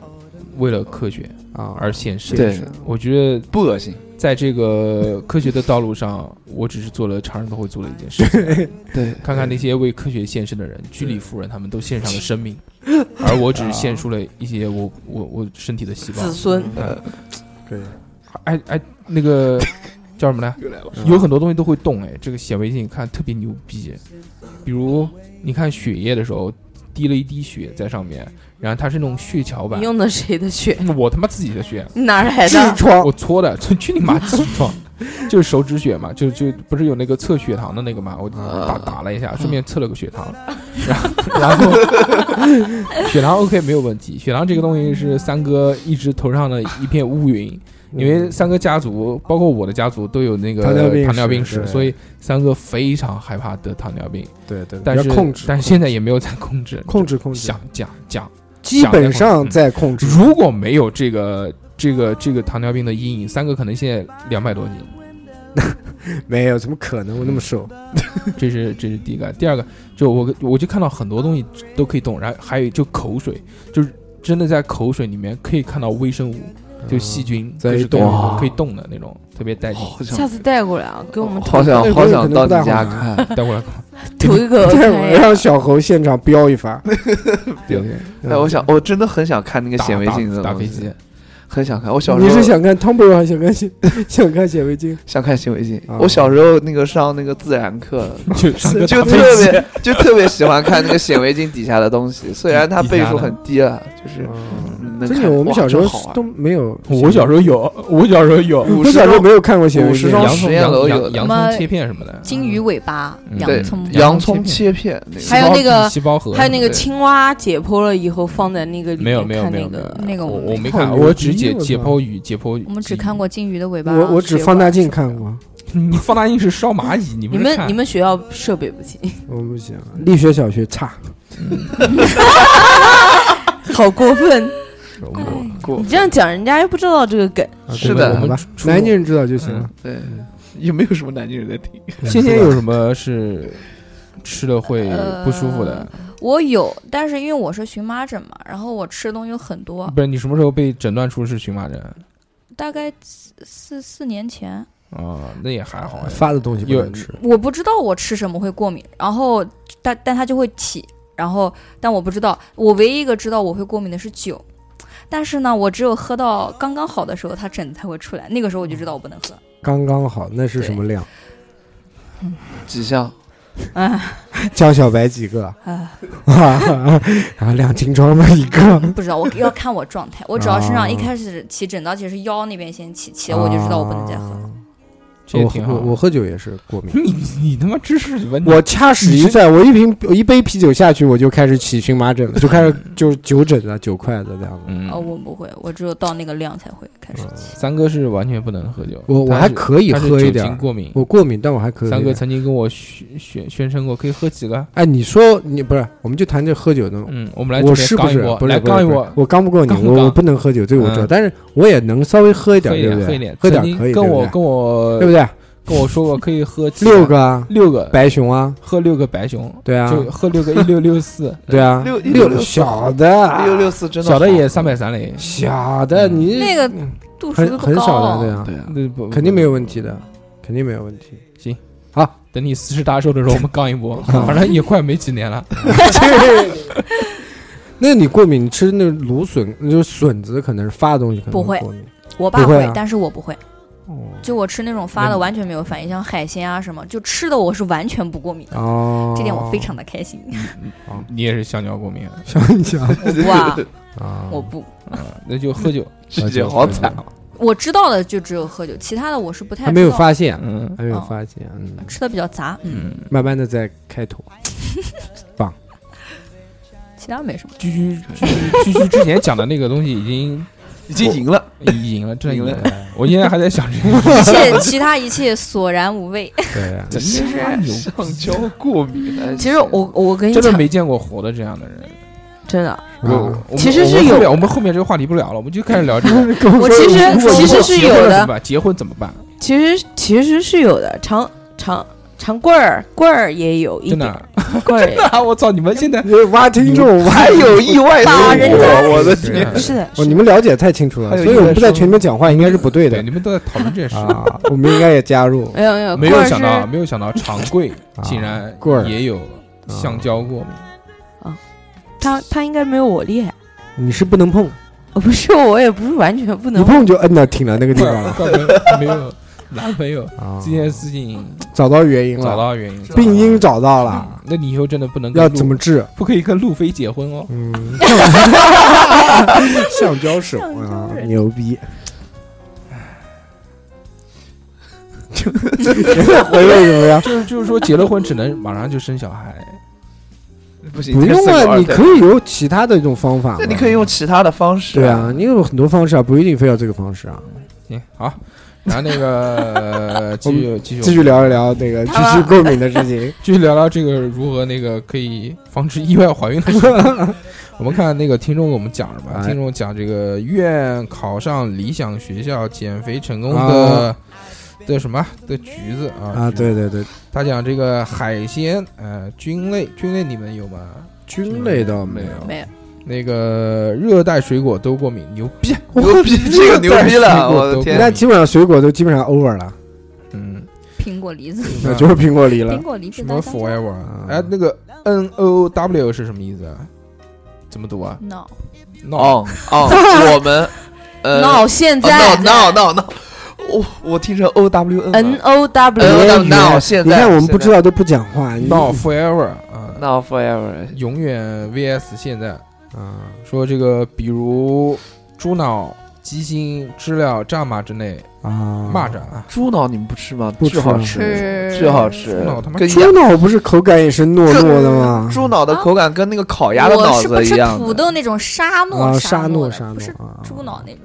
为了科学
啊，
而献身。
对，
我觉得
不恶心，
在这个科学的道路上，我只是做了常人都会做的一件事情。
对，
看看那些为科学献身的人，居里夫人他们都献上了生 命，而我只
啊
是献出了一些我我我身体的细胞。
子孙，
呃，
对，
哎哎，那个叫什么呢？有很多东西都会动，哎，这个显微镜看特别牛逼。比如你看血液的时候，滴了一滴血在上面，然后它是那种血小板
你。哦用的谁的血？
我他妈自己的血，
你哪来
痔
的？
疮
我搓的，去去你妈痔疮，就是手指血嘛，就就不是有那个测血糖的那个嘛，我打打了一下，顺便测了个血糖， 然后 然后血糖 OK 没有问题，血糖这个东西是三哥一直头上的一片乌云。
嗯
因为三哥家族，包括我的家族，都有那个
糖尿病史
糖尿病史，
对
所以三哥非常害怕得糖尿病，
对对，
但是
要控制，
但是现在也没有在控制，
控制控制，
想讲讲，
基本上在控制。
如果没有这个这个这个糖尿病的阴影，三哥可能现在两百多斤，
没有，怎么可能我那么瘦？
这是这是第一个，第二个就我我就看到很多东西都可以动，然后还有就口水，就是真的在口水里面可以看到微生物，
嗯
就细菌，
在
各式各
动
样的
哇
可以动的那种，特别带劲。
好
下
想
次带过来啊，给我们
呃好
投
想好想到你家
可能
看，
带过来看，
投一个
对，我
OK 啊。
让小猴现场飙一发。嗯
对，
哎，我想我真的很想看那个
打
显微镜的
打打
东
飞
西
机，
很想看。我小时
你
候
是想看 Tumblr 还是想看显 想看显微镜？
想看显微镜
啊。
我小时候那个上那个自然课，
就上个
就
打
特
飞机
别就特别喜欢看那个显微镜底下的东西，虽然它倍数很低了，就是嗯能
真
看
的，我们
哇
小时
真好啊
候
玩
都没有。
我小时候有，我小时候有
我小时候没有看过显微
五十
镜。
张
洋
实
葱
验
洋
楼有
洋
的
洋
妈
葱切片什么的，
金鱼尾巴、
嗯
洋
对
葱，
洋葱切片，那个
还有那个
细胞核，
还有那个
对
青蛙解剖了以后放在那个里
没有
面
没有
看
没有
那个
那个
我
我
我
们
没
看
看，
过
我
牛
只
逼
解
我
解
操
剖鱼解剖鱼，
我们只看过金鱼的尾巴。
我我只
血
放大
管
镜看过，
你放大镜是烧蚂蚁，你不
你
是
们
看
你们学校设备不 行，
我不行，啊
嗯
力学小学差。
好过分！
我们
过
你这样讲，人家又不知道这个梗。
啊
是
对
的
我们
我们
吧
初嗯
南京人知道就行了。
对，有没有什么南京人在听？
仙仙有什么是吃了会不舒服的？
我有，但是因为我是荨麻疹嘛，然后我吃的东西有很多，
嗯
不是你什么时候被诊断出是荨麻疹
大概四四四年前，
啊？那也还好呀，
发的东西
有
我不知道我吃什么会过敏，然后但但它就会起，然后但我不知道，我唯一一个知道我会过敏的是酒，但是呢，我只有喝到刚刚好的时候，它疹子才会出来，那个时候我就知道我不能喝。
刚刚好，那是什么量？
几项？
江小白几个？
啊，
然后两斤装的一个。
不知道，我要看我状态。我只要身
啊
上一开始起疹子，而且是腰那边先起，起了我就知道我不能再喝了。
啊
这也
我
挺
喝
好。嗯
我我喝酒也是过敏。
你你他妈知识问题，
我掐指一算，我一瓶我一杯啤酒下去，我就开始起 荨啊麻疹了，就开始就是酒疹了，九块的这样子。
嗯
哦哦，我不会，我只有到那个量才会开件事情。
三哥是完全不能喝酒，
我我
他
还
是
可以
他是
喝一
酒
点
精
儿，
过敏。
我过敏，但我还可以喝
三
一
哥
点。
曾经跟我宣宣宣称过，可以喝几个？
哎，你说你不是，我们就谈这喝酒呢。
嗯，我们来这
我
边
是不
刚一
是
波，
不是
来
不是
刚一
不是
波，
我刚不过你，
刚不
我我
刚
不能喝酒，这个我知道，
嗯
但是我也能稍微喝一点
喝
儿，
一
对不
点，喝一点。
对？喝点
曾经
可以
跟
对不
我
对
跟我
对不对？
跟我说过可以喝几
六个啊，
六个，
白熊啊，
喝六个白熊，
对啊，
就喝六个一六六四，
对啊，
六一六
六
六四
小的，啊
六六四真的
小的
好
也三百三嘞，
小的，
嗯
你
那个度数
很
都
哦很
高
少的，
啊，
对啊，
对啊，
那不
肯定没有问题的，肯定没有问 题。
等你四十大寿的时候，我们杠一 波，
啊
反正也快没几年了。
那你过敏，你吃那个芦笋，就是笋子，可能是发的东西，可能
不会
过敏。
我爸
不会啊
但是我不会。
哦
就我吃那种发的完全没有反应，像海鲜啊什么，就吃的我是完全不过敏的，
哦，
这点我非 常的开心。
你也是香蕉过敏啊，嗯
想一想
我不啊，
啊，
我不，
那就喝 酒。
世界好惨啊！
我知道的就只有喝酒，其他的我是不太
还没有
知道的
发现，
嗯
还没有
哦
发现，嗯，
吃的比较杂，嗯，
嗯，
慢慢的在开 拓。
其他没什 么。
居居居居居之前讲的那个东西已经
已经赢了，
哎
赢了，真的赢
赢
了。 我现在还在想这个，
一切其他一切索然无味。
对啊，
真是牛
橡胶过敏。哎
其实我我跟你
真的
讲，
没见过活的这样的人。
真的，
我
啊
我们
其实是
我们后
有
面我们后面这个话题不聊了，我们就开始聊这 个。
我其实
如果
其实是
结婚
有
了
的
怎么，办结婚怎么办？
其实其实是有的，长长长棍儿棍儿也有一
真的
点，
啊，
棍儿也
啊我操！你们现在
你挖听众挖
还有意外的
把人
我，我的
对
天！
啊
有是的，
哦，
是
你
的。
们了解太清楚了
还，有
所以
一个
我们不在
说
群里面讲话应该是不 对
对，
的
你们都在讨论这件事。
啊，我们应该也加入
没有没有
没
棍
有
儿
想
呃是
到，啊没有想到长柜竟然
棍啊儿啊
也有橡胶过敏。
他他应该没有我厉害，
你是不能碰，
哦 不是我也不是完全不
一
能，
碰就摁到挺到那个地
怪
方了。
怪不得 没有男朋友
啊
这件事情
找到原因
找
了，
到原因，
病因找到了，
啊，那你以后真的不能跟
要
路
怎么治？
不可以跟路飞结婚哦？
嗯，橡胶手啊，牛逼！ 回味什么呀？
就是就是说结了婚只能马上就生小孩，
不行，
不
这
用
四个
啊，
二
你
代
可以有其他的一种方法嘛。
那你可以用其他的方式。
对啊，，你有很多方式啊，不一定非要这个方式啊。
行好。然后那 个继续继续
继续聊一聊那个继续过敏的事情。
继续聊聊这个如何那个可以防止意外怀孕的事情。 我们看那个听众给我们讲什么？
哎
听众讲这个愿考上理想学校、减肥成功的
啊
的什么的橘子啊
啊，
橘子
对对对，
他讲这个海鲜，呃，菌类，菌类你们有吗？
菌类 倒没
有
有。
没有，
那个热带水果都过敏，牛逼！
牛逼，这个牛逼了， 我的
对
那
天！
基本上水果都基本上 over 了，
嗯，
苹果、梨子，
嗯
那就是苹果梨
苹
了。
果、梨子
什么
大香蕉
forever？
啊
哎，那个 N O W 是什么意思啊？怎么读啊
No，
？no
哦哦，我们呃
闹现
闹
在
闹闹闹，我我听成 O W
N
N 了
O
哎
W，
那
你
那我现
你
在
看我们
现在
不知道都不讲话，你
no forever 啊，
闹 forever，
永远 vs 现在
啊，
说这个，比如猪脑、鸡心、知了、战马之类，
啊，
蚂蚱啊，
猪脑你们不吃吗？
不
巨
吃
好
啊
吃，
是
巨好吃
猪脑他妈，
跟
猪
鸭
脑不是口感也是糯糯的吗？
猪脑的口感跟那个烤鸭的脑子
我是
一
不吃
样
土
的。
豆那种沙
啊，
漠
沙
漠哦
糯
的，
沙
不是
糯啊，
猪脑那种。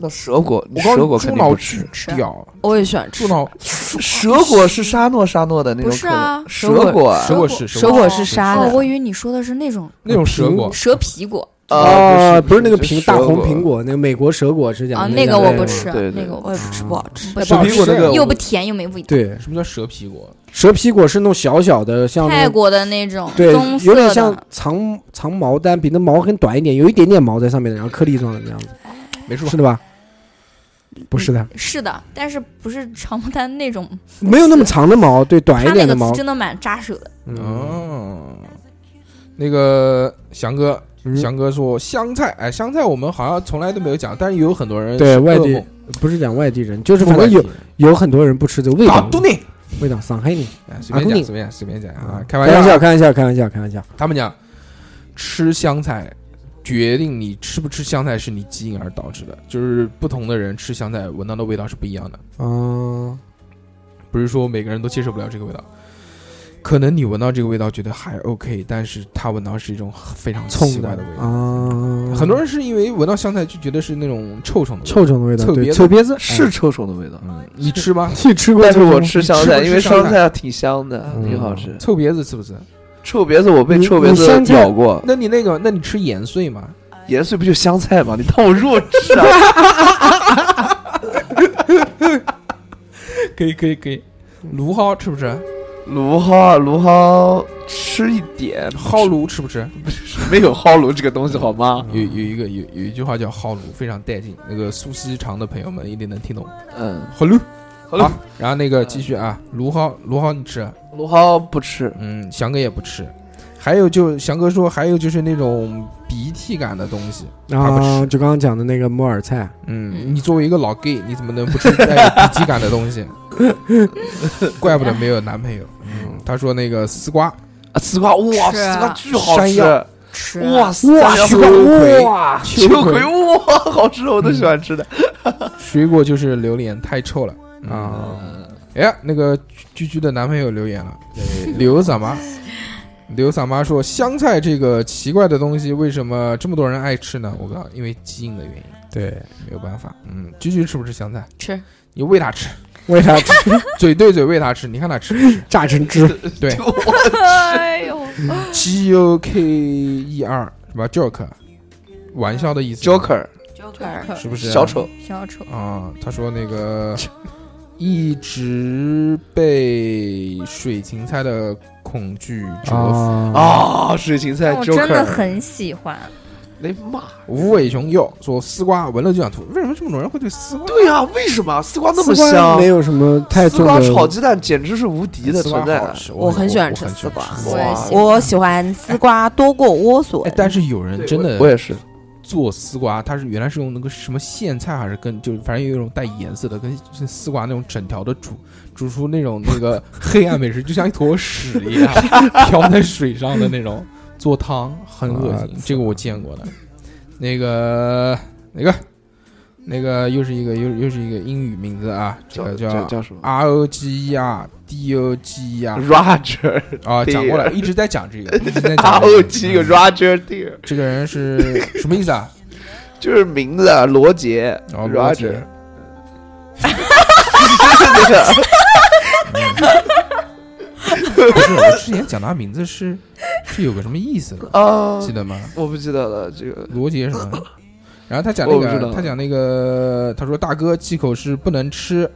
那蛇果，
我告
嗯蛇
诉
果
你，猪
肯定
脑
不吃
巨。屌，
我也喜欢吃
猪。脑
蛇果是沙诺沙诺的那种
不是
口感
啊，
蛇果啊
蛇果
果
是哦
水果是沙
哦，
的，
我以为你说的是那种
那种蛇果，
蛇皮果
啊，
不
不
是
是那个
苹
苹大红苹，果，那个美国蛇果是讲
啊，
的
那个
个
我
对
不
吗
吃，
对对
那个我
我也不吃，不好吃。
不
蛇
哦
好
皮果
吃
那个
又不甜又没味道。
对，
什么叫蛇皮果？
蛇皮果是那种小小的，像那
泰
种
国的那种
对
棕，
有
色
点
的，
像长长毛丹，比那毛很短一点，有一点点毛在上面的，然后颗粒状的那样子，
没事吧
是？的吧？不是的，
是的，但是不是长毛丹那种，
没有那么长的毛，对，短
它
一
那
点的
个
毛
刺。真的蛮扎手的。
嗯，
哦，那个翔哥，
嗯
翔哥说香菜，哎，香菜我们好像从来都没有讲，但是有很多人
对
是
外
噩
地
梦
不是讲外地人，就是反正有有很多人不吃这个味
搞
道，
东你，
味道伤害你
哎随便
啊
讲
东
随便随便讲啊
啊！，
开
开
玩
玩
笑，
笑，开玩笑，开玩笑，开玩笑。
他们讲吃香菜。决定你吃不吃香菜是你基因而导致的，就是不同的人吃香菜闻到的味道是不一样的，
嗯，
不是说每个人都接受不了这个味道。可能你闻到这个味道觉得还 OK，但是他闻到是一种非常奇
冲
怪
的
的味道。
啊，
很多人是因为闻到香菜就觉得是那种臭虫的味道
臭虫的味道，
臭
对，
鳖子
臭 鳖子
是臭虫的味道，
嗯，你吃吗？
你吃过
但是
臭虫吗？啊
我吃香菜，
你吃不吃
因为
香
香
菜
菜挺香的，
嗯
挺好吃。
臭鳖子吃不吃？
臭鳖子我被
你
臭鳖
你
子
香菜
咬过，
那你那个，那你吃盐碎吗？
盐碎不就香菜吗？你当我弱智啊？
可以，可以，可以。芦蒿吃不吃？
芦蒿，芦蒿吃一点，
蒿芦吃啊不吃？
没有蒿芦这个东西好吗？
有有一个有有一句话叫蒿芦，非常带劲。那个苏锡常的朋友们一定能听懂。
嗯，
蒿芦，
好了
好，然后那个继续啊，芦蒿，芦蒿你吃？
嗯芦蒿不吃，
嗯，翔哥也不吃。还有就翔哥说，还有就是那种鼻涕感的东西，他不
啊，
吃。
就刚刚讲的那个木耳菜，
嗯，你作为一个老 gay，你怎么能不吃带有鼻涕感的 东西？怪不得没有男朋友。嗯，他说那个丝瓜，
啊，丝瓜哇，
吃啊
丝瓜巨好
山
吃，
药
吃
哇，丝
哇，
瓜
西瓜
秋葵
哇，
秋葵哇，好吃，我都喜欢吃的。
水果就是榴莲，太臭了。啊、
啊，
哎呀，那个居居的男朋友留言了，刘傻妈，刘傻妈说香菜这个奇怪的东西为什么这么多人爱吃呢？我告诉你，因为基因的原因，
对，
没有办法。嗯，居居吃不吃香菜？
吃，
你喂它吃，
为啥
嘴对嘴喂它吃，你看它吃不吃
榨成汁？
对
哎呦，
？G U K E R 什么 joke，玩笑的意思
Joker
是不是、
小丑，
小丑
啊，他说那个一直被水芹菜的恐惧折服。
啊
啊，水芹菜
我哦真的
Joker，哎
很喜欢，
雷骂。
无尾熊又说丝瓜闻了就想吐，为什么这么多人会对丝瓜？
对呀，为什么丝瓜那么
丝瓜
香
没？有什么太
丝
重
瓜
的
炒鸡蛋简直是无敌的
丝瓜
存在啊
好。吃，
我
很
很喜欢吃
丝
丝瓜
我也喜
欢
我喜欢丝瓜多过莴笋
哎，，但是有人真的
我也是，
做丝瓜，它是原来是用那个什么苋菜还是跟就是反正有一种带颜色的，跟是丝瓜那种整条的煮，煮出那种那个 黑暗美食，就像一坨屎一样 飘在水上的那种，做汤很恶
哇
心，
啊
这个我见 过的。那个那个那个又是一个又又是一个英语名字啊，这
叫
个
叫叫什么
R O G E R D O G E R
？Roger
啊，
对
讲过了，一直在讲 这个，一直在
R
讲这
O G E
个
Roger Deer
这个人是什么意思啊？
就是名字啊，罗杰
然后罗杰
Roger，就是那个
不是，我之前讲他名字是是有个什么意思的，
啊
记，得吗？
我不记得了，这个
罗杰什么？然后他讲那
哦我不知
个，
道
他讲那个，他说大哥忌口是不能吃，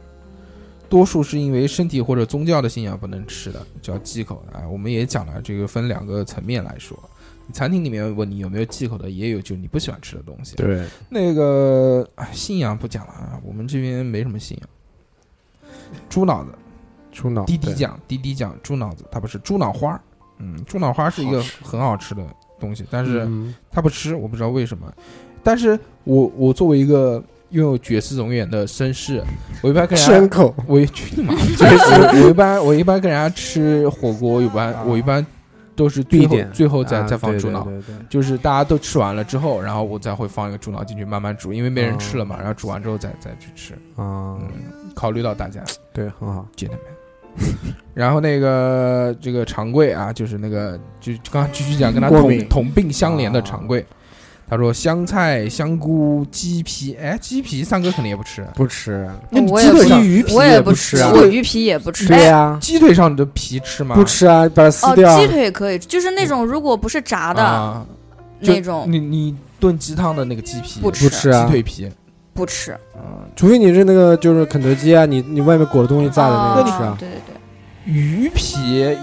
多数是因为身体或者宗教的信仰不能吃的，叫忌口啊。我们也讲了，这个分两个层面来说，餐厅里面问你有没有忌口的，也有就你不喜欢吃的东西。
对，
那个哎信仰不讲了啊，我们这边没什么信仰。猪脑子，
猪脑
滴滴讲，滴滴讲，猪脑子，它不是猪脑花儿，嗯，猪脑花是一个
好吃
很好吃的东西，但
对
是
嗯
它不吃，我不知道为什么。但是我我作为一个拥有绝世容颜的绅士，我一般跟
牲
人家，
口
我也去 你妈，就是我我一般我一般跟人家吃火锅，一般我一般都是最
必
后
啊点
最后再
啊
再放
对
猪
对
脑，
对对
就是大家都吃完了之后，然后我再会放一个猪脑进去慢慢煮，因为没人吃了嘛，然后煮完之后再再去吃。
啊，
嗯，哎考虑到大家
对，很好。
，gentlemen。然 后那个这个长贵啊，就是那个就就刚刚继续讲跟他
过
同
敏
同病相怜的长贵，他说香菜、香菇、鸡皮，哎，鸡皮三哥肯定也不吃，
不吃，
那你
我
鸡
也
腿
不
上
鱼皮
我也
不
吃，
啊，
我鱼皮也不吃。
对
哎
呀，
鸡腿上的皮吃吗？
不吃啊，把它撕
哦，
掉啊。
鸡腿可以，就是那种如果不是炸的
啊，就
那种，
你你炖鸡汤的那个鸡皮
不
不吃啊
鸡，腿皮，
不吃。
除非你是那个就是肯德基啊，你你外面裹的东西炸的那个吃
啊
啊，
对对对，
鱼皮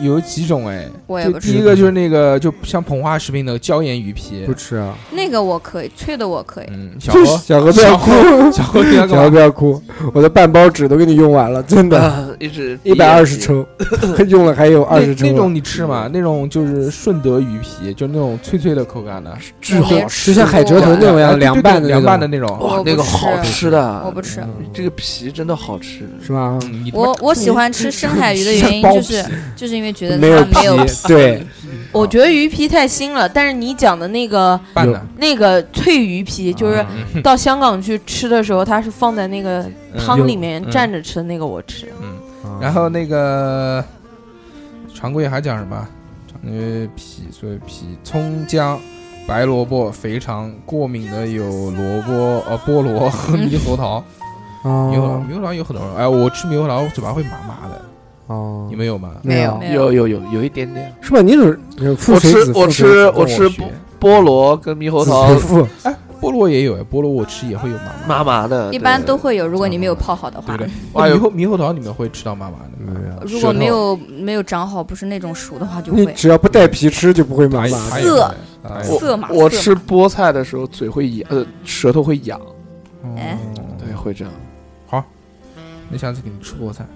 有几种哎，
我也
就
不
第
吃
一个就是那个就像膨化食品的椒盐鱼皮
不，吃啊。
那个我可以，脆的我可以。
嗯，小何
小何不
小
要哭，
何 小何第二
小何
个
不要哭，我的半包纸都给你用完了，真的，
啊一直
一百二十抽， 用了还有二十抽
那
啊。
那种你吃吗？那种就是顺德鱼皮，就那种脆脆的口感的，
巨好
别
吃，
就像海蜇头那种
啊
呀，
对对对
拌的
凉拌的
那
那种。
哇
我，不
那个
吃
好吃的，
我
嗯
不吃，
这个皮真的好吃。
种，是吧？
嗯，你他妈
我我喜欢吃深海鱼的原因
像包
就
皮
是就是因为觉得
没
它没有
皮，对，
我觉得鱼皮太腥了，但是你讲的那个
拌的，
那个脆鱼皮，就是
嗯
到香港去吃的时候，它是放在那个
嗯
汤里面
嗯
嗯
蘸着吃的那个我吃。
然后那个常规还讲什么？常规脾，所以脾葱姜。白萝卜肥肠过敏的有萝卜呃菠萝和猕猴桃，猕猴桃
哦
猕猴桃有很多人，哎，我吃猕猴桃我嘴巴会麻麻的，
哦
你，们有吗？
没有
没
哦有有有有一点点。
是吧？你只父
我
水
吃
子
呃我吃
父水子
跟我
吃
学
菠萝跟猕猴
子
桃
陪父
哎，菠萝也有哎，菠萝我吃也会有麻 麻，
麻麻的，
一般
对
都会有，如果你没有泡好的
对
话
不，对？啊
哇
猕
有
猴猕猴桃你们会吃到麻麻的吗？
没有
如
舌
果
头
没有没有长好，不是那种熟的话就
你
会
只要不带皮吃就不会麻麻
还
的。
有
涩
还有
我
涩嘛。
我
涩嘛
吃菠菜的时候，嘴会痒，呃，舌头会痒，
哎
嗯
对，会这样。
那下次给你吃菠菜。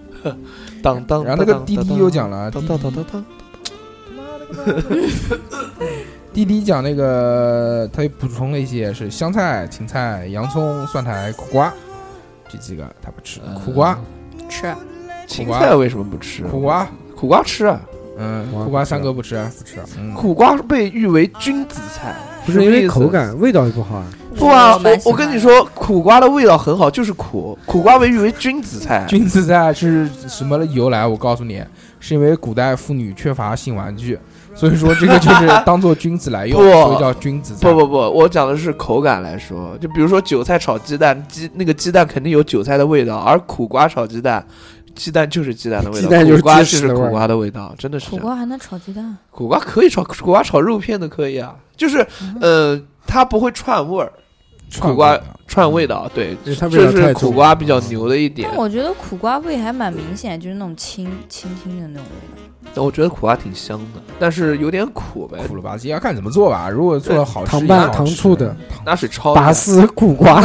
当当，
然后那个滴滴又讲了，滴啊
当
滴
当当当当，
滴滴讲那个，他又补充了一些是香菜、芹菜、洋葱、蒜苔、苦瓜这几个他不吃，苦瓜、
吃
芹
苦瓜
菜为什么不吃？啊
苦瓜，
苦瓜吃啊，
嗯，
苦瓜
苦瓜
不吃
三哥不吃，不
吃，
嗯，
苦瓜被誉为君子菜，
不是因为口感味道也不好啊。
不啊，
蛮
我
喜
我
欢
跟你说，苦瓜的味道很好，就是苦，苦瓜被誉为君子菜。
君子菜是什么的由来？我告诉你，是因为古代妇女缺乏性玩具，所以说这个就是当做君子来用，
不
所以叫君子菜。
不不不，我讲的是口感来说，就比如说韭菜炒鸡蛋，鸡那个鸡蛋肯定有韭菜的味道，而苦瓜炒鸡蛋，鸡蛋就是鸡蛋的味道，
鸡蛋就是
苦瓜就
结实
是
的味儿
苦瓜的味道，真的是这
苦
样
瓜还能炒鸡蛋，
苦瓜可以炒，苦瓜炒肉片的可以啊，就是
嗯
呃，它不会串味儿、
串
苦瓜
味的
串味道，对，
因为它
这
嗯味道
是
太
苦
重
瓜比较牛的一点
但。我觉得苦瓜味还蛮明显，就是那种清清清的那种味道。
我觉得苦瓜挺香的，但是有点苦呗，
苦了吧唧，要看怎么做吧。如果做的好吃，
糖
也
拌
好
糖
吃
醋的，
拿水焯一
拔
下。
丝苦瓜，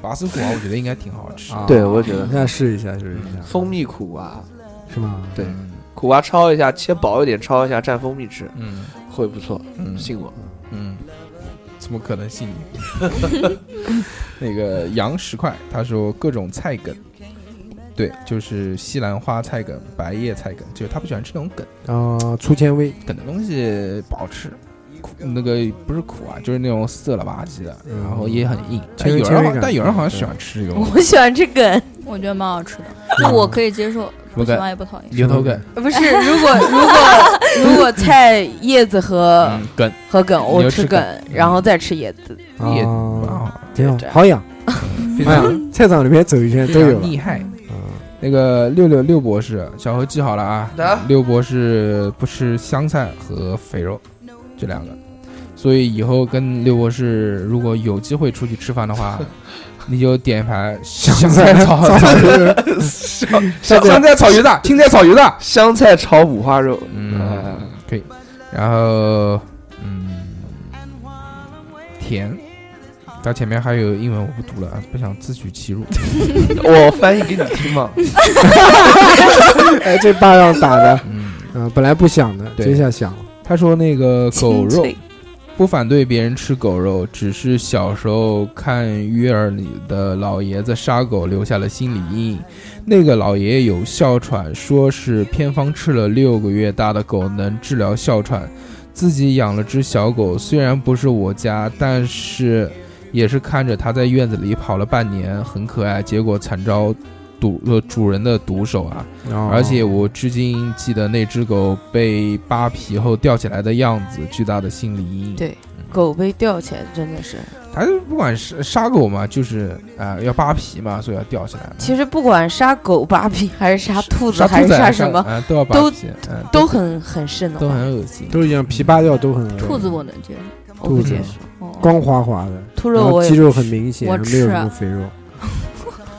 拔丝苦瓜，我觉得应该挺好吃。
啊
对，我觉得
你看试一下，试一下，
蜂蜜苦瓜，
是吗？
对
嗯
苦瓜焯一下，切薄一点，焯一下蘸蜂蜜吃
嗯
会不错，
嗯，
信我。
嗯，怎么可能信你？ 那个杨十块他说各种菜梗，对，就是西兰花菜梗、白叶菜梗，就是他不喜欢吃那种梗，
啊，粗纤维，
梗的东西不好吃。苦那个不是苦啊，就是那种涩了吧唧的，
嗯
然后也很硬。但
纤维
有人
纤维
好
感
但有人好像喜欢吃这个东西，
我喜欢吃梗，
我觉得蛮好吃的，就我可以接受，
什
不
么
喜
梗？
欢也不讨厌。
牛头梗、
不是？如果如果如果菜叶子和
嗯、梗，
和梗，
你
我
就
吃
吃
梗，然后再吃叶子，
也
啊，
啊，
挺
这
好，
样
好养，
非
哎呀
常
菜场里面走一圈都
非
有
常
了。
厉害。
嗯
那个六六六博士，小何记好了啊。
啊
六博士不吃香菜和肥肉这两个，所以以后跟六博士如果有机会出去吃饭的 话，你就点一盘香菜炒
香
香菜炒鱼 蛋，青菜炒鱼蛋。
香菜炒五花肉，
嗯
嗯，，
可以。然后，嗯，甜。它前面还有英文我不读了，啊不想自取其辱。
哎我翻译给你听 嘛。
哎，这巴掌打的，
嗯，
嗯，本来不想的，
对
这下想了。
他说那个狗
清
肉
脆，
不反对别人吃狗肉，只是小时候看约尔里的老爷子杀狗留下了心理阴影。那个老爷爷有哮喘，说是偏方吃了六个月大的狗能治疗哮喘。自己养了只小狗，虽然不是我家，但是也是看着它在院子里跑了半年，很可爱。结果惨遭毒呃主人的毒手啊！而且
哦
我至今记得那只狗被扒皮后吊起来的样子，巨大的心理阴影。
对狗被吊起来真的是，
它就不管是杀狗嘛，就是啊、要扒皮嘛，所以要吊起来。
其实不管杀狗 扒皮，还是杀兔子，
杀兔
还是
子
杀
啊
什么，
啊、都要扒
都
皮，嗯、
都很很瘆得
都
慌。
很恶心。
都一样，皮扒掉都很恶心
兔子我能接受，
我不
兔子
接受，
哦
光滑滑的，
兔
然
肉
后
我
肌
也
肉很明显，
我
没有
吃
什
啊
么肥肉。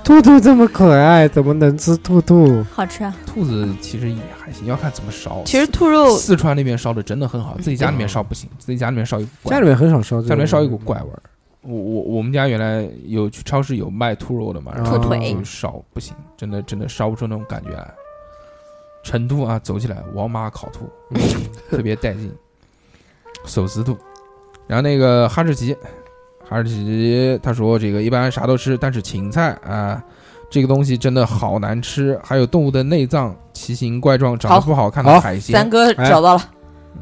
兔兔这么可爱，怎么能吃兔兔？
好吃啊，
兔子其实也还行，要看怎么烧。
其实兔肉
四川那边烧的真的很好，自己家里面烧不行，自己家里面烧一股怪
家里面很少烧这个，
家里面烧一股怪味儿。我我我们家原来有去超市有卖兔肉的嘛，然后
兔腿
就烧不行，真的真的烧不出那种感觉来。成都啊，走起来，王妈烤兔，
嗯
特别带劲，手撕兔。然后那个哈士奇，哈士奇他说这个一般啥都吃，但是芹菜啊、这个东西真的好难吃。还有动物的内脏，奇形怪状、长得
好
不好看的
好
海
三
鲜，
哥
哎
找到了，啊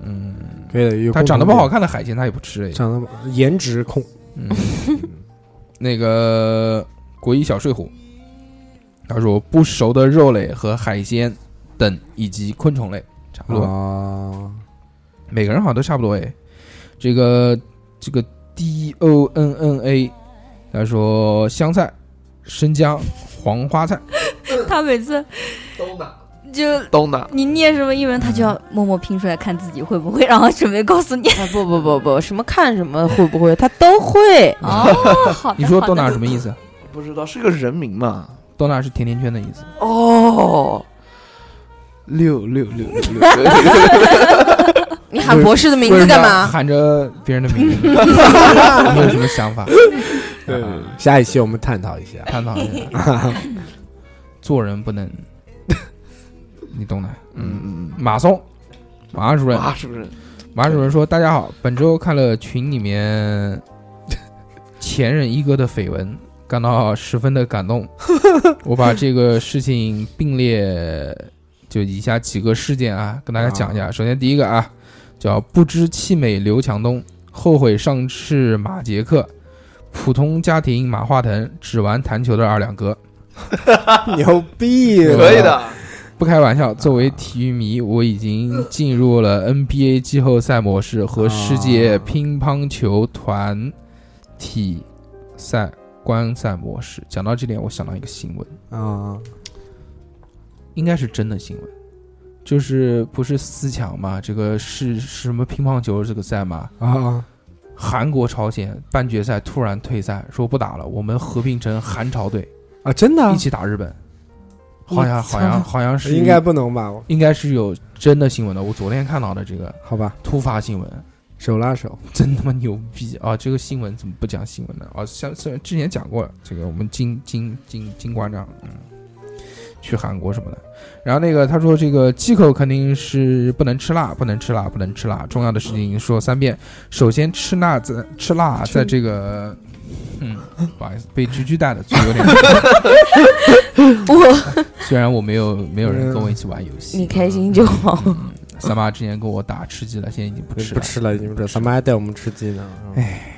嗯，
可以的。有
它
共
长得
同
不好
点，
看的海鲜他也不吃哎。
长得不好颜值控，
嗯，那个国一小睡虎，他说不熟的肉类和海鲜等以及昆虫类，差不多。
啊，
每个人好像都差不多哎。这个这个哦 D O N N A，他哎说香菜、生姜、黄花菜，
他每次
东南
就
东南，
你念什么英文，他就要默默拼出来看自己会不会，然后准备告诉你。
啊不不不不，什么看什么会不会，他都会。
哦，好的。
你说
好的
豆娜什么意思？
不知道是个人名嘛？
豆娜是甜甜圈的意思。
哦，六六六六六六，
你喊博士的名字干嘛？
喊着别人的名 字，你有什么想法？
对，下一期我们探讨 一下。
探讨一下， 做人不 能，你懂的。
嗯嗯
马松，马主
嗯，
任，
啊，是不是？
马主任说：“大家好，本周看了群里面前任一哥的绯闻，感到十分的感动。我把这个事情并列，就以下几个事件啊，跟大家讲一下。首先第一个啊，叫不知气美刘强东，后悔上市马杰克，普通家庭马化腾，只玩弹球的二两哥。
牛逼，
可以。的，
不开玩笑，作为体育迷，我已经进入
啊
了 NBA 季后赛模式和世界乒乓球团体赛观赛模式。讲到这点，我想到一个新闻，
啊，
应该是真的新闻，就是不是四强嘛？这个是是什么乒乓球这个赛嘛？
啊，
韩国、朝鲜半决赛突然退赛，说不打了，我们合并成韩朝队
啊，真的啊嗯
一起打日本。好像好像好像是
应该不能吧？我
应该是有真的新闻的，我昨天看到的这个。
好吧，
突发新闻，
手拉手，
真他妈牛逼啊！这个新闻怎么不讲新闻呢？啊，像虽然之前讲过，这个我们金金金金馆长，嗯，去韩国什么的。然后那个他说这个忌口肯定是不能吃辣，不能吃辣，不能吃辣。重要的事情说三遍，首先吃辣在吃辣在这个。嗯，不好意思，被居居带的，嘴有 点。
我
虽然我没有没有人跟我一起玩游戏，
你开心就好。
嗯。三八之前跟我打吃鸡了，现在已经不吃
不
了。
吃了，你们这他妈还带我们吃鸡呢。哎，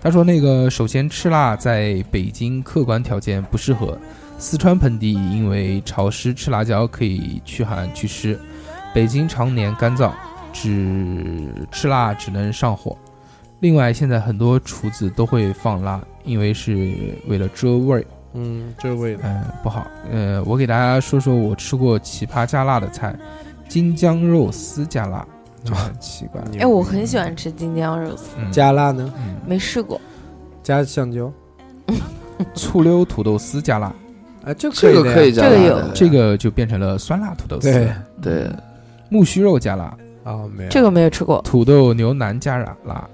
他说：“那个，首先吃辣在北京客观条件不适合，四川盆地因为潮湿，吃辣椒可以驱寒祛湿。北京常年干燥，只吃辣只能上火。另外，现在很多厨子都会放辣，因为是为了遮味儿，
嗯，这味道，
嗯、不好。呃，我给大家说说我吃过奇葩加辣的菜，京酱肉丝加辣，就很奇怪。
哎，我很喜欢吃京酱肉丝，
嗯、
加辣呢，
嗯
没试过。
加香蕉，
醋溜土豆丝加辣。”
哎，这
这个可以
的
加辣的，
这个有
这个就变成了酸辣土豆丝
对，
对，
木须肉加辣，
啊，没有
这个没有吃过，
土豆牛腩加辣，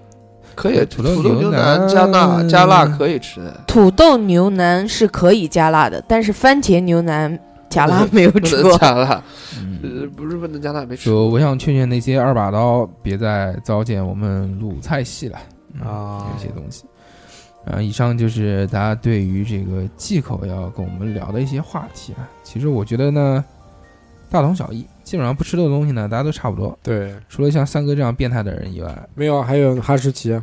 可以
土豆
土豆
牛
牛
腩
腩加辣加辣可以吃的，
土豆牛腩是可以加辣的，但是番茄牛腩加辣没有
不
吃
能
过。
加辣，呃
嗯，
不是不能加辣，没吃过。
说我想劝劝那些二把刀，别再糟践我们鲁菜系了嗯
啊
有些东西。啊，以上就是大家对于这个忌口要跟我们聊的一些话题啊。其实我觉得呢，大同小异，基本上不吃的东西呢，大家都差不多，
对，
除了像三哥这样变态的人以外，
没有，还有哈士奇，啊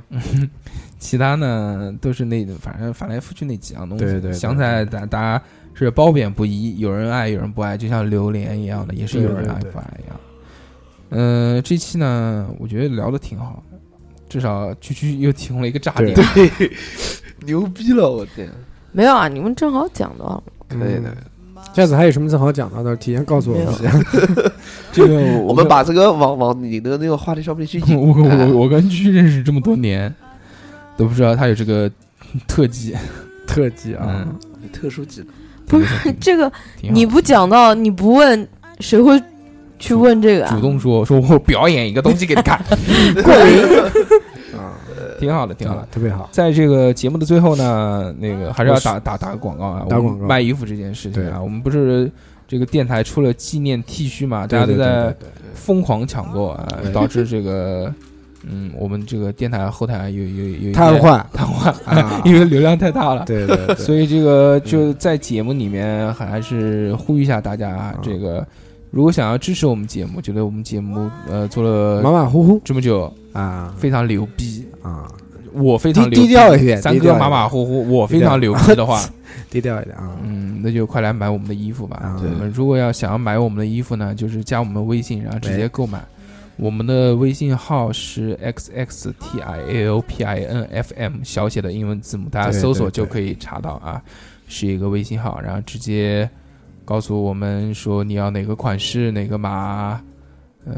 其他呢都是那反正翻来覆去那几样东西。
对对对
香菜大大家是褒贬不一，有人爱有人不爱，就像榴莲一样的，也是有人爱不爱一样。嗯、这期呢，我觉得聊的挺好的，至少区区又提供了一个炸点。
对， 牛逼了，我天！
没有啊，你们正好讲到了。
可以的，
下次还有什么更好讲的，到时候提前告诉 我们一下。
这 个
嗯
我们把这个往往你的那个话题上面去 引。
我我我跟区区认识这么多年，都不知道他有这个特技，
特技啊，
嗯，
你特殊技能，
不
是
这 个
嗯挺好
你不讲到，你不问，谁会去问这个啊
主？动说说我表演一个东西给你 看，
过
啊
瘾，
挺好的，挺
啊挺
好
好
的
的，。特别好。
在这个节目的最后呢，那个还是要打打打个广告啊，
啊打
我们
广告
卖衣服这件事情
对
啊，我们不是这个电台出了纪念 T 恤嘛，大
对
家都
对对
在
对对
疯狂抢购啊，
对
导致这个 嗯，我们这个电台后台有有有一些
瘫痪
瘫痪
啊
因为流量太大了。
对对对，
所以这个就在节目里面还是呼吁一下大家啊，
嗯
这个如果想要支持我们节目，觉得我们节目呃做了
马马虎虎
这么久
啊
非常牛逼，
啊，
我非常
低
牛逼
低调一点
三
低
哥
调一
马
点
马虎虎，我非
低调
常 牛逼的话，
低调一点啊。
嗯，那就快来买我们的衣服吧
啊。
我们如果要想要买我们的衣服呢，就是加我们微信，然后直接
对
购买。我们的微信号是 x x t i a o p i n f m 小写的英文字母，大家
对
搜索
对
就
对
可以查到啊，是一个微信号，然后直接告诉我们说你要哪个款式、哪个码，嗯、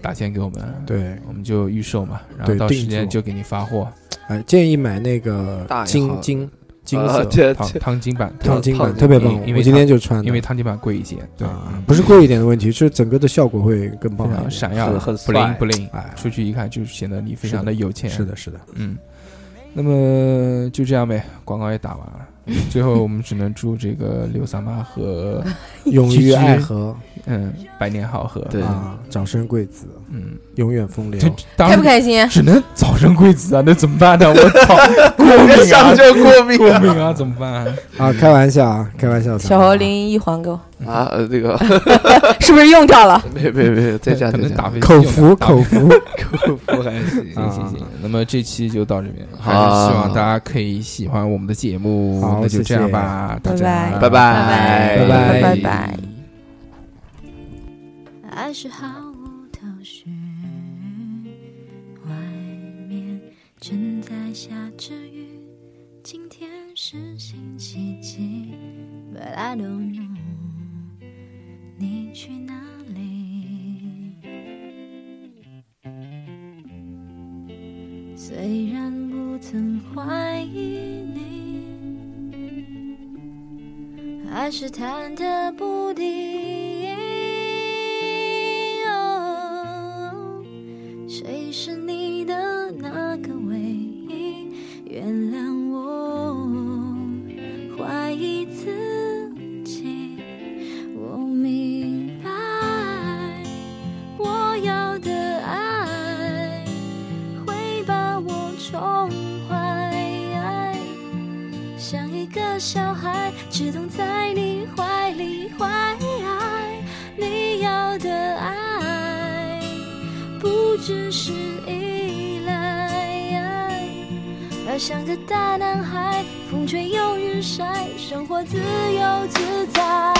打钱给我们，
对，
我们就预售嘛，然后
对
到
定
时间
做
就给你发货，
哎，建议买那个
大一号
金
的
金金
啊
色
这
烫
这
呃烫金版，
烫金版，
烫金
特别棒。
因为
我今天就穿的，
因为烫金版贵一些，对，
啊，不是贵一点的问题，是整个的效果会更棒
非
一
常
点。
闪耀，
很很
不灵
帅
不灵，
哎
出去一看就显得你非常的有钱。
是，的，是 的，
嗯。那么就这样呗，广告也打完了，最后我们只能祝这个刘三妈 和
勇
居居
于爱河
嗯百年好合。
对
啊，长生贵子，
嗯，
永远风流
这。当
开不
然
开心？啊
只能早生贵子啊，那怎么办呢？我 操，过
我
敏啊
想，就过敏
过敏啊，怎么办啊？
啊，开玩笑啊，开玩笑。
小何零一还给我，
啊！呃这个
是不是用掉了？
没没没，再加
可
再
能
加
打，飞机
口
用的
服
打飞
口服，
口服还行
行行行
啊，
那么这期就到这边，还是
好
希望大家可以喜欢我们的节目。
好
那就这样吧，
谢谢
大家
拜拜
拜
拜
拜
拜拜
爱是毫无头绪。外面正在下着雨，今天是星期几？But I don't know，你去哪里？虽然不曾怀疑你。还是忐忑不定。哦谁是你的那个唯一？原谅我怀疑自己，我明白我要的爱会把我宠坏。像一个小孩，只懂在你怀里怀爱。你要的爱，不只是依赖，而像个大男孩，风吹又日晒，生活自由自在。